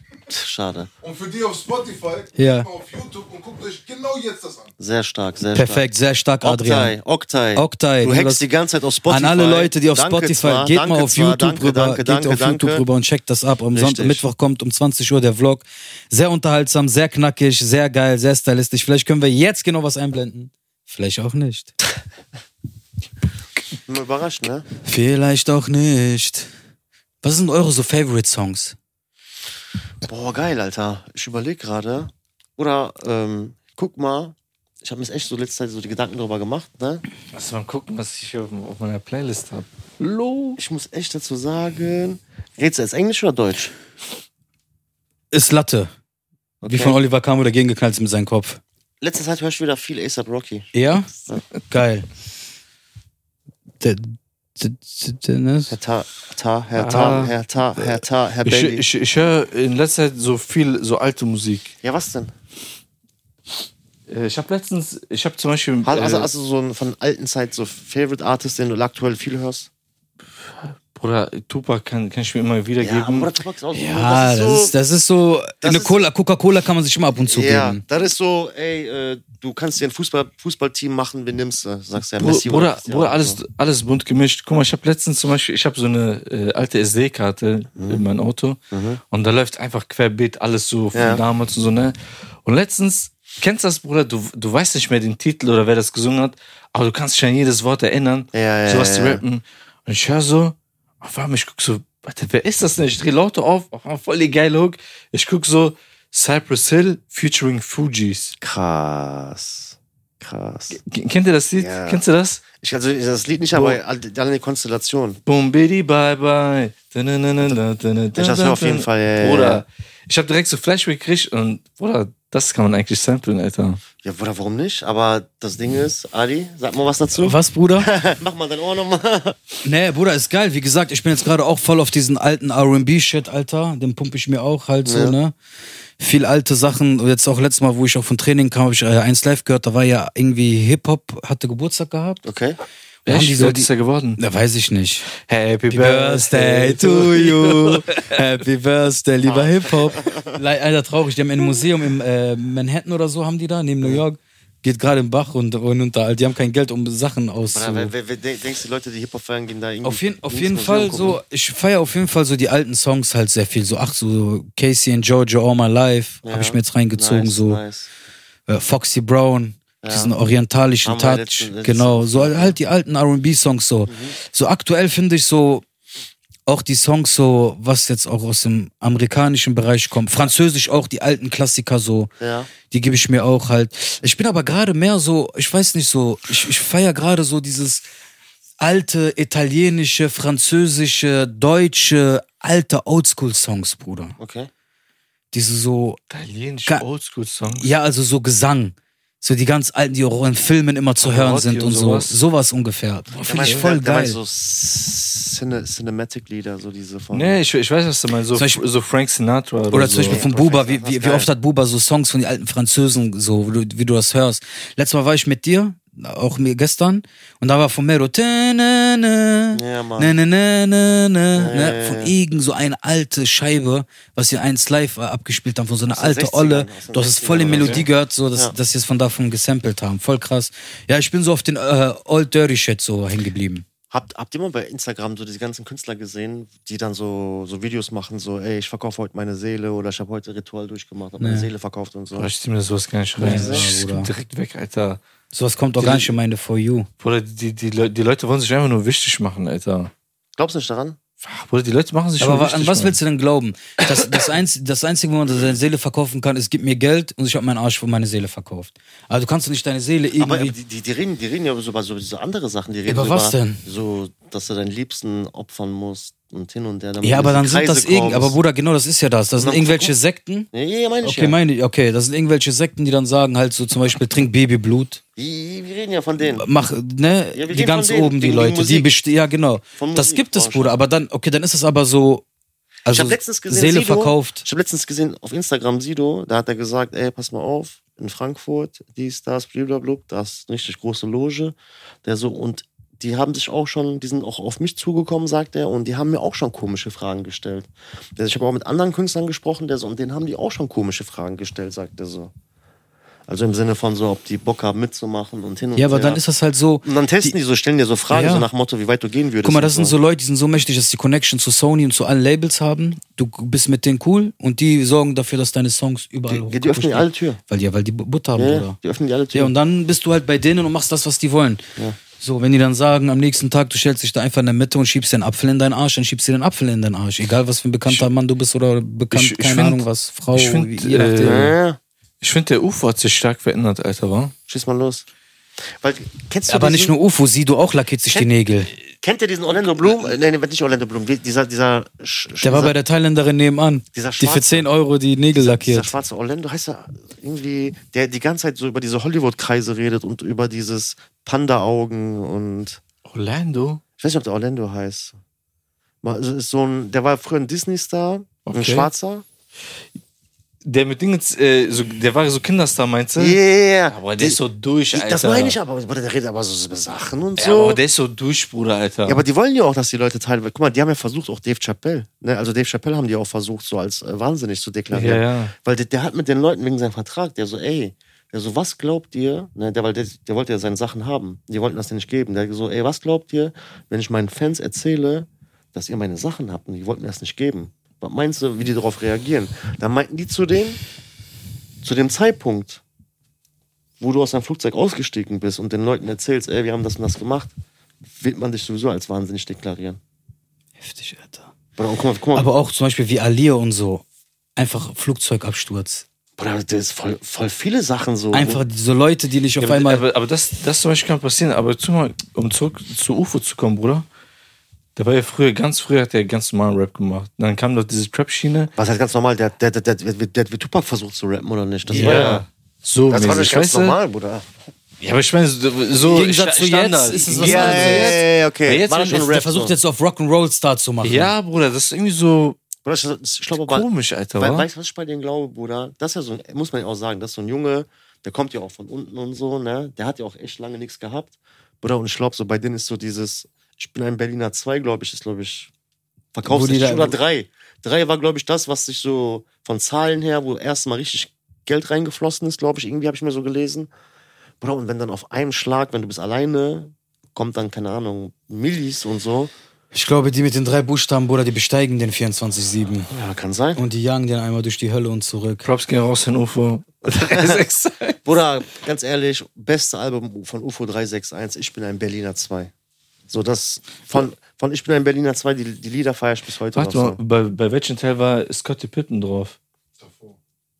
[SPEAKER 3] Schade.
[SPEAKER 4] Und für die auf Spotify,
[SPEAKER 1] Ja.
[SPEAKER 4] geht mal auf YouTube und guckt euch genau jetzt das an.
[SPEAKER 3] Sehr stark, sehr stark.
[SPEAKER 1] Perfekt, sehr stark, Adrian.
[SPEAKER 3] Oktay, Oktay.
[SPEAKER 1] Oktay,
[SPEAKER 3] Du
[SPEAKER 1] ne,
[SPEAKER 3] hackst
[SPEAKER 1] was-
[SPEAKER 3] die ganze Zeit auf Spotify.
[SPEAKER 1] An alle Leute, die auf
[SPEAKER 3] Danke
[SPEAKER 1] Spotify,
[SPEAKER 3] zwar,
[SPEAKER 1] geht
[SPEAKER 3] danke
[SPEAKER 1] mal auf
[SPEAKER 3] zwar,
[SPEAKER 1] YouTube
[SPEAKER 3] danke,
[SPEAKER 1] rüber,
[SPEAKER 3] Danke,
[SPEAKER 1] geht
[SPEAKER 3] danke,
[SPEAKER 1] auf
[SPEAKER 3] danke.
[SPEAKER 1] YouTube rüber und checkt das ab. Am Sonntag,
[SPEAKER 3] Richtig.
[SPEAKER 1] Mittwoch kommt um 20 Uhr der Vlog. Sehr unterhaltsam, sehr knackig, sehr geil, sehr stylistisch. Vielleicht können wir jetzt genau was einblenden. Vielleicht auch nicht.
[SPEAKER 3] Bin mal überrascht, ne?
[SPEAKER 1] Vielleicht auch nicht. Was sind eure so Favorite Songs?
[SPEAKER 3] Boah, geil, Alter. Ich überlege gerade. Oder, ähm, guck mal. Ich habe mir echt so letzte Zeit so die Gedanken darüber gemacht, ne?
[SPEAKER 2] Lass mal gucken, was ich hier auf, auf meiner Playlist habe. Lo.
[SPEAKER 3] Ich muss echt dazu sagen. Redst du jetzt Englisch oder Deutsch?
[SPEAKER 1] Ist Latte. Wie von Oliver Kahn wurde gegengeknallt ist mit seinem Kopf.
[SPEAKER 3] Letzte Zeit hörst du wieder viel ASAP Rocky.
[SPEAKER 1] Ja? Geil. Der, der, der Dennis?
[SPEAKER 3] Herr Ta, Ta, Herr Ta,
[SPEAKER 2] Ah.
[SPEAKER 3] Herr Ta, Herr Ta, Herr
[SPEAKER 2] Ich,
[SPEAKER 3] Baby.
[SPEAKER 2] ich, ich höre in letzter Zeit so viel so alte Musik.
[SPEAKER 3] Ja, was denn?
[SPEAKER 2] Äh, Ich habe letztens, ich habe zum Beispiel.
[SPEAKER 3] Hast, hast,
[SPEAKER 2] äh,
[SPEAKER 3] du- hast du so einen von alten Zeit so Favorite Artist, den du aktuell viel hörst?
[SPEAKER 2] Bruder, Tupac kann, kann ich mir immer wieder
[SPEAKER 3] Ja,
[SPEAKER 2] geben.
[SPEAKER 3] Bruder Tabak ist auch so.
[SPEAKER 1] Ja, das ist, das ist so.
[SPEAKER 3] das
[SPEAKER 1] eine
[SPEAKER 3] ist-
[SPEAKER 1] Cola, Coca-Cola kann man sich immer ab und zu
[SPEAKER 3] ja,
[SPEAKER 1] geben.
[SPEAKER 3] das ist so, ey, äh, du kannst dir ein Fußball, Fußballteam machen, wir nimmst du. Sagst ja
[SPEAKER 2] Bru-
[SPEAKER 3] Messi
[SPEAKER 2] Bruder,
[SPEAKER 3] Cristiano
[SPEAKER 2] Bruder,
[SPEAKER 3] und
[SPEAKER 2] alles,
[SPEAKER 3] so.
[SPEAKER 2] alles bunt gemischt. Guck mal, ich habe letztens zum Beispiel, ich habe so eine äh, alte SD-Karte
[SPEAKER 3] Mhm.
[SPEAKER 2] in meinem Auto und da läuft einfach querbeet alles so von
[SPEAKER 3] Ja.
[SPEAKER 2] damals und so, ne? Und letztens, kennst du das, Bruder, du, du weißt nicht mehr den Titel oder wer das gesungen hat, aber du kannst dich an jedes Wort erinnern,
[SPEAKER 3] Ja, ja,
[SPEAKER 2] sowas
[SPEAKER 3] ja,
[SPEAKER 2] zu
[SPEAKER 3] ja.
[SPEAKER 2] rappen. Und ich höre so, auf einmal, ich guck so, warte, wer ist das denn? Ich drehe lauter auf, auf einmal voll die geile Hook. Ich guck so, Cypress Hill featuring Fugees.
[SPEAKER 3] Krass. Krass.
[SPEAKER 2] K- Kennt ihr das Lied?
[SPEAKER 3] Ja.
[SPEAKER 2] Kennst du das?
[SPEAKER 3] Ich, also ich- das Lied nicht, aber alle alle die Konstellation.
[SPEAKER 2] Boom, bidi, bye, bye.
[SPEAKER 3] Ich
[SPEAKER 2] Das
[SPEAKER 3] das hör auf jeden Fall. Ja, ja,
[SPEAKER 2] Bruder,
[SPEAKER 3] Ja.
[SPEAKER 2] ich habe direkt so Flashback gekriegt und, Bruder, das kann man eigentlich samplen, Alter.
[SPEAKER 3] ja, Bruder, warum nicht? Aber das Ding
[SPEAKER 1] Mhm.
[SPEAKER 3] ist, Ali, sag mal was dazu.
[SPEAKER 1] Was, Bruder?
[SPEAKER 3] Mach mal dein Ohr nochmal.
[SPEAKER 1] nee, Bruder, ist geil. Wie gesagt, ich bin jetzt gerade auch voll auf diesen alten RB-Shit, Alter. Den pumpe ich mir auch halt so,
[SPEAKER 3] Ja.
[SPEAKER 1] ne? Viel alte Sachen. Jetzt auch letztes Mal, wo ich auch vom Training kam, habe ich äh, eins live gehört. Da war ja irgendwie Hip-Hop, hatte Geburtstag gehabt.
[SPEAKER 3] Okay.
[SPEAKER 1] Da haben die
[SPEAKER 2] Echt?
[SPEAKER 1] so
[SPEAKER 2] So
[SPEAKER 1] die-
[SPEAKER 2] ist er geworden.
[SPEAKER 1] Na, weiß ich nicht.
[SPEAKER 2] Happy
[SPEAKER 1] you. Happy Birthday, lieber Hip-Hop. Le- Alter, traurig. Die haben ein Museum im äh, Manhattan oder so, haben die da, neben New York. Geht gerade im Bach und, und unter. Alter, Die haben kein Geld, um Sachen
[SPEAKER 3] Bruder,
[SPEAKER 1] auszu...
[SPEAKER 3] wer, wer, wer denk- denkst du, die Leute, die Hip-Hop feiern, gehen da irgendwie.
[SPEAKER 1] Auf, jeden, auf
[SPEAKER 3] ins
[SPEAKER 1] jeden
[SPEAKER 3] Museum
[SPEAKER 1] Fall
[SPEAKER 3] gucken?
[SPEAKER 1] so, ich feiere auf jeden Fall so die alten Songs halt sehr viel. So, ach, so Casey and Georgia All My Life
[SPEAKER 3] Ja.
[SPEAKER 1] habe ich mir jetzt reingezogen.
[SPEAKER 3] Nice,
[SPEAKER 1] so
[SPEAKER 3] Nice.
[SPEAKER 1] äh, Foxy Brown, diesen orientalischen
[SPEAKER 3] Haben wir
[SPEAKER 1] Touch,
[SPEAKER 3] letzten- letztes
[SPEAKER 1] genau,
[SPEAKER 3] Mal.
[SPEAKER 1] so halt die alten R&B-Songs so.
[SPEAKER 3] Mhm.
[SPEAKER 1] So aktuell finde ich so auch die Songs so, was jetzt auch aus dem amerikanischen Bereich kommt, französisch auch die alten Klassiker so,
[SPEAKER 3] Ja.
[SPEAKER 1] die gebe ich mir auch halt. Ich bin aber gerade mehr so, ich weiß nicht so, ich, ich feiere gerade so dieses alte italienische, französische, deutsche, alte Oldschool-Songs, Bruder.
[SPEAKER 3] Okay.
[SPEAKER 1] Diese so
[SPEAKER 2] Italienische
[SPEAKER 1] Ga-
[SPEAKER 2] Oldschool-Song.
[SPEAKER 1] ja, also so Gesang. So die ganz alten, die auch in Filmen immer zu hören
[SPEAKER 2] Pavarotti
[SPEAKER 1] sind und
[SPEAKER 2] und
[SPEAKER 1] so.
[SPEAKER 2] sowas.
[SPEAKER 1] Sowas ungefähr. Boah,
[SPEAKER 3] Da
[SPEAKER 1] Finde ich
[SPEAKER 3] meinst-
[SPEAKER 1] voll
[SPEAKER 3] da- da meinst
[SPEAKER 1] geil.
[SPEAKER 3] du So Cine, Cinematic-Lieder, so diese von.
[SPEAKER 2] Nee, ich, ich weiß, was du meinst. So,
[SPEAKER 1] Zum Beispiel-
[SPEAKER 2] so Frank Sinatra oder,
[SPEAKER 1] Oder
[SPEAKER 2] so.
[SPEAKER 1] zum Beispiel von
[SPEAKER 3] Perfekt,
[SPEAKER 1] Buba, wie,
[SPEAKER 3] das ist
[SPEAKER 1] wie, wie
[SPEAKER 3] geil.
[SPEAKER 1] oft hat Buba so Songs von den alten Französen, so wie du, wie du das hörst. Letztes Mal war ich mit dir, auch mir gestern, und da war von Mero. "Tä, nä, nä,
[SPEAKER 3] Ja, Mann.
[SPEAKER 1] nä, nä, nä, nä, nä",
[SPEAKER 3] Ja, ja,
[SPEAKER 1] ne?
[SPEAKER 3] ja,
[SPEAKER 1] Von
[SPEAKER 3] ja.
[SPEAKER 1] irgend so eine alte Scheibe, was wir eins live äh, abgespielt haben, von so einer
[SPEAKER 3] den
[SPEAKER 1] alte
[SPEAKER 3] 60ern,
[SPEAKER 1] Olle.
[SPEAKER 3] aus den
[SPEAKER 1] Du hast es voll in
[SPEAKER 3] 60ern oder so.
[SPEAKER 1] Melodie gehört, so dass,
[SPEAKER 3] Ja.
[SPEAKER 1] dass sie es von davon gesampelt haben. Voll krass. Ja, ich bin so auf den äh, Old Dirty Shit so hängen geblieben.
[SPEAKER 3] Habt, habt ihr mal bei Instagram so diese ganzen Künstler gesehen, die dann so, so Videos machen, so, ey, ich verkaufe heute meine Seele oder ich habe heute Ritual durchgemacht, habe meine Seele verkauft und so.
[SPEAKER 2] Bruder, ich zieh mir sowas gar nicht rein.
[SPEAKER 1] Ja,
[SPEAKER 2] ich
[SPEAKER 1] Bruder.
[SPEAKER 2] skipp direkt weg, Alter.
[SPEAKER 1] Sowas kommt doch gar nicht in meine For You.
[SPEAKER 2] Bruder, die, die, Leu- die Leute wollen sich einfach nur wichtig machen, Alter.
[SPEAKER 3] Glaubst du nicht daran?
[SPEAKER 2] Ach, Bruder, die Leute machen sich
[SPEAKER 1] Aber
[SPEAKER 2] nur
[SPEAKER 1] wa-
[SPEAKER 2] wichtig.
[SPEAKER 1] an was
[SPEAKER 2] Mann.
[SPEAKER 1] willst du denn glauben? Das, das, Einz, das Einzige, wo man seine Seele verkaufen kann, ist, gib mir Geld und ich habe meinen Arsch für meine Seele verkauft. Also du kannst du nicht deine Seele irgendwie...
[SPEAKER 3] Aber aber die, die, die, reden, die reden ja so über so, so andere Sachen. Die reden
[SPEAKER 1] Über
[SPEAKER 3] so
[SPEAKER 1] was denn?
[SPEAKER 3] So, dass du deinen Liebsten opfern musst und hin und her. damit
[SPEAKER 1] ja,
[SPEAKER 3] du
[SPEAKER 1] aber
[SPEAKER 3] in
[SPEAKER 1] dann
[SPEAKER 3] die
[SPEAKER 1] sind das
[SPEAKER 3] Kreise
[SPEAKER 1] irgend...
[SPEAKER 3] kommst.
[SPEAKER 1] Aber Bruder, genau das ist ja das. Das sind
[SPEAKER 3] dann-
[SPEAKER 1] irgendwelche Sekten.
[SPEAKER 3] Ja, ja, meine ich
[SPEAKER 1] Okay,
[SPEAKER 3] ja.
[SPEAKER 1] meine ich. Okay, das sind irgendwelche Sekten, die dann sagen halt so zum Beispiel, trink Babyblut.
[SPEAKER 3] Die, wir reden ja von denen.
[SPEAKER 1] Mach, ne?
[SPEAKER 3] Ja, wir
[SPEAKER 1] die
[SPEAKER 3] gehen
[SPEAKER 1] ganz
[SPEAKER 3] von denen,
[SPEAKER 1] oben, die
[SPEAKER 3] wegen
[SPEAKER 1] Leute. Die
[SPEAKER 3] Musik.
[SPEAKER 1] beste ja, genau.
[SPEAKER 3] Von
[SPEAKER 1] Das
[SPEAKER 3] Musik,
[SPEAKER 1] gibt es,
[SPEAKER 3] Branche.
[SPEAKER 1] Bruder. Aber dann, okay, dann ist es aber so...
[SPEAKER 3] Ich
[SPEAKER 1] Also
[SPEAKER 3] habe letztens gesehen,
[SPEAKER 1] Seele
[SPEAKER 3] Sido,
[SPEAKER 1] verkauft.
[SPEAKER 3] Ich habe letztens gesehen auf Instagram Sido, da hat er gesagt, ey, pass mal auf, in Frankfurt, dies, das, blablabla, das ist eine richtig große Loge. Der so, und die haben sich auch schon, die sind auch auf mich zugekommen, sagt er, und die haben mir auch schon komische Fragen gestellt. Der, ich habe auch mit anderen Künstlern gesprochen, der so, und denen haben die auch schon komische Fragen gestellt, sagt er so. Also im Sinne von so, ob die Bock haben mitzumachen und hin und
[SPEAKER 1] Ja, aber
[SPEAKER 3] her.
[SPEAKER 1] dann ist das halt so...
[SPEAKER 3] und dann testen die, so, stellen dir so Fragen,
[SPEAKER 1] Ja, ja.
[SPEAKER 3] so nach Motto, wie weit du gehen würdest.
[SPEAKER 1] Guck mal,
[SPEAKER 3] und
[SPEAKER 1] das sind so Leute, die sind so mächtig, dass die Connection zu Sony und zu allen Labels haben. Du bist mit denen cool und die sorgen dafür, dass deine Songs überall
[SPEAKER 3] Die, die
[SPEAKER 1] hochgepusht
[SPEAKER 3] öffnen dir alle Türen.
[SPEAKER 1] werden. Weil die, weil die Bu- Butter haben,
[SPEAKER 3] Ja, ja,
[SPEAKER 1] Bruder.
[SPEAKER 3] die öffnen dir alle
[SPEAKER 1] Ja,
[SPEAKER 3] Türen.
[SPEAKER 1] und dann bist du halt bei denen und machst das, was die wollen. So, wenn die dann sagen, am nächsten Tag, du stellst dich da einfach in der Mitte und schiebst dir einen Apfel in deinen Arsch, dann schiebst du den Apfel in deinen Arsch. Egal, was für ein bekannter Mann du bist oder bekannt,
[SPEAKER 2] Ich- ich
[SPEAKER 1] keine
[SPEAKER 2] find-
[SPEAKER 1] Ahnung was, Frau,
[SPEAKER 2] ich find,
[SPEAKER 1] je nachdem.
[SPEAKER 2] äh,
[SPEAKER 3] ja. ja.
[SPEAKER 2] Ich finde, der UFO hat sich stark verändert, Alter, wa?
[SPEAKER 3] Schieß mal los. Weil, kennst du
[SPEAKER 1] Aber nicht
[SPEAKER 3] diesen,
[SPEAKER 1] nur UFO, Sido auch lackiert sich die
[SPEAKER 3] Kennt-
[SPEAKER 1] Nägel.
[SPEAKER 3] Kennt ihr diesen Orlando Bloom? Äh, Nein, nicht Orlando Bloom. wie- Dieser, dieser, Sch-
[SPEAKER 1] Der war
[SPEAKER 3] dieser,
[SPEAKER 1] bei der Thailänderin nebenan,
[SPEAKER 3] dieser
[SPEAKER 1] die für
[SPEAKER 3] schwarze-
[SPEAKER 1] 10 Euro die Nägel
[SPEAKER 3] dieser
[SPEAKER 1] lackiert.
[SPEAKER 3] schwarze Orlando, heißt er irgendwie, der die ganze Zeit so über diese Hollywood-Kreise redet und über dieses Panda-Augen und
[SPEAKER 2] Orlando?
[SPEAKER 3] ich weiß nicht, ob der Orlando heißt. Mal- also Ist so ein, der war früher ein Disney-Star, ein
[SPEAKER 2] Okay.
[SPEAKER 3] Schwarzer.
[SPEAKER 2] Der mit Dingens, äh, so, der war so Kinderstar, meinst du?
[SPEAKER 3] Yeah.
[SPEAKER 2] Aber der ist so durch, Alter.
[SPEAKER 3] das meine ich aber. Bruder, Der redet aber so über Sachen und
[SPEAKER 2] Ja,
[SPEAKER 3] so.
[SPEAKER 2] aber der ist so durch, Bruder, Alter.
[SPEAKER 3] Ja, aber die wollen ja auch, dass die Leute teilweise. Guck mal, die haben ja versucht, auch Dave Chappelle. Ne? Also Dave Chappelle haben die auch versucht, so als äh, wahnsinnig zu deklarieren.
[SPEAKER 2] Ja, ja.
[SPEAKER 3] Weil der, der hat mit den Leuten wegen seinem Vertrag, der so, ey, der so, was glaubt ihr? Ne, der, weil der, der wollte ja seine Sachen haben. Die wollten das ja nicht geben. Der so, ey, was glaubt ihr, wenn ich meinen Fans erzähle, dass ihr meine Sachen habt und die wollten mir das nicht geben? Was meinst du, wie die darauf reagieren? Dann meinten die zu dem, zu dem Zeitpunkt, wo du aus deinem Flugzeug ausgestiegen bist und den Leuten erzählst, ey, wir haben das und das gemacht, wird man dich sowieso als wahnsinnig deklarieren.
[SPEAKER 1] Heftig, Alter.
[SPEAKER 3] Bruder, guck mal, guck mal,
[SPEAKER 1] Aber auch zum Beispiel wie Alir und so. Einfach Flugzeugabsturz.
[SPEAKER 3] Bruder, das ist voll, voll viele Sachen so.
[SPEAKER 1] Einfach diese Leute, die nicht auf
[SPEAKER 2] Ja, aber-
[SPEAKER 1] einmal.
[SPEAKER 2] Aber, aber das, das zum Beispiel kann passieren. Aber zu mal, um zurück zu UFO zu kommen, Bruder. Der war ja früher, ganz früher hat er ganz normalen Rap gemacht. Dann kam doch diese Trap-Schiene.
[SPEAKER 3] Was halt ganz normal, der, der, der, der, der, der hat wie Tupac versucht zu rappen, oder nicht? Das
[SPEAKER 2] So,
[SPEAKER 3] das war
[SPEAKER 2] mäßig,
[SPEAKER 3] nicht ganz
[SPEAKER 2] weißt du?
[SPEAKER 3] normal, Bruder.
[SPEAKER 2] Ja, aber ich meine, so, so
[SPEAKER 1] Im Gegensatz
[SPEAKER 2] Sta-
[SPEAKER 1] zu jetzt
[SPEAKER 2] Standard.
[SPEAKER 1] ist es was
[SPEAKER 2] ja,
[SPEAKER 1] anderes.
[SPEAKER 3] ja, ja, okay.
[SPEAKER 2] Ja, jetzt schon
[SPEAKER 3] war das
[SPEAKER 1] der
[SPEAKER 3] schon
[SPEAKER 1] der
[SPEAKER 3] Rap
[SPEAKER 1] versucht
[SPEAKER 3] so.
[SPEAKER 1] jetzt so auf Rock'n'Roll-Star zu machen.
[SPEAKER 2] ja, Bruder, das ist irgendwie so
[SPEAKER 3] Bruder, ich, ich glaube, aber-
[SPEAKER 2] komisch, Alter.
[SPEAKER 3] weil,
[SPEAKER 2] wa?
[SPEAKER 3] weißt du, was ich bei denen glaube, Bruder? Das ist ja so ein, muss man ja auch sagen, das ist so ein Junge, der kommt ja auch von unten und so, ne? Der hat ja auch echt lange nichts gehabt. Bruder, und ich glaube, so bei denen ist so dieses, ich bin ein Berliner 2, glaube ich, ist, glaube ich,
[SPEAKER 1] Wo die
[SPEAKER 3] verkaufsrecht
[SPEAKER 1] da-
[SPEAKER 3] oder 3. 3 war, glaube ich, das, was sich so von Zahlen her, wo erstmal richtig Geld reingeflossen ist, glaube ich, irgendwie habe ich mir so gelesen. Bruder, und wenn dann auf einem Schlag, wenn du bist alleine, kommt dann, keine Ahnung, Millis und so.
[SPEAKER 1] Ich glaube, die mit den drei Buchstaben, Bruder, die besteigen den 24-7.
[SPEAKER 3] Ja, kann sein.
[SPEAKER 1] Und die jagen den einmal durch die Hölle und zurück.
[SPEAKER 2] Props gehen raus in UFO. Das ist exakt.
[SPEAKER 3] Bruder, ganz ehrlich, beste Album von UFO 361, Ich bin ein Berliner 2. So, das von, von Ich bin ein Berliner 2, die, die Lieder feier ich bis heute
[SPEAKER 2] Warte
[SPEAKER 3] noch.
[SPEAKER 2] mal, bei, bei welchem Teil war Scotty Pippen drauf?
[SPEAKER 4] Davor.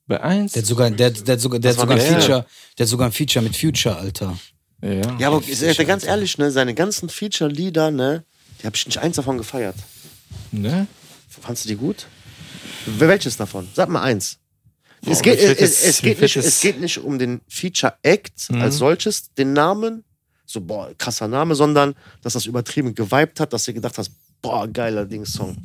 [SPEAKER 2] Bei 1?
[SPEAKER 1] Der hat sogar, der, hat- der hat sogar, der hat
[SPEAKER 3] Das war
[SPEAKER 1] sogar ein
[SPEAKER 3] der.
[SPEAKER 1] Feature, der hat sogar ein Feature mit Future, Alter.
[SPEAKER 2] Ja. ja.
[SPEAKER 3] So. Ja, aber ist, ist, ganz ehrlich, ne, seine ganzen Feature-Lieder, ne, die habe ich nicht eins davon gefeiert.
[SPEAKER 2] Ne?
[SPEAKER 3] Fandst du die gut? Wel- Welches davon? Sag mal eins. es,
[SPEAKER 2] Boah,
[SPEAKER 3] geht,
[SPEAKER 2] mir fällt
[SPEAKER 3] es, es,
[SPEAKER 2] jetzt-
[SPEAKER 3] es,
[SPEAKER 2] mir
[SPEAKER 3] geht
[SPEAKER 2] fällt
[SPEAKER 3] nicht,
[SPEAKER 2] jetzt-
[SPEAKER 3] es geht nicht um den Feature-Act
[SPEAKER 2] Mhm.
[SPEAKER 3] als solches, den Namen, so boah, krasser Name, sondern dass das übertrieben geweibt hat, dass du gedacht hast, boah, geiler Dings-Song.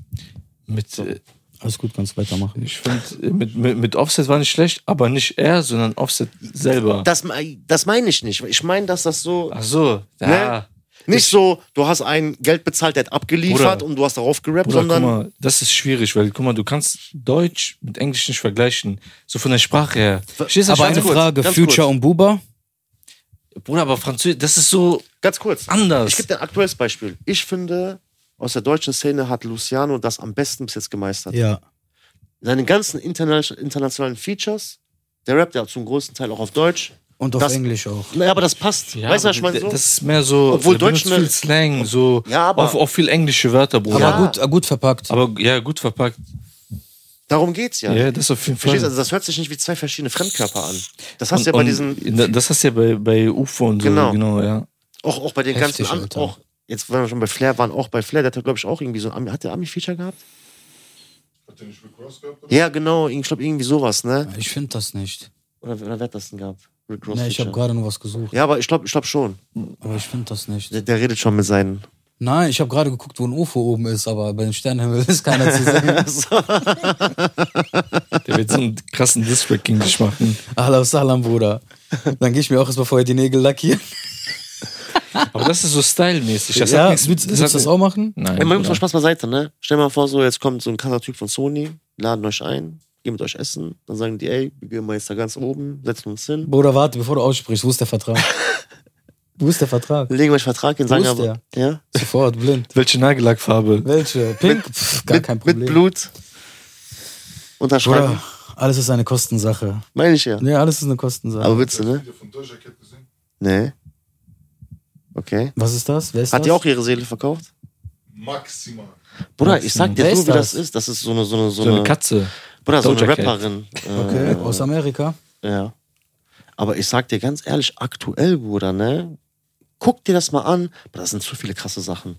[SPEAKER 2] Mit, äh,
[SPEAKER 1] Alles gut, kannst weitermachen.
[SPEAKER 2] ich find, äh, mit, mit, mit Offset war nicht schlecht, aber nicht er, sondern Offset selber.
[SPEAKER 3] Das, me- das meine ich nicht. Ich meine, dass das so.
[SPEAKER 2] Ach so, ja.
[SPEAKER 3] Ne? Nicht so, du hast ein Geld bezahlt, der hat abgeliefert
[SPEAKER 2] Bruder.
[SPEAKER 3] und du hast darauf gerappt,
[SPEAKER 2] Bruder, guck
[SPEAKER 3] sondern.
[SPEAKER 2] mal, das ist schwierig, weil guck mal, du kannst Deutsch mit Englisch nicht vergleichen, so von der Sprache her. Verstehst du, was
[SPEAKER 1] Aber
[SPEAKER 2] ich
[SPEAKER 1] eine
[SPEAKER 2] meine?
[SPEAKER 3] kurz,
[SPEAKER 1] Frage:
[SPEAKER 3] ganz
[SPEAKER 1] Future
[SPEAKER 3] kurz.
[SPEAKER 1] und Buba?
[SPEAKER 2] Bruder, aber Französisch, das ist so
[SPEAKER 3] Ganz kurz.
[SPEAKER 2] anders.
[SPEAKER 3] Ich gebe dir ein aktuelles Beispiel. Ich finde, aus der deutschen Szene hat Luciano das am besten bis jetzt gemeistert.
[SPEAKER 1] Ja.
[SPEAKER 3] Seine ganzen interna internationalen Features, der rappt ja zum größten Teil auch auf Deutsch.
[SPEAKER 1] Und auf
[SPEAKER 3] Das-
[SPEAKER 1] Englisch auch.
[SPEAKER 3] Naja, aber das passt. weißt du, was ich meine? So?
[SPEAKER 2] Das ist mehr so,
[SPEAKER 3] Obwohl
[SPEAKER 2] der benutzt
[SPEAKER 3] Deutsch ne-
[SPEAKER 2] viel Slang, so
[SPEAKER 3] Ja, aber-
[SPEAKER 2] auch, auch viel englische Wörter,
[SPEAKER 1] Aber
[SPEAKER 2] Bruder.
[SPEAKER 3] Ja.
[SPEAKER 1] gut, äh, gut verpackt.
[SPEAKER 2] Aber ja, gut verpackt.
[SPEAKER 3] Darum geht's ja.
[SPEAKER 2] Ja, das auf jeden Fall.
[SPEAKER 3] Verstehst du? Also, das hört sich nicht wie zwei verschiedene Fremdkörper an. Das hast du ja
[SPEAKER 2] Und-
[SPEAKER 3] bei
[SPEAKER 2] und
[SPEAKER 3] diesen,
[SPEAKER 2] in der- Das hast du ja bei, bei UFO und so.
[SPEAKER 3] Genau.
[SPEAKER 2] Genau, ja.
[SPEAKER 3] auch, auch bei den
[SPEAKER 1] Heftig,
[SPEAKER 3] ganzen,
[SPEAKER 1] Alter.
[SPEAKER 3] An auch, jetzt, wenn wir schon bei Flair waren, auch bei Flair, der hat, glaube ich, auch irgendwie so, ein Ami- hat der Ami-Feature gehabt?
[SPEAKER 4] Hat der nicht Rick Ross gehabt?
[SPEAKER 3] Ja, genau, ich glaube, irgendwie sowas, ne?
[SPEAKER 1] Ich finde das nicht.
[SPEAKER 3] Oder, oder wer hat das denn gehabt? Rick Ross
[SPEAKER 1] Nee, ich habe
[SPEAKER 3] Feature.
[SPEAKER 1] gerade nur was gesucht.
[SPEAKER 3] Ja, aber ich glaube ich glaub schon.
[SPEAKER 1] Aber ich finde das nicht.
[SPEAKER 3] Der, der redet schon mit seinen.
[SPEAKER 1] Nein, ich habe gerade geguckt, wo ein UFO oben ist, aber bei dem Sternenhimmel ist keiner zu sehen.
[SPEAKER 2] Der wird so einen krassen Distrack gegen dich machen.
[SPEAKER 1] Alam Salam, Bruder. Dann gehe ich mir auch erstmal vorher die Nägel lackieren.
[SPEAKER 2] Aber das ist so stylmäßig. Das
[SPEAKER 1] ja,
[SPEAKER 2] hat
[SPEAKER 1] willst,
[SPEAKER 2] nichts
[SPEAKER 1] willst du
[SPEAKER 2] hat-
[SPEAKER 1] das auch machen?
[SPEAKER 2] Nein.
[SPEAKER 3] Ey, man muss
[SPEAKER 2] Bruder.
[SPEAKER 3] mal Spaß beiseite, ne? Stell mal vor, so, jetzt kommt so ein krasser Typ von Sony, laden euch ein, gehen mit euch essen, dann sagen die, ey, wir gehen mal jetzt da ganz oben, setzen uns hin,
[SPEAKER 1] Bruder, warte, bevor du aussprichst, wo ist der Vertrag? wo ist der Vertrag?
[SPEAKER 3] legen euch Vertrag hin, sagen
[SPEAKER 1] Wo ist
[SPEAKER 3] aber. Ja?
[SPEAKER 1] Sofort, blind.
[SPEAKER 2] Welche Nagellackfarbe?
[SPEAKER 1] Welche? Pink? Pff, gar
[SPEAKER 3] mit,
[SPEAKER 1] kein Problem.
[SPEAKER 3] Mit Blut. Unterschreiben.
[SPEAKER 1] Bruder, alles ist eine Kostensache.
[SPEAKER 3] Meine ich ja.
[SPEAKER 1] Nee, alles ist eine Kostensache.
[SPEAKER 3] Aber Witze, ne?
[SPEAKER 4] Video von Doja Cat gesehen?
[SPEAKER 3] Nee. Okay.
[SPEAKER 1] Was ist das? Wer ist
[SPEAKER 3] Hat
[SPEAKER 1] das?
[SPEAKER 3] die auch ihre Seele verkauft?
[SPEAKER 4] Maximal.
[SPEAKER 3] Bruder, ich sag dir
[SPEAKER 1] Wer
[SPEAKER 3] so,
[SPEAKER 1] ist
[SPEAKER 3] wie
[SPEAKER 1] das?
[SPEAKER 3] das ist. Das ist so eine, so eine, so
[SPEAKER 2] So eine
[SPEAKER 3] eine,
[SPEAKER 2] Katze.
[SPEAKER 3] Bruder, so eine
[SPEAKER 2] Doja Cat.
[SPEAKER 3] Rapperin. Äh,
[SPEAKER 1] Okay, aus Amerika.
[SPEAKER 3] Ja. Aber ich sag dir ganz ehrlich, aktuell, Bruder, ne? Guck dir das mal an. Aber das sind zu viele krasse Sachen.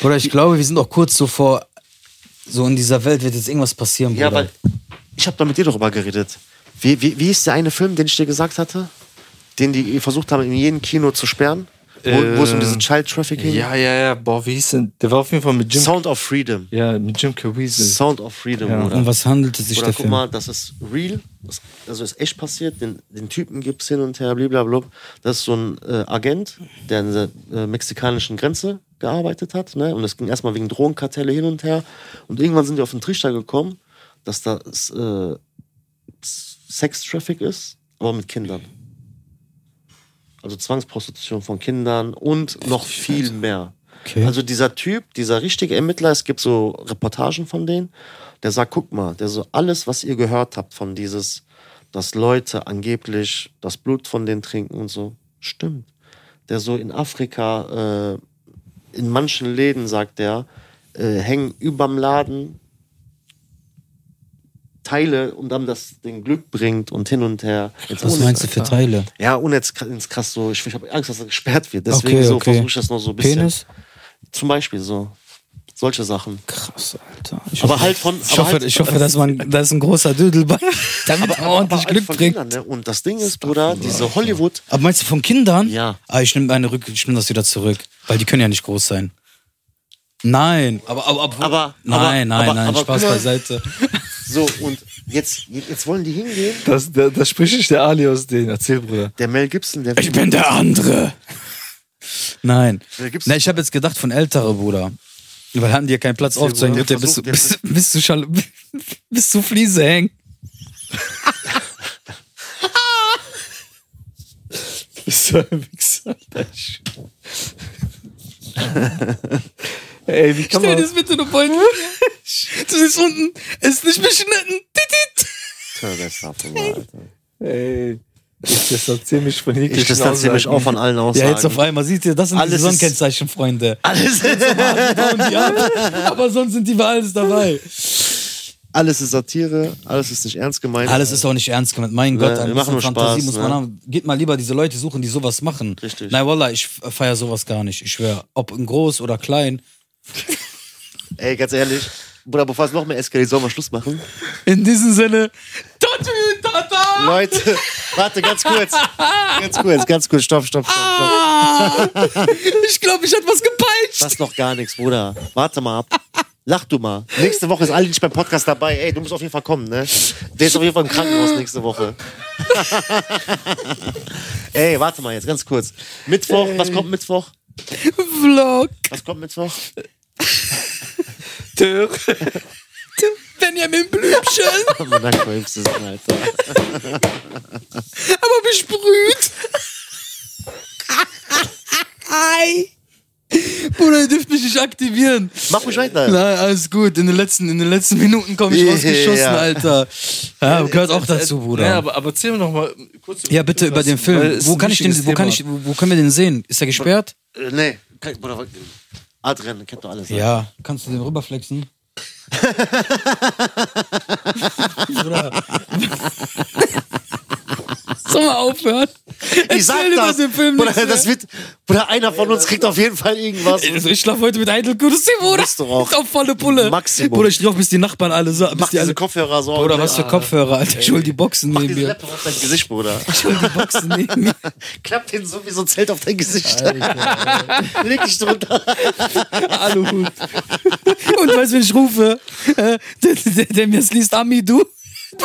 [SPEAKER 1] Bruder, ich glaube, wir sind auch kurz so vor, so in dieser Welt wird jetzt irgendwas passieren, Bruder.
[SPEAKER 3] Ja, weil ich habe da mit dir darüber geredet. Wie, wie, wie ist der eine Film, den ich dir gesagt hatte? Den die versucht haben, in jedem Kino zu sperren? Wo, wo es um
[SPEAKER 2] Ähm,
[SPEAKER 3] diesen Child Trafficking
[SPEAKER 2] Ja, ja, ja. Boah, wie hieß denn? Der war auf jeden Fall mit Jim.
[SPEAKER 3] Sound of Freedom.
[SPEAKER 2] ja, mit Jim Caviezel.
[SPEAKER 3] Sound of Freedom,
[SPEAKER 2] Ja.
[SPEAKER 3] Bruder.
[SPEAKER 1] Und was handelt es sich
[SPEAKER 3] Oder
[SPEAKER 1] der
[SPEAKER 3] guck
[SPEAKER 1] Film?
[SPEAKER 3] mal, das ist real, das, also ist echt passiert, den, den Typen gibt's hin und her, blablabla. Das ist so ein äh, Agent, der an der äh, mexikanischen Grenze gearbeitet hat, ne? und es ging erstmal wegen Drogenkartelle hin und her und irgendwann sind die auf den Trichter gekommen, dass das äh, Sex-Traffic ist, aber mit Kindern. Also Zwangsprostitution von Kindern und noch viel mehr.
[SPEAKER 1] Okay.
[SPEAKER 3] Also dieser Typ, dieser richtige Ermittler, es gibt so Reportagen von denen, der sagt, guck mal, der so alles, was ihr gehört habt von dieses, dass Leute angeblich das Blut von denen trinken und so, stimmt. Der so in Afrika, äh, in manchen Läden, sagt der, äh, hängen überm Laden Teile und dann das den Glück bringt und hin und her. Jetzt
[SPEAKER 1] was
[SPEAKER 3] ohne-
[SPEAKER 1] meinst du für Teile?
[SPEAKER 3] Ja, ohne jetzt kr- ins krass so, ich, ich habe Angst, dass das gesperrt wird. Deswegen
[SPEAKER 1] Okay,
[SPEAKER 3] so
[SPEAKER 1] okay.
[SPEAKER 3] versuche ich das noch so ein bisschen.
[SPEAKER 1] Penis?
[SPEAKER 3] Zum Beispiel so. Solche Sachen.
[SPEAKER 1] Krass, Alter. Ich
[SPEAKER 3] Aber
[SPEAKER 1] hoffe-
[SPEAKER 3] halt von.
[SPEAKER 1] Ich
[SPEAKER 3] aber
[SPEAKER 1] hoffe,
[SPEAKER 3] halt,
[SPEAKER 1] ich hoffe, dass man, da ist ein großer Dödel bei, damit man
[SPEAKER 3] aber
[SPEAKER 1] ordentlich
[SPEAKER 3] halt
[SPEAKER 1] Glück
[SPEAKER 3] von
[SPEAKER 1] bringt.
[SPEAKER 3] Kindern, ne? Und das Ding ist, Bruder, diese Hollywood.
[SPEAKER 1] Aber meinst du von Kindern?
[SPEAKER 3] Ja.
[SPEAKER 1] Ah, ich nehme eine rück, ich nehme das wieder zurück, weil die können ja nicht groß sein. Nein, aber aber, aber,
[SPEAKER 3] Aber-
[SPEAKER 1] nein, nein,
[SPEAKER 3] aber-
[SPEAKER 1] nein,
[SPEAKER 3] aber-
[SPEAKER 1] Spaß
[SPEAKER 3] aber-
[SPEAKER 1] beiseite.
[SPEAKER 3] So, und jetzt, jetzt wollen die hingehen.
[SPEAKER 2] Das, da, da spricht nicht der Ali aus denen. Erzähl, Bruder.
[SPEAKER 3] Der Mel Gibson, der.
[SPEAKER 1] Ich bin der andere. Nein.
[SPEAKER 3] Da gibt's-
[SPEAKER 1] Na, ich habe jetzt gedacht von ältere Bruder. Weil haben die ja keinen Platz aufzuhängen, wird
[SPEAKER 3] Bruder,
[SPEAKER 1] der bis,
[SPEAKER 3] versucht
[SPEAKER 1] bis, bis, zu Schal bis zu Fliese hängen.
[SPEAKER 2] Bist du ein Wichser? Ey, wie kann
[SPEAKER 1] Stell
[SPEAKER 2] man...
[SPEAKER 1] dir das bitte nur vor. Du siehst unten, ist nicht beschnitten. Titit.
[SPEAKER 2] Ey, ich distanziere mich von jeglichen
[SPEAKER 3] Ich distanziere mich auch
[SPEAKER 2] Aussagen.
[SPEAKER 3] von allen Aussagen.
[SPEAKER 1] Ja, jetzt auf einmal, seht ihr, das sind die
[SPEAKER 3] Alles ist-
[SPEAKER 1] Saisonkennzeichen, Freunde.
[SPEAKER 3] alles,
[SPEAKER 1] Hauen die ab, aber sonst sind die bei alles dabei.
[SPEAKER 3] alles ist Satire, alles ist nicht ernst gemeint.
[SPEAKER 1] Alles ist auch nicht ernst gemeint. Mein Gott,
[SPEAKER 3] wir
[SPEAKER 1] ein
[SPEAKER 3] machen
[SPEAKER 1] bisschen
[SPEAKER 3] nur
[SPEAKER 1] Fantasie
[SPEAKER 3] Spaß,
[SPEAKER 1] muss man
[SPEAKER 3] ne?
[SPEAKER 1] haben. Geht mal lieber diese Leute suchen, die sowas machen.
[SPEAKER 3] Richtig.
[SPEAKER 1] Nein, Wallah, ich feier sowas gar nicht. Ich schwöre. Ob in groß oder klein.
[SPEAKER 3] Ey, ganz ehrlich. Bruder, bevor es noch mehr eskaliert, sollen wir Schluss machen?
[SPEAKER 1] In diesem Sinne, Tatü, Tata!
[SPEAKER 3] Leute, warte, ganz kurz. Ganz kurz, ganz kurz. Stopp, stopp, stopp. stopp. Ah.
[SPEAKER 1] Ich glaube, ich hab was gepeitscht.
[SPEAKER 3] Das ist noch gar nichts, Bruder. Warte mal ab. Lach du mal. Nächste Woche ist Ali nicht beim Podcast dabei. Ey, du musst auf jeden Fall kommen, ne? Der ist auf jeden Fall im Krankenhaus nächste Woche. Ey, warte mal jetzt, ganz kurz. Mittwoch, was kommt Mittwoch?
[SPEAKER 1] Vlog.
[SPEAKER 3] Was kommt Mittwoch?
[SPEAKER 1] Benjamin Blümchen,
[SPEAKER 3] Monaco hilfst du sein, Alter.
[SPEAKER 1] aber besprüht. Ei. Bruder, ihr dürft mich nicht aktivieren.
[SPEAKER 3] Mach mich weiter.
[SPEAKER 1] Nein, alles gut. In den letzten, in den letzten Minuten komme ich
[SPEAKER 3] Ja.
[SPEAKER 1] rausgeschossen, Alter. Ja, gehört auch dazu, Bruder.
[SPEAKER 2] Äh, Ja, aber, aber erzähl mir noch mal kurz.
[SPEAKER 1] Ja, bitte über den
[SPEAKER 2] Weil
[SPEAKER 1] Film.
[SPEAKER 2] es ist
[SPEAKER 1] Wo
[SPEAKER 2] ein
[SPEAKER 1] kann ich den,
[SPEAKER 2] wichtiges
[SPEAKER 1] wo kann ich,
[SPEAKER 2] Thema.
[SPEAKER 1] wo wo können wir den sehen? Ist er gesperrt?
[SPEAKER 3] Äh, nee, kein, Bruder, Adrian, kennt doch alles. ne?
[SPEAKER 1] Ja. Kannst du den rüberflexen? Bruder. Soll mal aufhören?
[SPEAKER 3] Ich sag
[SPEAKER 1] Erzähl über
[SPEAKER 3] das.
[SPEAKER 1] den Film ne?
[SPEAKER 3] Bruder,
[SPEAKER 1] nichts mehr.
[SPEAKER 3] das wird, Bruder, einer von uns kriegt auf jeden Fall irgendwas.
[SPEAKER 1] Also ich schlaf heute mit Eitel Kursi, Bruder.
[SPEAKER 3] Musst du auch.
[SPEAKER 1] Ist auf volle Pulle.
[SPEAKER 3] Maximum.
[SPEAKER 1] Bruder, ich schlaf, bis die Nachbarn alle sagen.
[SPEAKER 3] Mach
[SPEAKER 1] die alle
[SPEAKER 3] diese Kopfhörer so. ne?
[SPEAKER 1] Bruder, was für Kopfhörer, Alter. Ich hol die Boxen
[SPEAKER 3] Mach
[SPEAKER 1] neben
[SPEAKER 3] diesen
[SPEAKER 1] mir.
[SPEAKER 3] Laptop auf dein Gesicht, Bruder.
[SPEAKER 1] Ich hol die Boxen neben mir.
[SPEAKER 3] Klapp den so wie so ein Zelt auf dein Gesicht. Leg dich drunter.
[SPEAKER 1] Aluhut. Und weißt du, wenn ich rufe, äh, der, der, der mir es liest, Ami, du,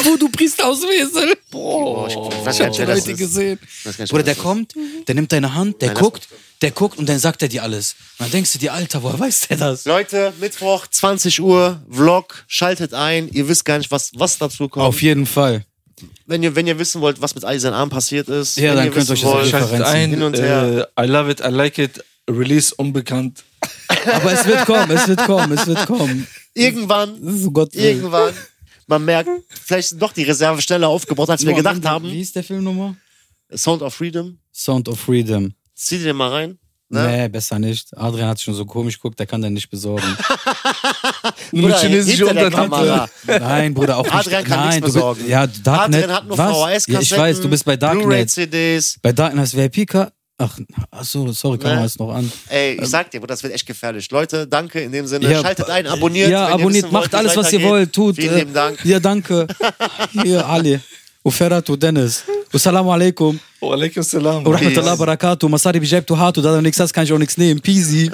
[SPEAKER 1] wo du Priester aus Wesel.
[SPEAKER 3] Boah, ich weiß gar
[SPEAKER 1] Hab ich
[SPEAKER 3] nicht, wer das
[SPEAKER 1] heute
[SPEAKER 3] ist.
[SPEAKER 1] gesehen.
[SPEAKER 3] weiß gar nicht,
[SPEAKER 1] Bruder,
[SPEAKER 3] wer
[SPEAKER 1] der
[SPEAKER 3] das
[SPEAKER 1] kommt, der nimmt deine Hand, der
[SPEAKER 3] Nein, lass
[SPEAKER 1] guckt, der guckt und dann sagt er dir alles. Und dann denkst du dir, Alter, woher weiß der das?
[SPEAKER 3] Leute, Mittwoch, 20 Uhr, Vlog, schaltet ein. Ihr wisst gar nicht, was, was dazu kommt.
[SPEAKER 1] jeden Fall.
[SPEAKER 3] wenn, ihr, wenn ihr wissen wollt, was mit all diesen Armen passiert ist.
[SPEAKER 1] Ja,
[SPEAKER 3] wenn
[SPEAKER 1] dann
[SPEAKER 3] ihr
[SPEAKER 1] könnt ihr euch
[SPEAKER 3] wissen
[SPEAKER 1] das
[SPEAKER 3] wollt,
[SPEAKER 1] auf jeden
[SPEAKER 2] Schaltet
[SPEAKER 1] Referenzen.
[SPEAKER 2] ein.
[SPEAKER 3] Hin und her.
[SPEAKER 2] Äh, I love it, I like it. Release unbekannt.
[SPEAKER 1] Aber es wird kommen, es wird kommen, es wird kommen.
[SPEAKER 3] Irgendwann,
[SPEAKER 1] So Gott will.
[SPEAKER 3] irgendwann, man merkt, vielleicht sind doch die Reserve schneller aufgebaut, als wir gedacht
[SPEAKER 1] Wie
[SPEAKER 3] haben.
[SPEAKER 1] ist der Film nochmal?
[SPEAKER 3] Sound of Freedom.
[SPEAKER 1] Sound of Freedom.
[SPEAKER 3] Zieh dir den mal rein. Ne?
[SPEAKER 1] Nee, besser nicht. Adrian hat schon so komisch geguckt, der kann den nicht besorgen.
[SPEAKER 2] Nur
[SPEAKER 3] Bruder,
[SPEAKER 2] chinesische
[SPEAKER 3] hinter der
[SPEAKER 2] Untertitel.
[SPEAKER 3] Kamera.
[SPEAKER 1] Nein, Bruder, auch nicht.
[SPEAKER 3] Adrian kann
[SPEAKER 1] Nein,
[SPEAKER 3] nichts
[SPEAKER 1] du bist-
[SPEAKER 3] besorgen.
[SPEAKER 1] Ja, Darknet.
[SPEAKER 3] Adrian hat nur
[SPEAKER 1] was? Ja,
[SPEAKER 3] VHS-Kassetten,
[SPEAKER 1] ich weiß, du bist bei Darknet.
[SPEAKER 3] Blu-ray-CDs.
[SPEAKER 1] Bei Darknet hast du VIP-Ka. Ach, ach so, sorry, Kamera
[SPEAKER 3] Nee.
[SPEAKER 1] ist noch an.
[SPEAKER 3] Ey, ich sag dir, Bruder, das wird echt gefährlich. Leute, danke in dem Sinne.
[SPEAKER 1] Ähm, Ja,
[SPEAKER 3] Schaltet ein, abonniert.
[SPEAKER 1] ja,
[SPEAKER 3] wenn ihr
[SPEAKER 1] abonniert,
[SPEAKER 3] wissen wollt,
[SPEAKER 1] macht
[SPEAKER 3] wie
[SPEAKER 1] alles,
[SPEAKER 3] es
[SPEAKER 1] was ihr
[SPEAKER 3] weitergeht.
[SPEAKER 1] wollt, tut.
[SPEAKER 3] Vielen
[SPEAKER 1] äh,
[SPEAKER 3] lieben Dank.
[SPEAKER 1] Ja, danke. Hier, Ali. Uferatu, Dennis. Assalamu alaikum.
[SPEAKER 2] Oh, alaikum salam.
[SPEAKER 1] Wa rahmatullahi wa barakatuh. Masari bijabtu hatu. Da du nichts hast, kann ich auch nichts nehmen. Peasy.